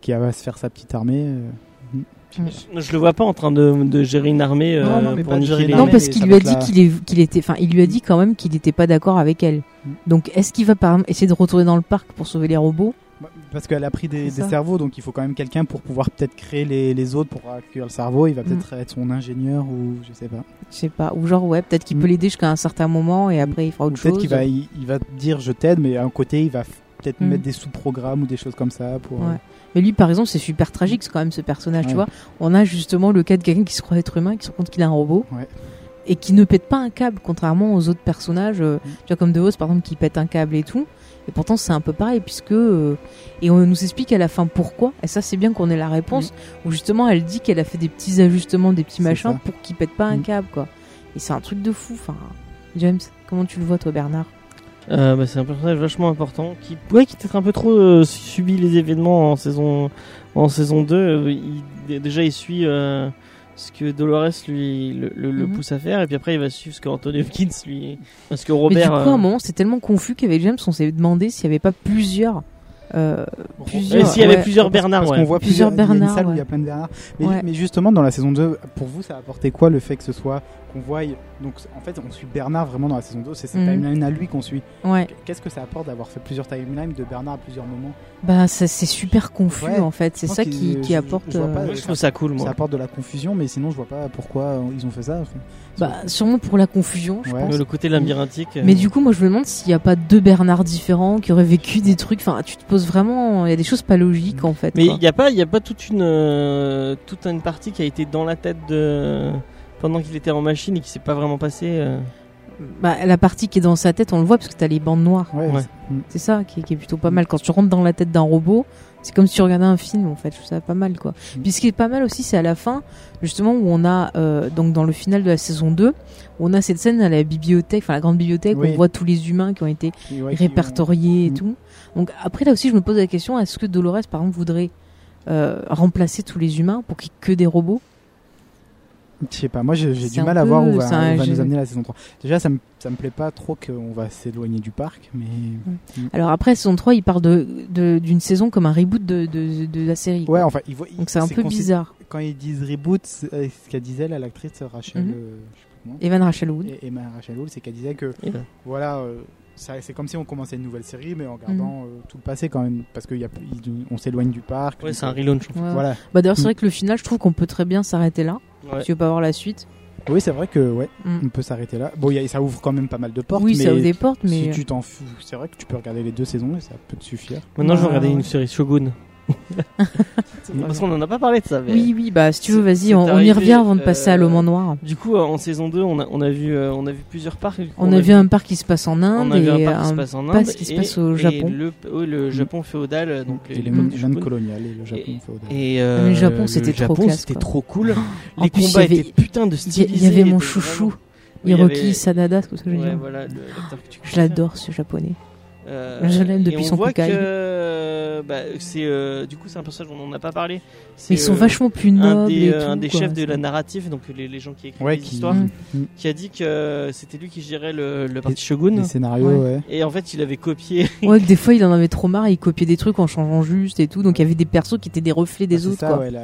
qui va se faire sa petite armée. euh.
Je, je le vois pas en train de, de gérer une armée euh,
Non, non, mais
pour
pas de
niquer
gérer
les-
une
non,
mais
parce
ça
qu'il
va
lui a
être
dit
la-
qu'il est- qu'il était, enfin, il lui a dit quand même qu'il n'était pas d'accord avec elle.
Mm.
Donc, est-ce qu'il va par exemple essayer de retourner dans le parc pour sauver les robots
Bah, Parce qu'elle a pris des,
C'est
des
ça.
cerveaux, donc il faut quand même quelqu'un pour pouvoir peut-être créer les, les autres pour accueillir le cerveau.
Mm.
Il va peut-être être son ingénieur ou je sais pas.
Je sais pas. Ou genre, ouais, peut-être qu'il
Mm.
peut l'aider jusqu'à un certain moment et après il fera
Ou
autre chose.
peut-être qu'il va, il, il va te dire je t'aide, mais à un côté, il va f- peut-être
Mm.
mettre des sous-programmes ou des choses comme ça pour. euh,
Ouais. Mais lui, par exemple, c'est super tragique c'est quand même ce personnage, tu
Ouais.
vois. On a justement le cas de quelqu'un qui se croit être humain, qui se rend compte qu'il est un robot.
Ouais.
Et qui ne pète pas un câble, contrairement aux autres personnages, euh,
Mm.
tu vois, comme De Vos, par exemple, qui pète un câble et tout. Et pourtant, c'est un peu pareil, puisque. euh, et on nous explique à la fin pourquoi. Et ça, c'est bien qu'on ait la réponse, où justement, elle dit qu'elle a fait des petits ajustements, des petits
Mm. C'est
machins,
ça.
pour qu'il pète pas un
Mm.
câble, quoi. Et c'est un truc de fou, enfin. James, comment tu le vois, toi, Bernard
Euh, bah, c'est un personnage vachement important qui, ouais, qui peut-être un peu trop euh, subit les événements en saison, en saison 2. Euh, il- d- déjà, il suit euh, ce que Dolores lui le, le- le
Mhm.
pousse à faire, et puis après, il va suivre ce que Anthony Hopkins lui. Parce que
Mais du
Robert.
coup, à
euh,
un moment, c'est tellement confus qu'avec James, on s'est demandé s'il n'y avait pas plusieurs. euh, plusieurs-
et s'il y avait
ouais.
plusieurs
Parce-
Bernard,
parce
Ah ouais.
qu'on voit
Plusieurs
plusieurs, Bernard. Il y a une
Bernard,
salle où
ouais.
il y a plein de Bernard. Mais,
Ouais.
mais justement, dans la saison 2, pour vous, ça a apporté quoi le fait que ce soit qu'on voie. Donc, en fait, on suit Bernard vraiment dans la saison 2, c'est cette
Mhm.
timeline à lui qu'on suit.
Ouais.
Qu'est-ce que ça apporte d'avoir fait plusieurs timelines de Bernard à plusieurs moments
Bah, ça, c'est super confus
Ouais.
en fait. C'est
pense
ça
qu'il-
qui, qui
je-
apporte.
je vois pas,
euh,
Moi, je trouve ça cool, moi.
Ça apporte de la confusion, mais sinon, je vois pas pourquoi euh, ils ont fait ça. Enfin,
bah, sûrement pour la confusion, je
Ouais.
pense.
Le côté labyrinthique. euh,
Mm. Mais du coup, moi, je me demande s'il n'y a pas deux Bernard différents qui auraient vécu des trucs. Enfin, tu te poses vraiment. Il y a des choses pas logiques en fait.
Mais
quoi.
il n'y a pas, il y a pas toute une, euh, toute une partie qui a été dans la tête de pendant qu'il était en machine et qui s'est pas vraiment passé. euh.
Bah, la partie qui est dans sa tête, on le voit parce que t'as les bandes noires.
ouais,
Ouais.
c'est- mhm.
C'est ça qui est, qui est plutôt pas mal. Quand tu rentres dans la tête d'un robot, c'est comme si tu regardais un film en fait. Je trouve ça pas mal quoi.
Mm.
Puis ce qui est pas mal aussi, c'est à la fin, justement, où on a, euh, donc dans le final de la saison 2, où on a cette scène à la bibliothèque, enfin la grande bibliothèque, où
Oui.
on voit tous les humains qui ont été
Et ouais, qui ont-
répertoriés et
Mm.
tout. Donc après, là aussi, je me pose la question est-ce que Dolores, par exemple, voudrait euh, remplacer tous les humains pour qu'il y ait que des robots
Je sais pas, moi j'ai j'ai
C'est
du
un
mal à voir
peu-
où va,
c'est un
où va
jeu.
nous amener la saison 3. Déjà, ça me, ça me plaît pas trop qu'on va s'éloigner du parc, mais.
Alors après, saison 3, il parle de- de- d'une saison comme un reboot de, de- de la série. quoi.
Ouais, enfin, il voit, il-
Donc c'est un peu
considéré-
bizarre.
Quand ils disent reboot, c'est- euh, ce qu'elle disait là, l'actrice Rachel.
Mhm.
euh, je sais plus comment.
Evan Rachel Wood.
Et Emma Rachel Wood, c'est qu'elle disait que
Et ben.
voilà, euh, ça- c'est comme si on commençait une nouvelle série, mais en
Mhm.
gardant euh, tout le passé quand même, parce qu'on s'éloigne du parc.
Ouais,
donc,
c'est un
euh,
relaunch. en fait.
Ouais.
Voilà.
Bah d'ailleurs c'est vrai que le final je trouve qu'on peut très bien s'arrêter là.
Ouais.
Si tu veux pas voir la suite.
Oui, c'est vrai que ouais,
Mm.
on peut s'arrêter là. Bon, il y a- ça ouvre quand même pas mal de portes.
oui
mais
ça ouvre des portes
Si
mais euh,
tu t'en fous, c'est vrai que tu peux regarder les deux saisons et ça peut te suffire.
Maintenant, je vais
Bah,
regarder une
ouais.
série Shogun.
Voilà.
Parce qu'on en a pas parlé de ça. mais-
oui oui bah si tu veux
C'est-
vas-y
c'est
on, on y
arrivé,
revient avant de
euh,
passer à l'homme noir.
Du coup, euh, en saison 2, on a, on a vu, euh, on a vu plusieurs parcs. Du coup,
On, a vu un parc qui se passe en
on
Inde
a vu
et
un parc qui se
un-
passe en
pas
Inde
ce qui se
et-
passe au
et
Japon.
le, oui, le Japon féodal, euh, donc
et
Mm. les-
les
Mm.
du
mondes
Japon.
coloniales et le Japon féodal.
Et euh,
Mais Ah, le Japon, c'était trop
Japon,
classe,
c'était
quoi. Oh.
trop cool.
En
Les
plus, il y
combats
avait-
étaient putain de
Il y-
stylisés.
il y avait mon
étaient
chouchou
vraiment- Oui, il y
Hiroki
avait-
Sanada c'est ce que je veux
Ouais,
dire.
voilà, le- l'acteur que tu
Je l'adore ce japonais.
Ah. Euh,
Je l'aime
et
depuis
on
son
voit que
cocaïne.
euh, bah, c'est euh, du coup c'est un personnage dont on n'a pas parlé. C'est,
Ils sont
euh,
vachement plus
un
nobles.
des,
et
euh, un
tout,
des
quoi.
chefs de la narrative, donc les, les gens qui écrivent
Ouais,
les
qui-
histoires,
Mm.
qui a dit que euh, c'était lui qui gérait le, le parti shogun.
Les scénarios, ouais.
Et en fait, il avait copié.
Ouais, que des fois il en avait trop marre, il copiait des trucs en changeant juste et tout. Donc il y avait des persos qui étaient des reflets
Ah,
des
c'est
autres.
ça,
quoi.
ouais, la...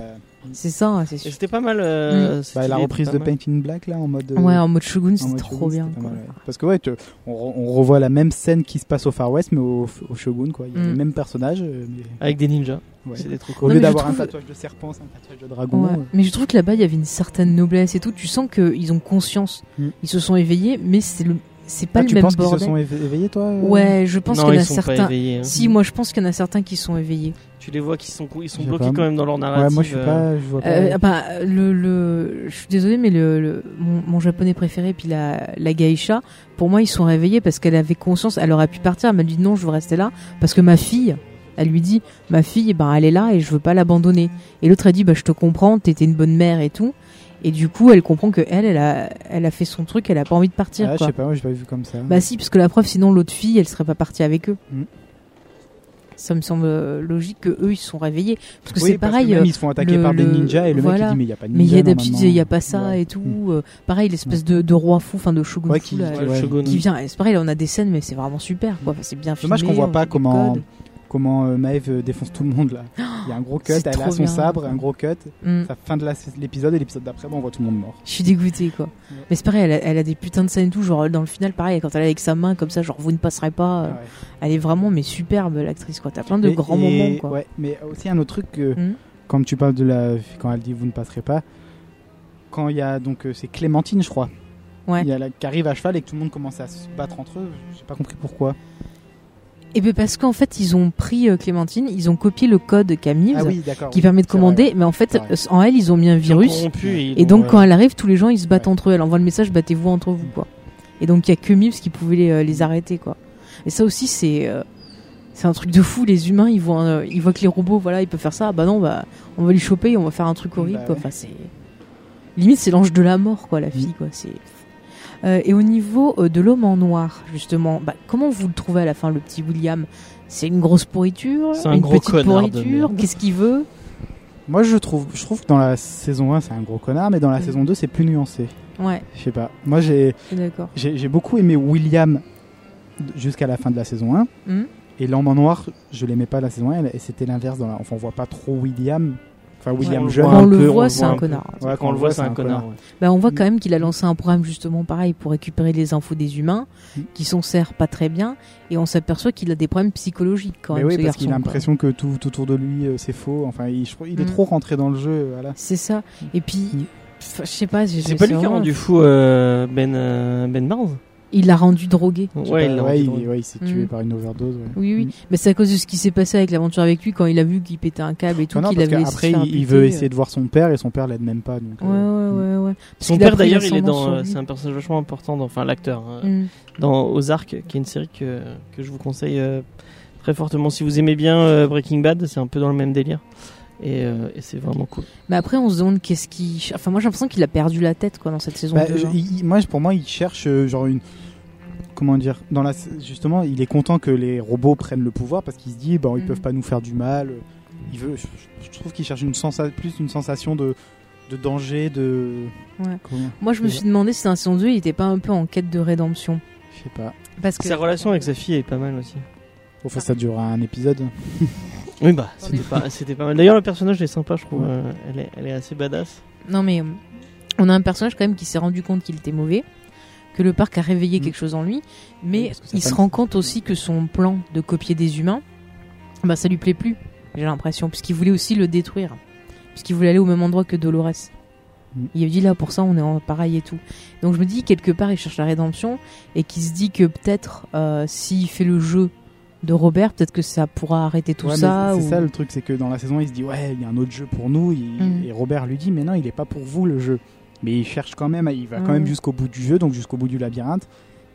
C'est ça, hein, c'est
Et
sûr.
c'était pas mal.
Mm.
euh, cette
bah, la
idée,
reprise
pas
de
mal.
Paint in Black, là, en mode. euh,
Ouais, en mode Shogun,
en
c'était
mode
trop
shogun,
bien.
c'était pas
quoi.
mal, ouais. Parce que, ouais, te- on, re- on revoit la même scène qui se passe au Far West, mais au, au Shogun, quoi. Il y a
Mm.
les mêmes personnages. euh, mais-
Avec des ninjas.
Ouais.
C'était trop
Au
Non,
cool.
mais
lieu
je
d'avoir un
trouve-
tatouage de serpent, c'est un tatouage de
Ouais.
dragon. euh,
Mais je trouve que là-bas, il y avait une certaine noblesse et tout. Tu sens qu'ils ont conscience.
Mm.
Ils se sont éveillés, mais c'est le... c'est pas
Ah,
le
tu
même
penses qu'ils se
bordel.
sont éve- éveillés, toi euh
Ouais, je pense
non,
qu'il y
ils
en a
sont pas
certains.
éveillés. hein.
Si, moi, je pense qu'il y en a certains qui sont éveillés.
Tu les vois qui sont, ils sont
Je sais
bloqués
pas.
quand même dans leur narrative.
Ouais, moi, je suis pas. Je vois pas.
Euh, bah, le, le- je suis désolée, mais le, le- mon, mon japonais préféré, puis la, la geisha, pour moi, ils sont réveillés parce qu'elle avait conscience. Elle aurait pu partir. Elle m'a dit non, je veux rester là parce que ma fille, elle lui dit, ma fille, ben, elle est là et je veux pas l'abandonner. Et l'autre a dit, bah, je te comprends, t'étais une bonne mère et tout. Et du coup, elle comprend que elle, elle a, elle a fait son truc, elle a pas envie de partir.
Ah, je
quoi.
sais pas, moi, j'ai pas vu comme ça.
Bah si, parce que la preuve, sinon l'autre fille, elle serait pas partie avec eux.
Mm.
Ça me semble euh, logique que eux, ils se sont réveillés. Parce que
Oui,
c'est
parce que
pareil.
même
euh,
ils se font attaquer
le-
par des
le-
ninjas et le mec
voilà.
il dit mais il y a pas de ninja.
mais il y a des petites, il
normalement.
y a pas ça
Ouais. Hmm.
et tout. euh, pareil, l'espèce de, de roi fou, enfin de shogun
Ouais,
fou,
qui-
là,
Ouais,
euh,
le
Ouais.
shogun.
qui vient. Et C'est pareil, là, on a des scènes, mais c'est vraiment super. Quoi. Enfin, c'est bien filmé.
Dommage qu'on voit
on
pas
fait des
comment
codes.
comment euh, Maeve euh, défonce tout le monde là. Il y a un gros cut,
c'est
elle
trop
a son
bien.
sabre, un gros cut.
Mm.
Ça fin de la- l'épisode et l'épisode d'après, bon, on voit tout le monde mort.
Je suis dégoûtée quoi. Mais c'est pareil, elle a, elle a des putains de scènes et tout. Genre dans le final, pareil, quand elle est avec sa main comme ça, genre vous ne passerez pas. euh,
Ouais.
Elle est vraiment mais superbe l'actrice quoi. T'as plein de
Et-
grands
et-
moments quoi.
Ouais, mais aussi un autre truc que
Mm.
quand tu parles de la quand elle dit vous ne passerez pas quand il y a donc euh, c'est Clémentine je crois.
Ouais.
Il y a la qui arrive à cheval et que tout le monde commence à se battre entre eux, j'ai pas compris pourquoi.
Ah Et bien parce qu'en fait ils ont pris euh, Clémentine, ils ont copié le code qu'a Mives,
Ah oui, d'accord.
qui
oui.
permet de
c'est vrai,
commander,
ouais.
mais en fait
C'est vrai.
euh, en elle ils ont mis un virus.
Corrompus, ils
Et
l'ont,
donc
euh,
quand elle arrive, tous les gens ils se battent
Ouais.
entre eux. Elle envoie le message battez-vous entre vous quoi. Et donc il y a que Mives qui pouvait les, euh, les arrêter quoi. Et ça aussi c'est euh, c'est un truc de fou. Les humains ils voient un- euh, ils voient que les robots voilà ils peuvent faire ça. Ah Bah non bah on va les choper, et on va faire un truc horrible
Bah
quoi.
ouais.
Enfin c'est limite c'est l'ange de la mort
Mm.
quoi la fille quoi. C'est Euh, et au niveau euh, de l'homme en noir justement, bah, comment vous le trouvez à la fin le petit William C'est une grosse pourriture,
C'est un
une
gros
petite
connard de
pourriture. Qu'est-ce qu'il veut
Moi je trouve je trouve que dans la saison 1 c'est un gros connard mais dans la
Mm.
saison 2 c'est plus nuancé.
Ouais,
Je sais pas. Moi j'ai
je suis d'accord.
j'ai j'ai beaucoup aimé William jusqu'à la fin de la saison 1
Hmm
et l'homme en noir, je l'aimais pas la saison 1 et c'était l'inverse dans la enfin on voit pas trop William enfin William
on le
jeune.
voit
on
un
le
peu, on
voit,
le
c'est
voit
un
un peu.
connard.
Ouais,
quand on le voit, c'est un connard. ouais.
Bah, on voit
Mm.
quand même qu'il a lancé un programme justement pareil pour récupérer les infos des humains,
Mm.
qui s'en sert pas très bien, et on s'aperçoit qu'il a des problèmes psychologiques quand
Mais
même.
oui,
ce
parce qu'il a
garçon, quoi.
l'impression que tout, tout autour de lui, euh, c'est faux. Enfin, il, je trouve- il est
Mm.
trop rentré dans le jeu. Voilà.
C'est ça. Et puis,
Mm.
pff, je sais pas. j'ai-
C'est pas lui qui a
vraiment-
rendu fou euh, Ben euh, Ben Barnes.
Il l'a rendu drogué.
Je sais
Ouais,
pas,
il l'a
ouais,
rendu drôle.
il, ouais, il s'est tué
Mm.
par une overdose. ouais.
Oui, oui.
Mm.
Mais c'est à cause de ce qui s'est passé avec l'aventure avec lui quand il a vu qu'il pétait un câble et tout,
Non, non,
qu'il
parce
avait laissé
qu'après,
se faire
il, il
buter,
veut
euh.
essayer de voir son père et son père l'aide même pas. Donc,
Ouais,
euh,
ouais, ouais, ouais. Parce
Son
qu'il a
père
pris
d'ailleurs, il est
l'ascendant
dans.
sur
euh,
lui.
C'est un personnage vachement important, dans- enfin l'acteur, euh,
Mm.
dans Ozark, qui est une série que, que je vous conseille euh, très fortement. Si vous aimez bien euh, Breaking Bad, c'est un peu dans le même délire. Et, euh, et c'est vraiment cool.
Mais après, on se demande qu'est-ce qui. Enfin, moi, j'ai l'impression qu'il a perdu la tête quoi dans cette saison
Bah,
2,
je-
hein.
il- il- moi, je- pour moi, il cherche euh, genre une. Comment dire dans la, Justement, il est content que les robots prennent le pouvoir parce qu'il se dit, bon, ils
Mm.
peuvent pas nous faire du mal. Il veut. Je, je- je trouve qu'il cherche une sensa- plus une sensation de, de danger, de.
Ouais.
Comment
Moi, je me suis demandé si dans la saison 2, il était pas un peu en quête de rédemption.
Je sais pas.
Parce que
Sa relation avec sa fille est pas mal aussi.
Ah.
Enfin, ça durera un épisode.
Oui, bah, c'était pas, c'était pas mal. D'ailleurs, le personnage est sympa, je trouve. Euh, elle, est, elle est assez badass.
Non mais euh, on a un personnage quand même qui s'est rendu compte qu'il était mauvais, que le parc a réveillé
Mm.
quelque chose en lui,
Oui,
mais
parce que sa
il se
femme-
rend compte aussi que son plan de copier des humains, bah ça lui plaît plus, j'ai l'impression, puisqu'il voulait aussi le détruire, puisqu'il voulait aller au même endroit que Dolores.
Mm.
Il a dit là pour ça on est en pareil et tout. Donc je me dis quelque part il cherche la rédemption et qu'il se dit que peut-être euh, s'il fait le jeu de Robert, peut-être que ça pourra arrêter tout
Ouais, mais
ça.
C'est
ou-
ça le truc, c'est que dans la saison, il se dit ouais, il y a un autre jeu pour nous. il-
Mm.
Et Robert lui dit mais non, il est pas pour vous le jeu. Mais il cherche quand même, il va
Ouais.
quand même jusqu'au bout du jeu, donc jusqu'au bout du labyrinthe.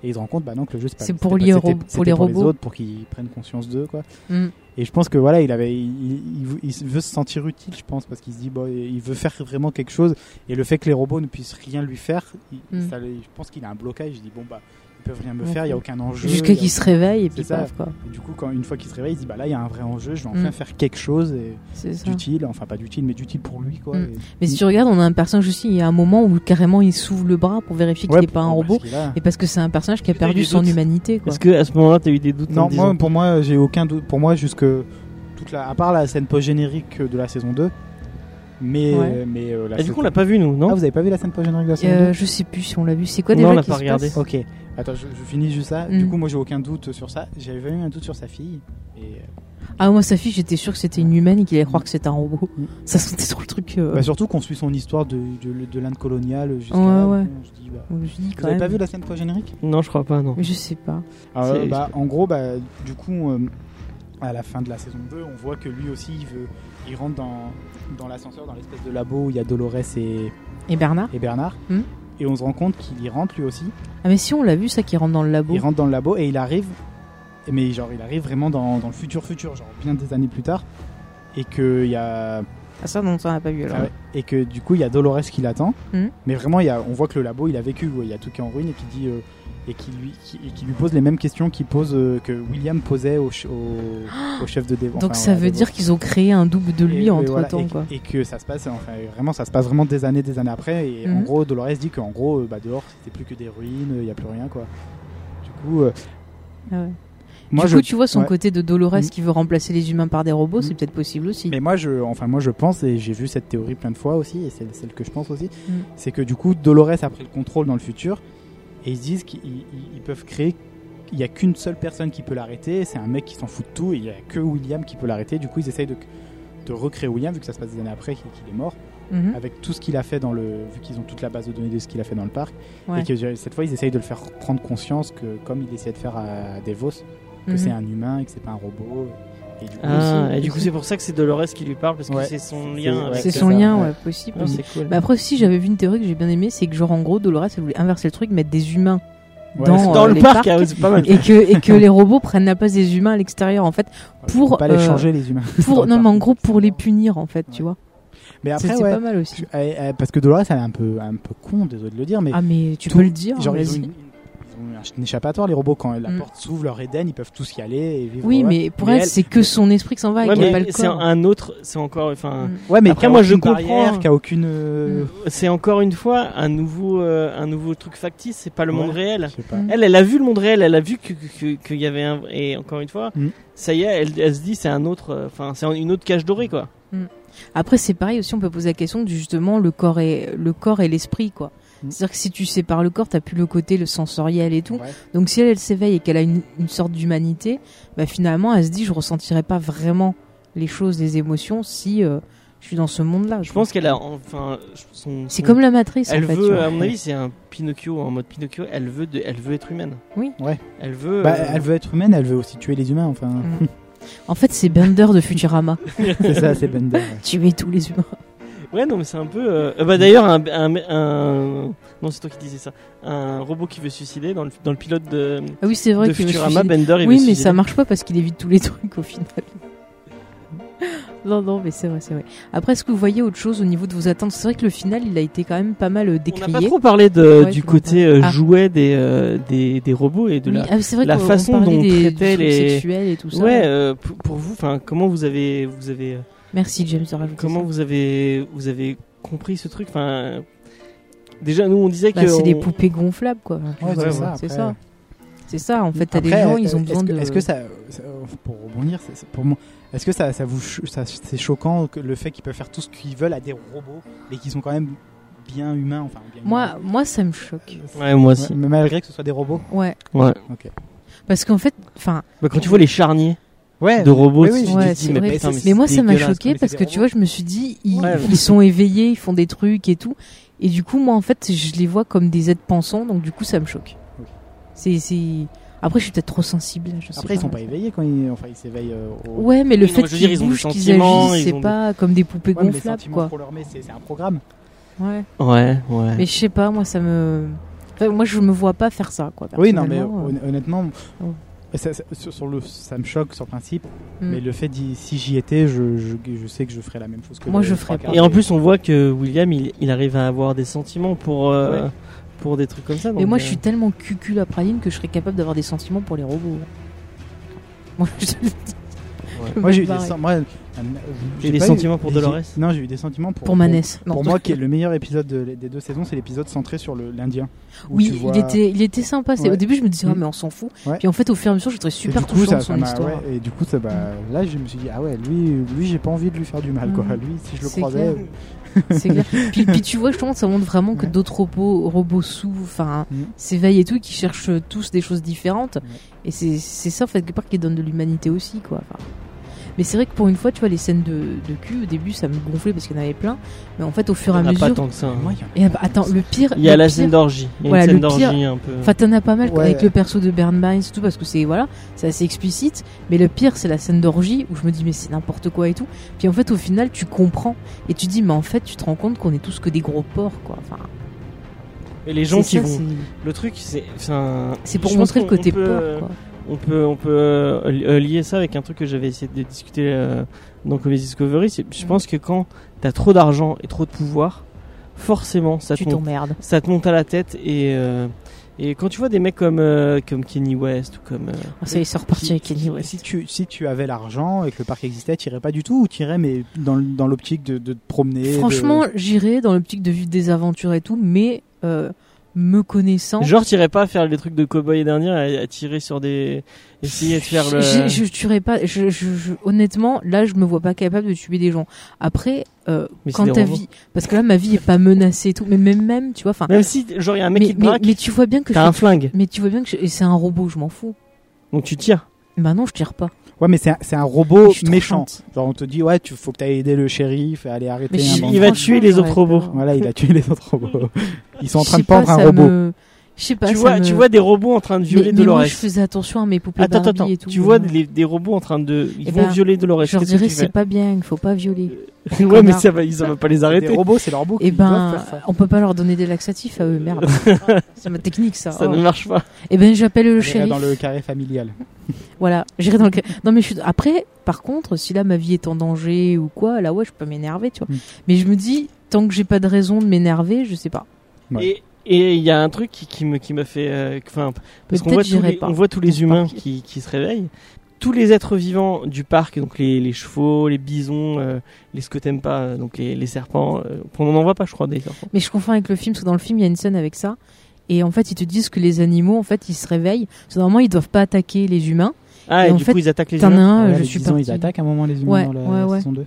Et il se rend compte bah non que le jeu c'est pas-
C'est
c'était
pour
pas-
lier
c'était-
aux robots- pour
c'était
les
les
robots.
autres pour qu'ils prennent conscience d'eux quoi.
Mm.
Et je pense que voilà, il avait, il, il- il veut se sentir utile, je pense, parce qu'il se dit bon, il veut faire vraiment quelque chose. Et le fait que les robots ne puissent rien lui faire, il-
Mm.
ça le- je pense qu'il a un blocage. Il dit bon bah ils peuvent rien me faire, il n'y a aucun enjeu.
Jusqu'à
il y a-
qu'il se réveille et
C'est
puis
ça.
paf, quoi.
Et Du coup, quand, une fois qu'il se réveille, il se dit bah là, il y a un vrai enjeu, je vais
Mm.
enfin faire quelque chose et
C'est ça.
d'utile, enfin pas d'utile, mais d'utile pour lui quoi.
Mm.
Et-
Mais si tu regardes, on a un personnage aussi, il y a un moment où carrément il s'ouvre le bras pour vérifier qu'il
Ouais,
n'est pas un
parce
robot.
qu'il a-
Et parce que c'est un personnage qui a
Parce qu'il y a
perdu
des
son
doutes.
humanité, quoi.
Est-ce que à ce moment-là, t'as eu des doutes en
Non,
te
moi,
disant-
pour moi, j'ai aucun doute. Pour moi, jusque toute la, à part la scène post-générique de la saison 2, mais
Ouais.
mais euh, la
Ah, du
saison-
coup, on l'a pas vu, nous, non
Ah, vous avez pas vu la scène post-générique de la saison
Euh, je sais plus si on l'a vu. C'est quoi
Non,
déjà
on l'a
qui
pas
se
regardé.
passe
2 Ok. Attends, je, je finis juste ça.
Mm.
Du coup, moi, j'ai aucun doute sur ça. J'avais eu un doute sur sa fille. Et, euh,
Ah, moi, sa fille, j'étais sûre que c'était une humaine et qu'il allait croire que c'était un robot. Ça sentait trop le truc. euh,
bah, surtout qu'on suit son histoire de, de, de l'Inde coloniale jusqu'à.
Ouais, ouais.
Je dis, bah,
je dis
vous
quand
avez
même.
pas vu la scène post-générique
Non, je crois pas, non.
Je sais pas.
Alors,
C'est-
bah, En gros, bah, du coup, euh, à la fin de la saison 2, on voit que lui aussi, il, veut, il rentre dans, dans l'ascenseur, dans l'espèce de labo où il y a Dolores et,
Et Bernard
et Bernard.
Hmm.
Et on se rend compte qu'il y rentre lui aussi.
Ah, mais si, on l'a vu, ça, qui rentre dans le labo.
Il rentre dans le labo et il arrive. Mais genre, il arrive vraiment dans, dans le futur futur, genre bien des années plus tard. Et que, il y a,
Ah, ça, non, ça, on l'a pas vu alors.
ah ouais, et que du coup, il y a Dolores qui l'attend.
Hmm.
Mais vraiment, il y a, on voit que le labo, il a vécu. quoi. Il y a tout qui est en ruine et qui dit. euh, et qui lui, qui, et qui lui pose les mêmes questions qu'il pose, euh, que William posait au, ch- au, au chef de débat.
Donc, ça veut dire qu'ils ont créé un double de lui entre temps,
et,
quoi.
et que ça se passe, enfin, vraiment, ça se passe vraiment des années, des années après. Et en
Mhm.
gros, Dolores dit qu'en gros, euh, bah, dehors, c'était plus que des ruines, il n'y a plus rien, quoi. Du coup, euh,
Ah ouais.
moi,
du
je.
coup, tu vois son
ouais.
côté de Dolores
Mm.
qui veut remplacer les humains par des robots, c'est
Mm.
peut-être possible aussi.
Mais moi, je, enfin, moi, je pense, et j'ai vu cette théorie plein de fois aussi, et c'est celle que je pense aussi,
Mhm.
c'est que du coup, Dolores a pris le contrôle dans le futur, et ils se disent qu'ils ils- ils peuvent créer. Il n'y a qu'une seule personne qui peut l'arrêter, c'est un mec qui s'en fout de tout, et il n'y a que William qui peut l'arrêter. Du coup, ils essayent de, de recréer William, vu que ça se passe des années après, qu'il qu'il est mort.
Mhm.
avec tout ce qu'il a fait dans le vu qu'ils ont toute la base de données de ce qu'il a fait dans le parc
Ouais.
et que euh, cette fois ils essayent de le faire prendre conscience que comme il essayait de faire à Devos que
Mhm.
c'est un humain et que c'est pas un robot et du coup
Euh,
Ah,
aussi.
et du coup, c'est pour ça que c'est Dolores qui lui parle, parce que
Ouais.
c'est son
C'est-
lien.
ouais,
avec-
C'est
c'est
son
ça,
lien,
ouais.
ouais, possible.
Non, c'est
Mais
cool.
Bah, après aussi, j'avais vu une théorie que j'ai bien aimée, c'est que genre en gros, Dolores, elle voulait inverser le truc, mettre des humains
Ouais,
dans,
c'est-
euh,
Dans le
les
parc,
parcs,
ah ouais, c'est pas mal.
et que et que les robots prennent la place des humains à l'extérieur en fait. pour,
faut pas les
euh,
changer les humains
Pour
Dans
non
le
mais en
parc.
gros pour les punir en fait, tu vois.
mais après
C'était
ouais
pas mal aussi.
je- elle- elle- parce que Dolores elle est un peu un peu con désolé de le dire mais
Ah mais tu
tout-
peux le dire.
genre ils ont,
vas-y.
une- ils ont un échappatoire les robots quand la
Mm.
porte s'ouvre leur Eden ils peuvent tous y aller et vivre
Oui,
ouais.
mais pour
Mais
elle,
elle-
c'est que son esprit qui s'en va et
Ouais,
qui a pas
mais
le
c'est
corps.
un autre, c'est encore, enfin,
Mm.
ouais mais
Après,
qu'il y a
moi, je
aucune barrière,
comprends.
qu'il y a aucune euh,
c'est encore une fois un nouveau, euh, un nouveau truc factice. C'est pas le monde
Ouais.
réel.
je sais pas
Mm.
Elle, elle a vu le monde réel, elle a vu que- que- que- qu'il y avait un. Et encore une fois,
Mm.
ça y est, elle, elle se dit c'est un autre. euh, Enfin, c'est une autre cage dorée quoi.
Après, c'est pareil aussi, on peut poser la question du justement le corps et le corps et l'esprit quoi.
Mm.
C'est-à-dire que si tu sépares le corps, t'as plus le côté le sensoriel et tout.
Ouais.
Donc si elle, elle s'éveille et qu'elle a une, une sorte d'humanité, bah finalement elle se dit je ressentirai pas vraiment les choses, les émotions si euh, je suis dans ce monde-là.
Je pense qu'elle a enfin. son-
c'est
son-
comme la matrice.
Elle
en fait, tu
veut, euh,
vois.
à mon avis, c'est un Pinocchio en mode Pinocchio. Elle veut, de, elle veut être humaine.
Oui.
Ouais.
Elle veut.
Bah,
euh,
elle veut être humaine elle veut aussi tuer les humains enfin
Mm. En fait, c'est Bender de Futurama.
c'est ça c'est Bender ouais.
Tuer tous les humains.
Ouais, non, mais c'est un peu. euh, euh, bah d'ailleurs, un, un, un- non, c'est toi qui disais ça. Un robot qui veut se suicider dans le dans le pilote de,
Ah oui, c'est vrai
de
qu'il veut se
Futurama,
suicider.
Bender. Il veut
Oui,
se
mais
suicider.
ça marche pas parce qu'il évite tous les trucs au final. non, non, mais c'est vrai, c'est vrai. Après, est-ce que vous voyez autre chose au niveau de vos attentes C'est vrai que le final, il a été quand même pas mal euh,
On n'a pas
décrié.
trop parlé de,
Ouais,
du
tu m'en
côté euh,
Ah.
jouet des, euh, des des robots et de la.
Oui, ah, c'est vrai
la
qu'on- on
façon
parlait
dont on
des,
traitait
du truc
les-
sexuel et tout ça.
ouais, euh, pour, pour vous, enfin, comment vous avez vous avez euh,
Merci James de rajouter
comment
ça.
vous avez vous avez compris ce truc, enfin. Déjà, nous on disait
Bah,
que
c'est
on-
des poupées gonflables quoi.
Ouais,
Je veux
c'est
dire,
ça,
c'est
après.
ça. C'est ça. En fait, t'as des
Après,
gens,
euh,
ils ont
est-ce
besoin
que-
de.
Est-ce que ça, ça- pour rebondir, c'est- c'est- pour moi, est-ce que ça, ça vous, cho- ça- c'est choquant que le fait qu'ils peuvent faire tout ce qu'ils veulent à des robots, mais qui sont quand même bien humains, enfin bien
Moi, moi, ça me choque.
humains.
Ouais, moi aussi.
Mais malgré que ce soit des robots.
Ouais.
Ouais.
Parce qu'en fait, enfin,
Bah, quand tu vois les charniers
Ouais.
de robots,
oui,
tu
oui,
te
ouais,
dis,
c'est
mais
vrai.
putain, mais,
Mais moi,
c'est
ça m'a
dégueulasse.
choqué
mais
parce
c'est
que
des
tu vois, je me suis dit, ils,
Ouais, ouais.
ils sont éveillés, ils font des trucs et tout. Et du coup, moi, en fait, je les vois comme des aides pensants, donc du coup, ça me choque.
Ok.
C'est, c'est. Après, je suis peut-être trop sensible. Je sais
Après, ils sont pas éveillés quand ils, enfin, ils s'éveillent. euh, au-
Ouais, mais le
Oui, non,
fait
mais je veux dire,
qu'ils
ils ont des
bougent, qu'ils
sentiments,
agissent,
ils ont
c'est
des-
pas comme des poupées
Ouais, mais les
gonflables,
sentiments
quoi.
qu'on leur met, c'est c'est un programme.
Ouais.
Ouais, ouais.
Mais je sais pas, moi, ça me. Enfin, moi, je me vois pas faire ça, quoi.
Oui, non, mais
personnellement,
hon- honnêtement,
Oh.
ça, ça- sur, sur le, ça me choque sur le principe,
Mm.
mais le fait d'y- si j'y étais, je, je, je sais que je ferais la même chose que
Moi,
les
je
trois
ferais pas.
quarts
Et en
des-
plus, on voit que William, il, il arrive à avoir des sentiments pour, euh,
Ouais.
pour des trucs comme ça.
Mais
donc,
moi,
euh,
je suis tellement cucul à praline que je serais capable d'avoir des sentiments pour les robots. Moi, je te le dis. Je
Moi, j'ai
me
eu des,
barre.
sen- moi, euh, j'ai
des
pas eu-
sentiments pour
j'ai-
Dolores
Non, j'ai eu des sentiments pour
Pour Manès. Non.
Pour, moi, qui est le meilleur épisode de- des deux saisons, c'est l'épisode centré sur le- l'Indien. où
Oui,
tu vois-
il, était, il était sympa. c'est-
Ouais.
Au début, je me disais, ah,
Mm.
mais on s'en fout.
Ouais.
Puis en fait, au fur et à mesure, je trouvais
Et
super
du coup,
touchant
ça,
de son
ça m'a-
histoire.
ouais, et du coup, ça, bah, là, je me suis dit, ah ouais, lui, lui j'ai pas envie de lui faire du mal, quoi.
Mm.
Lui, si je le
C'est
croisais.
clair. C'est clair. puis, puis tu vois, je pense que ça montre vraiment que
Ouais.
d'autres robots, robots sous, enfin,
Mm.
s'éveillent et tout, qui cherchent euh, tous des choses différentes.
Ouais.
Et c'est c'est ça, en fait, quelque part, qui donne de l'humanité aussi, quoi. Enfin, mais c'est vrai que pour une fois, tu vois, les scènes de, de cul, au début, ça me gonflait parce qu'il y en avait plein. Mais en fait, au fur et
il y
à
en a pas
mesure.
tant que ça. hein.
euh, Moi, il y en a-
Et, ah bah, attends, le pire.
Il y a
le
la
pire-
scène d'orgie. Il y a
Voilà,
une
le
scène
pire-
d'orgie un peu.
Enfin, t'en as pas mal
Ouais.
avec le perso de Bern Bynes, tout parce que c'est voilà, c'est assez explicite. Mais le pire, c'est la scène d'orgie où je me dis mais c'est n'importe quoi et tout. Puis en fait, au final, tu comprends et tu dis mais en fait, tu te rends compte qu'on est tous que des gros porcs quoi. Enfin,
Et les gens
c'est
qui
ça,
vont.
c'est-
Le truc, c'est. enfin,
C'est pour
je pense
montrer le
qu'on- on
côté
peut,
porc quoi.
On peut, on peut euh, li- euh, lier ça avec un truc que j'avais essayé de discuter euh, dans Comedy Discovery. c'est- Je
Mhm.
pense que quand t'as trop d'argent et trop de pouvoir, forcément, ça te,
Tu
monte,
t'emmerdes.
ça te monte à la tête. Et, euh, et quand tu vois des mecs comme, euh, comme Kenny West ou comme. euh,
Ah, ça y est, c'est reparti
qui-
avec Kenny
Et
West.
Si tu, si tu avais l'argent et que le parc existait, t'irais pas du tout ou t'irais mais dans, le- dans l'optique de, de te promener de-
Franchement, j'irai dans l'optique de vivre des aventures et tout, mais euh, me connaissant.
Genre, t'irais pas faire les trucs de cowboy et dernière à, à tirer sur des. Essayer de faire le.
Je, je, je tuerais pas. Je, je- je- honnêtement, là, je me vois pas capable de tuer des gens. Après, euh,
Mais c'est
quand
des
ta
robots.
vie, parce que là, ma vie est pas menacée et tout, mais même, même, tu vois, enfin.
Même si, genre, y a un mec
mais,
qui te
mais-
braque,
mais tu vois bien que.
t'as
je-
un flingue.
Mais tu vois bien que je- et c'est un robot, je m'en fous.
Donc tu tires.
Bah non, je tire pas.
Ouais, mais c'est un, c'est un robot
Mais je suis trop
Oh, méchant.
gentille.
Genre, on te dit, ouais, tu, faut que t'ailles aider le shérif et aller arrêter
Mais
un
je-
Il
bandit.
va
franchement,
tuer les autres
j'aurais
robots.
peur.
Voilà, il a tué les autres robots. Ils sont en
Je
train de
sais pas,
pendre un
ça
robot.
me- Je sais pas.
tu
ça
vois,
me-
tu vois des robots en train de
Mais-
violer
mais
Dolores.
moi, je faisais attention à mes poupées
Attends,
Barbie
attends,
et tout.
tu vois
non.
des, des robots en train de, ils
Eh
vont
ben,
violer Dolores.
Je leur
Qu'est-ce que
dirais,
tu
c'est pas bien, il faut pas violer.
fais Ouais, mais ça va, ils vont pas les
Les
arrêter.
robots, c'est leur robot.
Et
qui doivent
ben,
faire ça.
on peut pas leur donner des laxatifs à eux, merde. c'est ma technique, ça.
Ça
Oh.
hein.
ne marche pas.
Eh ben, j'appelle le
On irait
shérif.
dans le carré familial.
Voilà, j'irai dans le. Non mais je suis. Après, par contre, si là ma vie est en danger ou quoi, là ouais, je peux m'énerver, tu vois.
Mm.
Mais je me dis, tant que j'ai pas de raison de m'énerver, je sais pas.
Ouais.
Et et il y a un truc qui, qui me qui m'a fait, euh, que- enfin,
Mais
parce qu'on voit
peut-être
tous
j'irai
les,
pas.
on voit tous les humains qui, qui se réveillent, tous les êtres vivants du parc, donc les, les chevaux, les bisons, euh, les ce que t'aimes pas, euh, donc les, les serpents. euh, on n'en voit pas, je crois, des serpents.
Mais je confonds avec le film, parce que dans le film il y a une scène avec ça. Et en fait, ils te disent que les animaux, en fait, ils se réveillent. Parce que normalement, ils doivent pas attaquer les humains.
Ah,
Et
et,
en
du
fait,
coup ils attaquent les
T'en as
humains.
un,
Ouais,
je
les
suis
bisons,
partie.
ils attaquent à un moment les humains
Ouais,
dans la
ouais, ouais.
saison 2.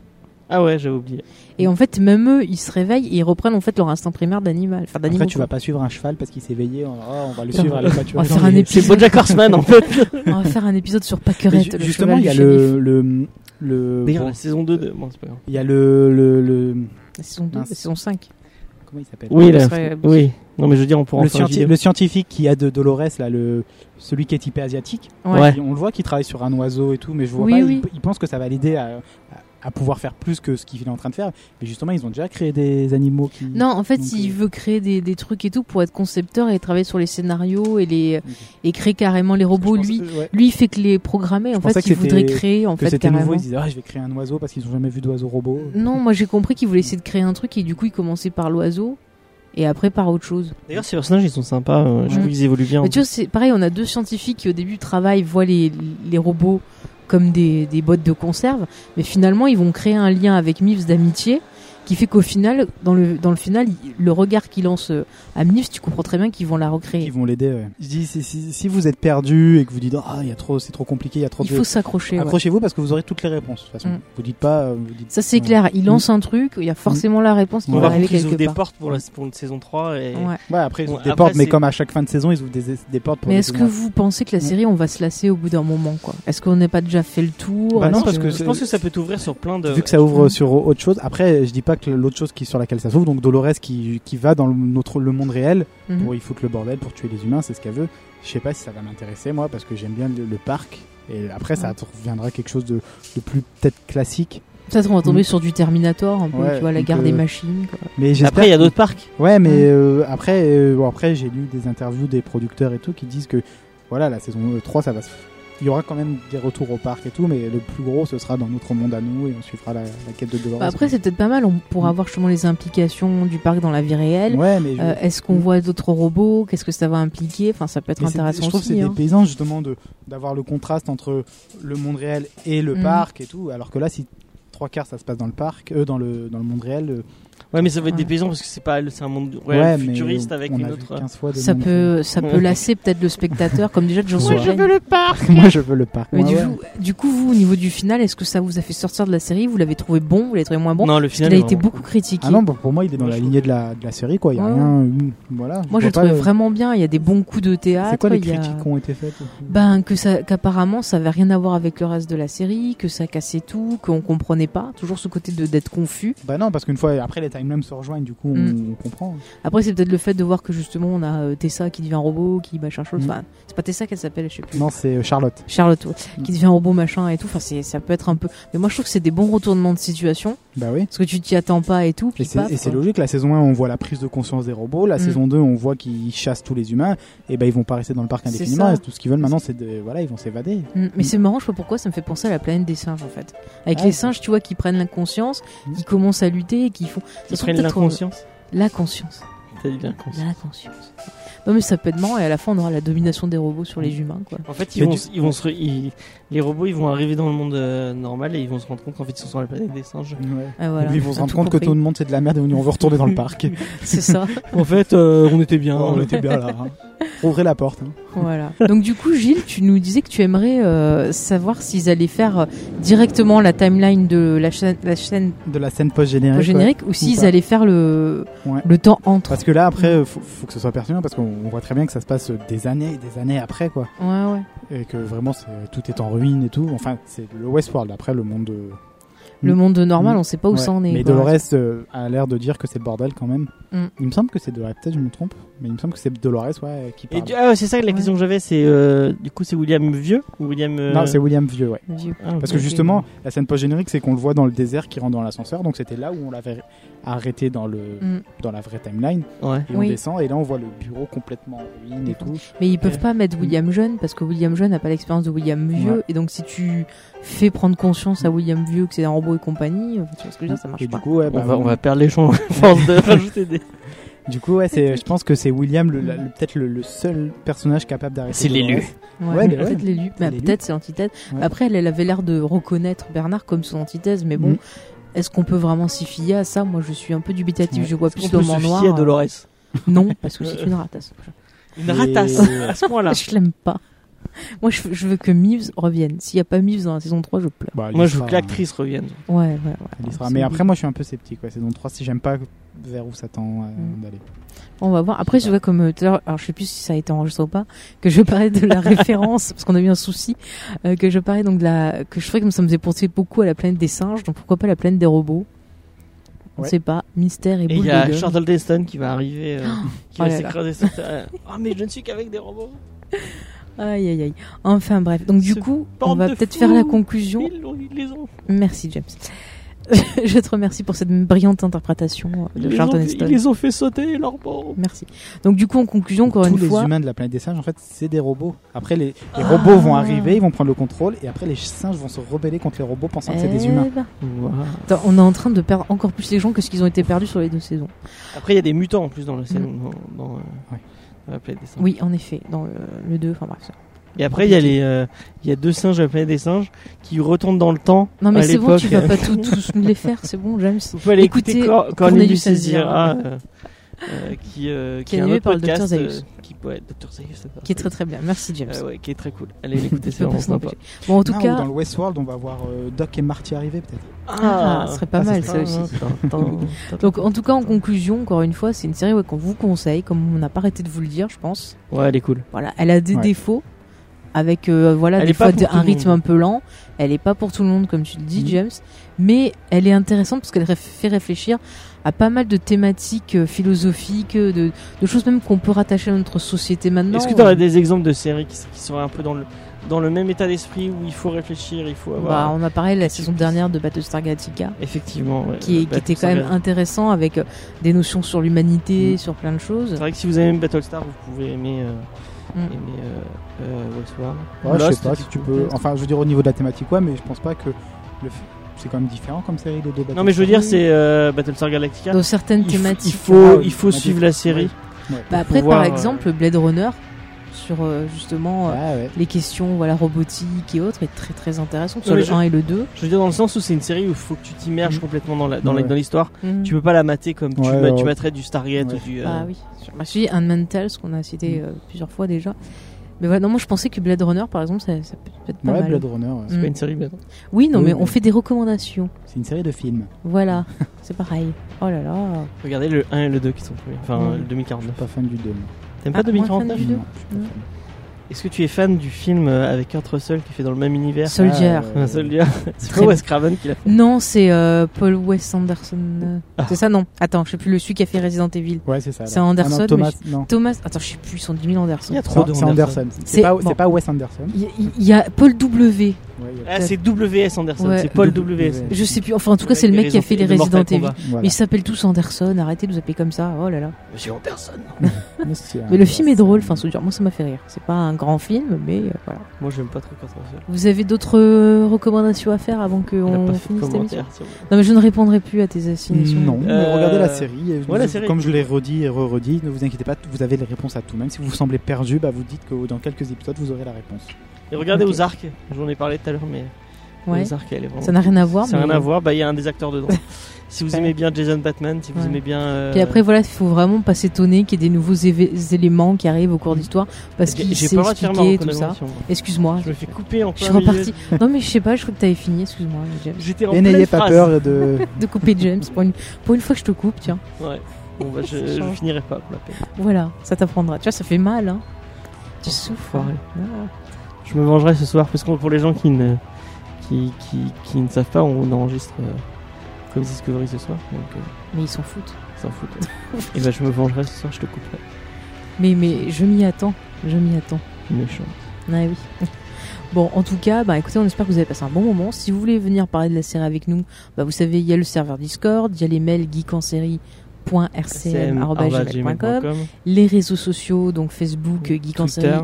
Ah ouais, j'avais oublié.
Et en fait, même eux, ils se réveillent et ils reprennent en fait leur instinct primaire d'animal. Enfin, d'animal.
Après, tu vas pas suivre un cheval parce qu'il s'est éveillé. On, oh, on va le
Putain,
suivre à la
on va
pâture.
faire un épisode.
C'est Bojack Horseman en fait.
On va faire un épisode sur
Mais
Packerette.
ju-
le
Justement,
cheval
il y a
du shérif.
le, le, le-
D'ailleurs,
bon,
la saison 2 de. Bon, c'est pas grave.
il y a le, le, le-
La saison 2, la
Mince.
saison 5.
comment il s'appelle
Oui,
Ce
là,
serait-
oui. Non, mais je veux dire, on pourra en
le,
faire une
scienti-
vidéo.
le scientifique qui a de Dolores, là, le, celui qui est typé asiatique,
Ouais.
Ouais.
Et on le voit qui travaille sur un oiseau et tout, mais je vois
Oui,
pas,
oui.
Il, il pense que ça va l'aider à, à- à pouvoir faire plus que ce qu'il est en train de faire. Mais justement, ils ont déjà créé des animaux qui.
Non, en fait,
Donc,
il
euh,
veut créer des, des trucs et tout pour être concepteur et travailler sur les scénarios et les et créer carrément les
Je
robots.
pense-
Lui,
ouais.
lui il fait que les programmer. En
pensais
fait,
que
il voudrait
c'était-
créer en
Que
fait
c'était nouveau,
carrément.
ils disaient ah, je vais créer un oiseau parce qu'ils ont jamais vu d'oiseau robot.
Non, moi j'ai compris qu'il voulait essayer de créer un truc et du coup il commençait par l'oiseau et après par autre chose.
D'ailleurs, ces personnages, ils sont sympas. euh, Je
Ouais.
trouve qu'ils évoluent bien.
Mais tu vois, c'est pareil, on a deux scientifiques qui au début travaillent, voient les, les robots comme des, des boîtes de conserve, mais finalement ils vont créer un lien avec Mives d'amitié qui fait qu'au final, dans le, dans le final, il- le regard qu'il lance euh, à Mives, tu comprends très bien qu'ils vont la
Qui
recréer.
vont l'aider. ouais. Je dis si, si- si vous êtes perdu et que vous dites ah il y a trop c'est trop compliqué il y a trop
Il
de
faut s'accrocher. ouais.
accrochez-vous parce que vous aurez toutes les réponses. De toute façon,
Mm.
vous dites pas. euh, Vous dites,
Ça c'est
Ouais.
clair, il lance un truc, il y a
Mm.
forcément la réponse qui
On
Ouais.
va
va
arriver
qu'ils ouvrent
quelque
des
part.
portes pour la, pour la saison 3
Ouais.
et.
Ouais, après ils
Bon,
ouvrent des
après,
portes, mais
c'est-
comme à chaque fin de saison, ils ouvrent des, des portes. Pour
Mais
les
est-ce que
saisons.
vous pensez que la
Mm.
série on va se lasser au bout d'un moment quoi Est-ce qu'on n'est pas déjà fait le tour
Bah non,
Est-ce
parce que
Je pense que ça peut t'ouvrir sur plein de.
Vu que ça ouvre
Mm.
sur autre chose, après je dis pas que l'autre chose qui sur laquelle ça s'ouvre, donc Dolores qui, qui va dans le, notre, le monde réel
Mhm.
pour y foutre le bordel, pour tuer les humains, c'est ce qu'elle veut. Je sais pas si ça va m'intéresser moi parce que j'aime bien le, le parc et après ça
Ouais.
reviendra quelque chose de, de plus peut-être classique.
Peut-être on va tomber
Mm.
sur du Terminator un peu,
Ouais,
tu vois la
donc,
gare des
euh,
machines. quoi.
Mais j'espère
Après, il y a
que-
d'autres Mhm. parcs.
Ouais, mais
Mm.
euh, après, euh, bon, après j'ai lu des interviews des producteurs et tout qui disent que voilà, la saison 3, ça va se il y aura quand même des retours au parc et tout, mais le plus gros, ce sera dans notre monde à nous et on suivra la, la quête de Dolores.
Bah après, c'est peut-être pas mal. On pourra voir justement les implications du parc dans la vie réelle.
Mm. Ouais, mais je-
Euh, Est-ce qu'on voit d'autres robots Qu'est-ce que ça va impliquer Enfin, ça peut être
mais c'est-
intéressant
je trouve que c'est
aussi. hein.
dépaysant justement de d'avoir le contraste entre le monde réel et le
Mhm.
parc et tout, alors que là, si trois quarts ça se passe dans le parc, euh, dans le dans le monde réel, euh,
Ouais, mais ça va être
Ouais.
des paysans parce que c'est pas c'est un monde
ouais,
réel
mais
futuriste
on-
avec
on
une
a vu
autre.
15 fois des
Ça
mondes
peut, ça peut
Ouais.
lasser peut-être le spectateur, comme déjà de gens se
Moi, je
plaignent.
le parc.
réels. Moi, je veux le parc.
Mais
Ouais,
du,
ouais.
coup, du coup, vous, au niveau du final, est-ce que ça vous a fait sortir de la série Vous l'avez trouvé bon Vous l'avez trouvé moins Ah bon
Non, le
Il
final.
a
est
été
vraiment-
beaucoup critiqué.
Ah non, bon, pour moi, il est dans
Moi,
la
je
lignée de la, de la série, quoi. Il y a
Ouais.
rien. euh, Voilà. je
Moi, je le
vois pas
trouvais
le-
vraiment bien. Il y a des bons coups de théâtre.
C'est quoi les
il y a-
critiques qui ont été faites
Ben que ça, qu'apparemment ça avait rien à voir avec le reste de la série, que ça cassait tout, qu'on comprenait pas. Toujours ce côté de d'être confus.
Bah non, parce qu'une fois après, les timelines se rejoignent, du coup, on,
Mm.
on comprend.
Après c'est peut-être le fait de voir que justement on a euh, Tessa qui devient un robot, qui machin chose.
Mm.
Enfin c'est pas Tessa qu'elle s'appelle, je sais plus.
Non, c'est euh, Charlotte.
Charlotte ouais,
Mm.
qui devient un robot machin et tout. Enfin c'est, ça peut être un peu. Mais moi je trouve que c'est des bons retournements de situation
Bah oui.
parce que tu t'y attends pas et tout.
Et
puis
c'est
paf,
et c'est
quoi.
logique, la saison 1, on voit la prise de conscience des robots, la
Mm.
saison 2, on voit qu'ils chassent tous les humains, et ben ils vont pas rester dans le parc
C'est
indéfiniment,
ça.
et tout ce qu'ils veulent maintenant, c'est de. Voilà, ils vont s'évader.
Mm, Mais
Mm.
c'est marrant, je sais pas pourquoi, ça me fait penser à la planète des singes en fait. Avec
Ah,
les
c'est-
singes, tu vois, qui prennent la conscience,
Mm.
qui commencent à lutter et qui font. Ça
Ils
sent
prennent
peut-être-
l'inconscience.
La conscience.
T'as dit l'inconscience.
La conscience. Non mais ça peut être marrant et à la fin on aura la domination des robots sur
Mm.
les humains quoi.
En fait, ils
Mais
vont,
du-
se- ils vont se, re- ils- les robots, ils vont arriver dans le monde euh, normal et ils vont se rendre compte qu'en fait, ils sont sur la planète des singes.
Ah, voilà,
Et puis, ils vont
on
se
a
rendre
tout
compte que
compris.
tout le monde c'est de la merde et on va retourner dans le parc.
C'est ça.
En fait, euh, on était bien.
on était bien là. hein. Ouvrez la porte. hein.
voilà. Donc du coup Gilles, tu nous disais que tu aimerais euh, savoir s'ils allaient faire euh, directement la timeline de la chaîne, la chaîne
De la scène post-générique. ouais.
générique ou s'ils
pas.
allaient faire le
Ouais.
le temps entre.
Parce que là, après, euh, faut, faut que ce soit pertinent, parce qu'on on voit très bien que ça se passe euh, des années et des années après, quoi.
Ouais ouais.
Et que vraiment, c'est- tout est en ruine et tout. Enfin, c'est le Westworld. Après, le monde. euh,
Le
Mm.
monde normal,
Mm.
on sait pas où
ouais.
ça en est.
Mais
quoi.
Dolores euh, a l'air de dire que c'est le bordel quand même.
Mm.
Il me semble que c'est Dolores. Peut-être je me trompe, mais il me semble que c'est Dolores, ouais, qui
Et
parle.
du- ah, c'est ça la question que j'avais, c'est euh, du coup, c'est William vieux ou William. euh,
Non, c'est William Vieux, ouais.
Vieux.
ah,
Parce
ok.
que justement, la scène post-générique, c'est qu'on le voit dans le désert qui rentre dans l'ascenseur. Donc c'était là où on l'avait arrêté dans, le,
Mm.
dans la vraie timeline.
Ouais.
Et
Oui.
on descend, et là on voit le bureau complètement en ruine et tout.
Mais ils peuvent
Ouais.
pas mettre William jeune parce que William jeune n'a pas l'expérience de William vieux
Ouais.
et donc si tu fais prendre conscience à William vieux que c'est un robot et compagnie, euh, tu vois ce que je veux dire, ça marche
Et
pas.
du coup, ouais,
On
bah,
va, on
on-
va perdre les gens à force de rajouter des.
Du coup, ouais, c'est, je pense que c'est William, le, la- le- peut-être le, le seul personnage capable d'arrêter.
C'est
Dolores.
l'élu.
ouais, mais
peut-être
ouais.
l'élu, Bah,
l'élu.
peut-être c'est l'antithèse.
Ouais.
Après, elle, elle avait l'air de reconnaître Bernard comme son antithèse, mais bon,
Mhm.
est-ce qu'on peut vraiment s'y fier à ça Moi, je suis un peu dubitatif.
Ouais.
Je vois
Est-ce
plus
qu'on peut
d'hommes en
se fier
noir.
à Dolores.
euh, Non, parce que c'est une ratasse.
hein. Une
Et-
ratasse à ce point-là.
Je l'aime pas. Moi, je, je veux que Mives revienne. S'il y a pas Mives dans la saison 3, je pleure.
Bah, elle y
Moi, je
sera,
veux que l'actrice revienne.
Ouais, ouais, ouais.
hein.
Ah,
Elle y sera.
C'est
Mais
une
après, moi, je suis un peu sceptique. Ouais, saison 3, si j'aime pas vers où ça tend euh,
Mm.
d'aller.
On va voir. Après, je vois comme euh, tout à l'heure, alors je sais plus si ça a été enregistré ou pas, que je parlais de la référence, parce qu'on a eu un souci, euh, que je parlais donc de la, que je trouvais que ça me faisait penser beaucoup à la planète des singes, donc pourquoi pas la planète des robots On
Ouais.
sait pas, mystère et,
Et il
boule
y
de
a
gomme.
Charles Deston qui va arriver, euh, qui
Oh
va
là là.
s'écraser. sur terre. Ah, mais je ne suis qu'avec des robots.
Aïe aïe aïe. Enfin bref, donc du
Ce
coup, on
bande
va
de
peut-être
fous.
faire la conclusion.
Ils, l'ont- ils les ont.
Merci James. je te remercie pour cette brillante interprétation euh,
Ils
de
les ont,
Charlton
ils
Heston.
les ont fait sauter leurs bords.
Merci. Donc du coup, en conclusion, encore
Tous
une
les
fois,
humains de la planète des singes, en fait, c'est des robots. Après, les, les
Ah.
robots vont arriver, ils vont prendre le contrôle, et après, les singes vont se rebeller contre les robots pensant que c'est des
Eh
humains.
ben. Attends, on est en train de perdre encore plus les gens que ce qu'ils ont été perdus sur les deux saisons.
Après, il y a des mutants en plus dans la scène. Dans, dans, euh,
Ouais.
dans la planète des singes.
Oui, en effet, dans le, le 2, enfin bref. ça.
Et après, il y, a les, euh, il y a deux singes à la planète des singes qui retournent dans le temps.
Non mais
à
c'est bon, tu vas
l'époque.
pas tout- tous nous les faire, c'est bon, James.
Vous pouvez aller
Écoutez,
écouter Cor-
Cornelius
Cornelius et Zira,
Zira.
euh, euh, qui, euh,
Qui est
est un
animé
autre
par le
podcast,
Dr.
euh,
Zaius.
qui, ouais, Dr. Zaius, c'est ça.
Qui est très très bien, merci James.
Euh, ouais, qui est très cool. Allez l'écouter, c'est
On peut
vraiment
pas s'en
sympa.
empêcher. Bon en tout
Non, ou
cas,
dans le Westworld, on va voir euh, Doc et Marty arriver, peut-être.
Ah, ce serait pas mal, ça aussi.
Ah,
donc en tout cas en conclusion, encore une fois, c'est une série ouais, qu'on vous conseille, comme on n'a pas arrêté de vous le dire, je pense.
Ouais, elle est cool.
Voilà, elle a des
Ouais.
défauts, avec euh, voilà
Elle
des
est pas
fois
pour
des-
tout
un
le monde. Mm.
rythme un peu lent. Elle est pas pour tout le monde comme tu le dis,
Mhm.
James, mais elle est intéressante parce qu'elle réf- fait réfléchir à pas mal de thématiques euh, philosophiques, euh, de, de choses même qu'on peut rattacher à notre société maintenant.
Est-ce que tu aurais des exemples de séries qui, qui seraient un peu dans le, dans le même état d'esprit où il faut réfléchir, il faut avoir.
Bah, on a parlé de la
Et tu-
saison dernière de Battlestar Galactica,
Effectivement. ouais,
qui, est- qui
Battlestar
était quand même
Galactica. Mm.
intéressant avec euh, des notions sur l'humanité, sur plein de choses.
C'est vrai que si vous aimez Battlestar, vous pouvez aimer euh,
Mm.
aimé euh, euh, Westworld.
Ouais, je
Lost,
sais pas
tu
si tu
peux
peux.
peut-être.
Enfin, je veux dire au niveau de la thématique, ouais, mais je pense pas que le f- c'est quand même différent comme série les deux.
Non, mais je veux dire, c'est euh, Battlestar Galactica.
Dans certaines
Il f-
thématiques.
Il faut,
Ah,
il faut
oui.
suivre la série.
Bah,
faut
après,
voir,
par
euh,
exemple, Blade Runner, sur euh, justement euh,
Ouais, ouais.
les questions voilà, robotiques et autres, est très très intéressant, que ce soit
Non,
le
mais je-
1 et le 2.
Je veux dire, dans le sens où c'est une série où il faut que tu t'immerges
Mhm.
complètement dans la- dans la-
Ouais.
dans l'histoire.
Mm.
Tu peux pas la mater comme tu,
Ouais,
ma-
ouais.
tu materais du Stargate
Ouais.
ou du. euh,
Ah oui, sur- bah, si, Unmental, ce qu'on a cité euh, plusieurs fois déjà. Mais voilà, non, moi je pensais que Blade Runner, par exemple, ça, ça peut être pas
Ouais,
mal.
Blade Runner, ouais.
C'est
Mm.
pas une série, mais attends.
Oui, non,
Oui,
mais
mais-
on fait des recommandations.
c'est une série de films.
Voilà, c'est pareil. Oh là là.
Regardez le 1 et le 2 qui sont premiers. Enfin,
Mhm.
le 2049.
Pas fan du 2. moi.
T'aimes
Ah,
pas 2049
moi, fan du deux.
Non, je suis pas
Mm.
fan.
Est-ce que tu es fan du film euh, avec Kurt Russell qui fait dans le même univers
Soldier.
Ah,
Un seul lien. C'est
Très
pas
bien.
Wes Craven qui l'a fait.
Non, c'est euh, Paul Wes Anderson. euh,
Ah.
C'est ça, non Attends, je sais plus, le celui qui a fait Resident Evil.
Ouais, c'est ça.
C'est
alors.
Anderson,
Ah non,
mais
Thomas, non.
Thomas, attends, je sais plus son 10 000 Anderson.
Il y a
C'est
trop de
c'est Anderson.
C'est-
C'est pas,
bon.
c'est pas Wes Anderson.
Il y a- il y a Paul W.
Ouais, il y a-
Ah, c'est WS Anderson,
Ouais.
c'est Paul
W.
WS.
Je sais plus, enfin en tout cas c'est le mec qui a fait les Resident Evil. Mais ils s'appellent tous Anderson, arrêtez de vous appeler comme ça, oh là là.
Monsieur Anderson.
Mais c'est
Mais le film est
Anderson.
drôle, enfin Soldier, moi ça m'a fait rire. C'est pas un grand film, mais euh, voilà.
Moi, j'aime pas trop Kurt Russell.
Vous avez d'autres euh, recommandations à faire avant
On n'a
qu'on
pas fait de
finisse cette émission
commentaires. sur-
Non mais je ne répondrai plus à tes assignations.
Mm, Non, mais
Euh,
regardez la série. et
ouais, la
vous-
série.
Comme je l'ai redit et re-redit, ne vous inquiétez pas, vous avez les réponses à tout. Même si vous vous semblez perdu, bah, vous dites que dans quelques épisodes, vous aurez la réponse.
Et regardez
Ok.
aux arcs, j'en ai parlé tout à l'heure, mais
Ouais.
aux arcs, elle est vraiment.
Ça n'a rien à voir.
Ça n'a
mais-
rien à voir, bah il y a un des acteurs dedans. si vous aimez bien Jason Batman, si vous
Ouais.
aimez bien. euh,
Puis après voilà, il faut vraiment pas s'étonner qu'il y ait des nouveaux éve- éléments qui arrivent au cours d'histoire parce
Mmh. j'ai-
qu'il
j'ai
s'est
pas le droit de faire ma
expliqué tout ça.
recommandation.
Excuse-moi,
Je me fais couper en
je
plein
suis
milieu.
reparti. Non mais je sais pas, je crois que t'avais fini, excuse-moi. James.
J'étais en
Et
pleine
n'ayez pas
phrase.
peur de.
De couper James pour une... pour une fois que je te coupe, tiens.
Ouais. Bon, bah, je,
Ça
je
change.
finirai pas. pour la peine.
Voilà, ça t'apprendra. Tu vois, ça fait mal, hein. Tu souffres.
Enfoiré.
Ah.
Je me vengerai ce soir parce que pour les gens qui ne qui, qui, qui ne savent pas, on enregistre euh, comme Discovery ce soir, donc euh,
Mais ils s'en foutent.
ils s'en foutent. Et bah je me vengerai ce soir, je te couperai.
Mais, mais je m'y attends. Je m'y attends.
Méchant.
Ah oui. Bon, en tout cas, bah écoutez, on espère que vous avez passé un bon moment. Si vous voulez venir parler de la série avec nous, bah vous savez, il y a le serveur Discord, il y a les mails euh, geekenserie.rcm.com,
cm@gmail.com,
les réseaux sociaux, donc Facebook, euh, Geek en
Twitter,
série,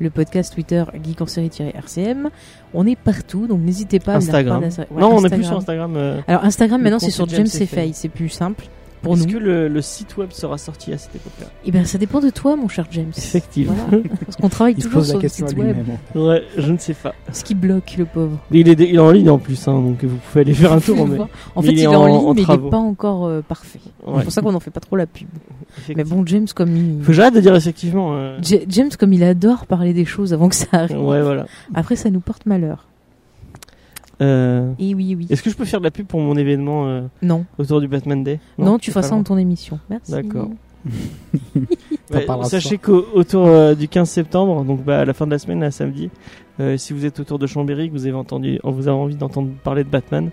le podcast Twitter, Geek en série-rcm. On est partout, donc n'hésitez pas à venir
Instagram.
parler de la série. Ouais,
non, on est
Instagram.
plus sur Instagram. euh,
Alors Instagram,
Le
maintenant, c'est
compte
sur
de
James
James
et
Fay.
Faye, c'est plus simple pour
Est-ce
nous.
que le, le site web sera sorti à cette époque-là
Eh bien, ça dépend de toi, mon cher James.
Effectivement.
Voilà. Parce qu'on travaille
Il se
toujours
pose
sur
la
le
question à
site web.
lui-même.
Ouais, je ne sais pas.
Ce qui bloque le pauvre.
Il est, il est en ligne en plus, hein, donc vous pouvez aller faire un tour. mais...
En
mais
fait, il
il est
est en
en-
ligne,
en
mais il
travaux.
n'est pas encore euh, parfait. C'est
Ouais,
pour ça qu'on n'en fait pas trop la pub. Mais
effectivement.
bon, James, comme il...
Faut que j'arrête de dire effectivement. euh,
J- James, comme il adore parler des choses avant que ça arrive,
Ouais, voilà.
après, ça nous porte malheur.
Euh,
Et Eh oui, oui.
Est-ce que je peux faire de la pub pour mon événement euh,
Non.
autour du Batman Day
Non, tu
c'est
feras
pas
ça dans
loin.
ton émission. Merci.
D'accord.
T'en
Ouais,
parleras ce
sachez qu'autour du 15 septembre, donc bah, à la fin de la semaine, là, samedi, euh, si vous êtes autour de Chambéry, que vous avez entendu, on vous avez envie d'entendre parler de Batman,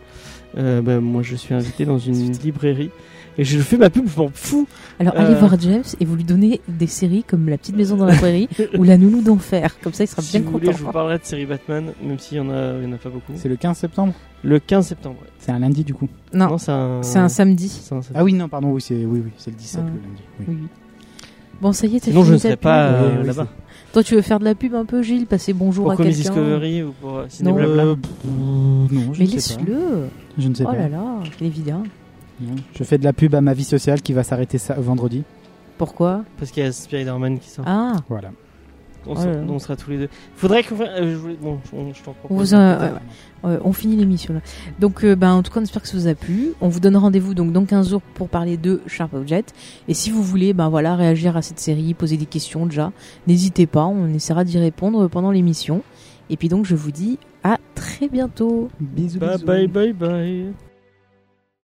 euh, bah, moi je suis invité dans une librairie et je fais ma pub, je m'en fous.
Alors,
Euh.
allez voir James et vous lui donnez des séries comme La Petite Maison dans la Prairie ou La Nounou d'Enfer. Comme ça, il sera
si
bien
vous
content. hein.
voulez, je vous parlerai de série Batman, même s'il y en a, il y en a pas beaucoup.
C'est le 15 septembre
Le 15 septembre. ouais.
C'est un lundi du coup.
Non,
Non, c'est un.
c'est un samedi.
c'est un septembre.
Ah oui, non, pardon, oui, c'est oui, oui, c'est le 17
Ah.
le lundi. oui.
Oui, oui. Bon, ça y est, t'as
Sinon,
fini
je ne
ta
serais
pub.
pas euh,
Oui, oui,
là-bas.
Toi, tu veux faire de la pub un peu, Gilles Passer bonjour
Pour
à
Comedy
quelqu'un
Discovery ou pour euh, Ciné
Non,
Blabla.
Euh, pff, non, je
Mais
ne sais pas.
laisse-le
Je ne sais
Oh
pas.
là là, il est hein. vilain.
Non. Hein. Je fais de la pub à ma vie sociale qui va s'arrêter ça vendredi.
Pourquoi
Parce qu'il y a Spider-Man qui sort.
Ah
Voilà.
on,
oh
sera,
là là.
on sera tous les deux. Faudrait qu'on. fa- euh, je voulais- bon, je, on- je t'en propose.
Vous, euh, ouais, ouais. Euh, on finit l'émission là. Donc, euh, ben, en tout cas, on espère que ça vous a plu. On vous donne rendez-vous donc dans 15 jours pour parler de Sharp Object. Et si vous voulez, ben voilà, réagir à cette série, poser des questions déjà, n'hésitez pas. On essaiera d'y répondre pendant l'émission. Et puis donc, je vous dis à très bientôt.
Bisous.
Bye
bisous.
bye bye bye.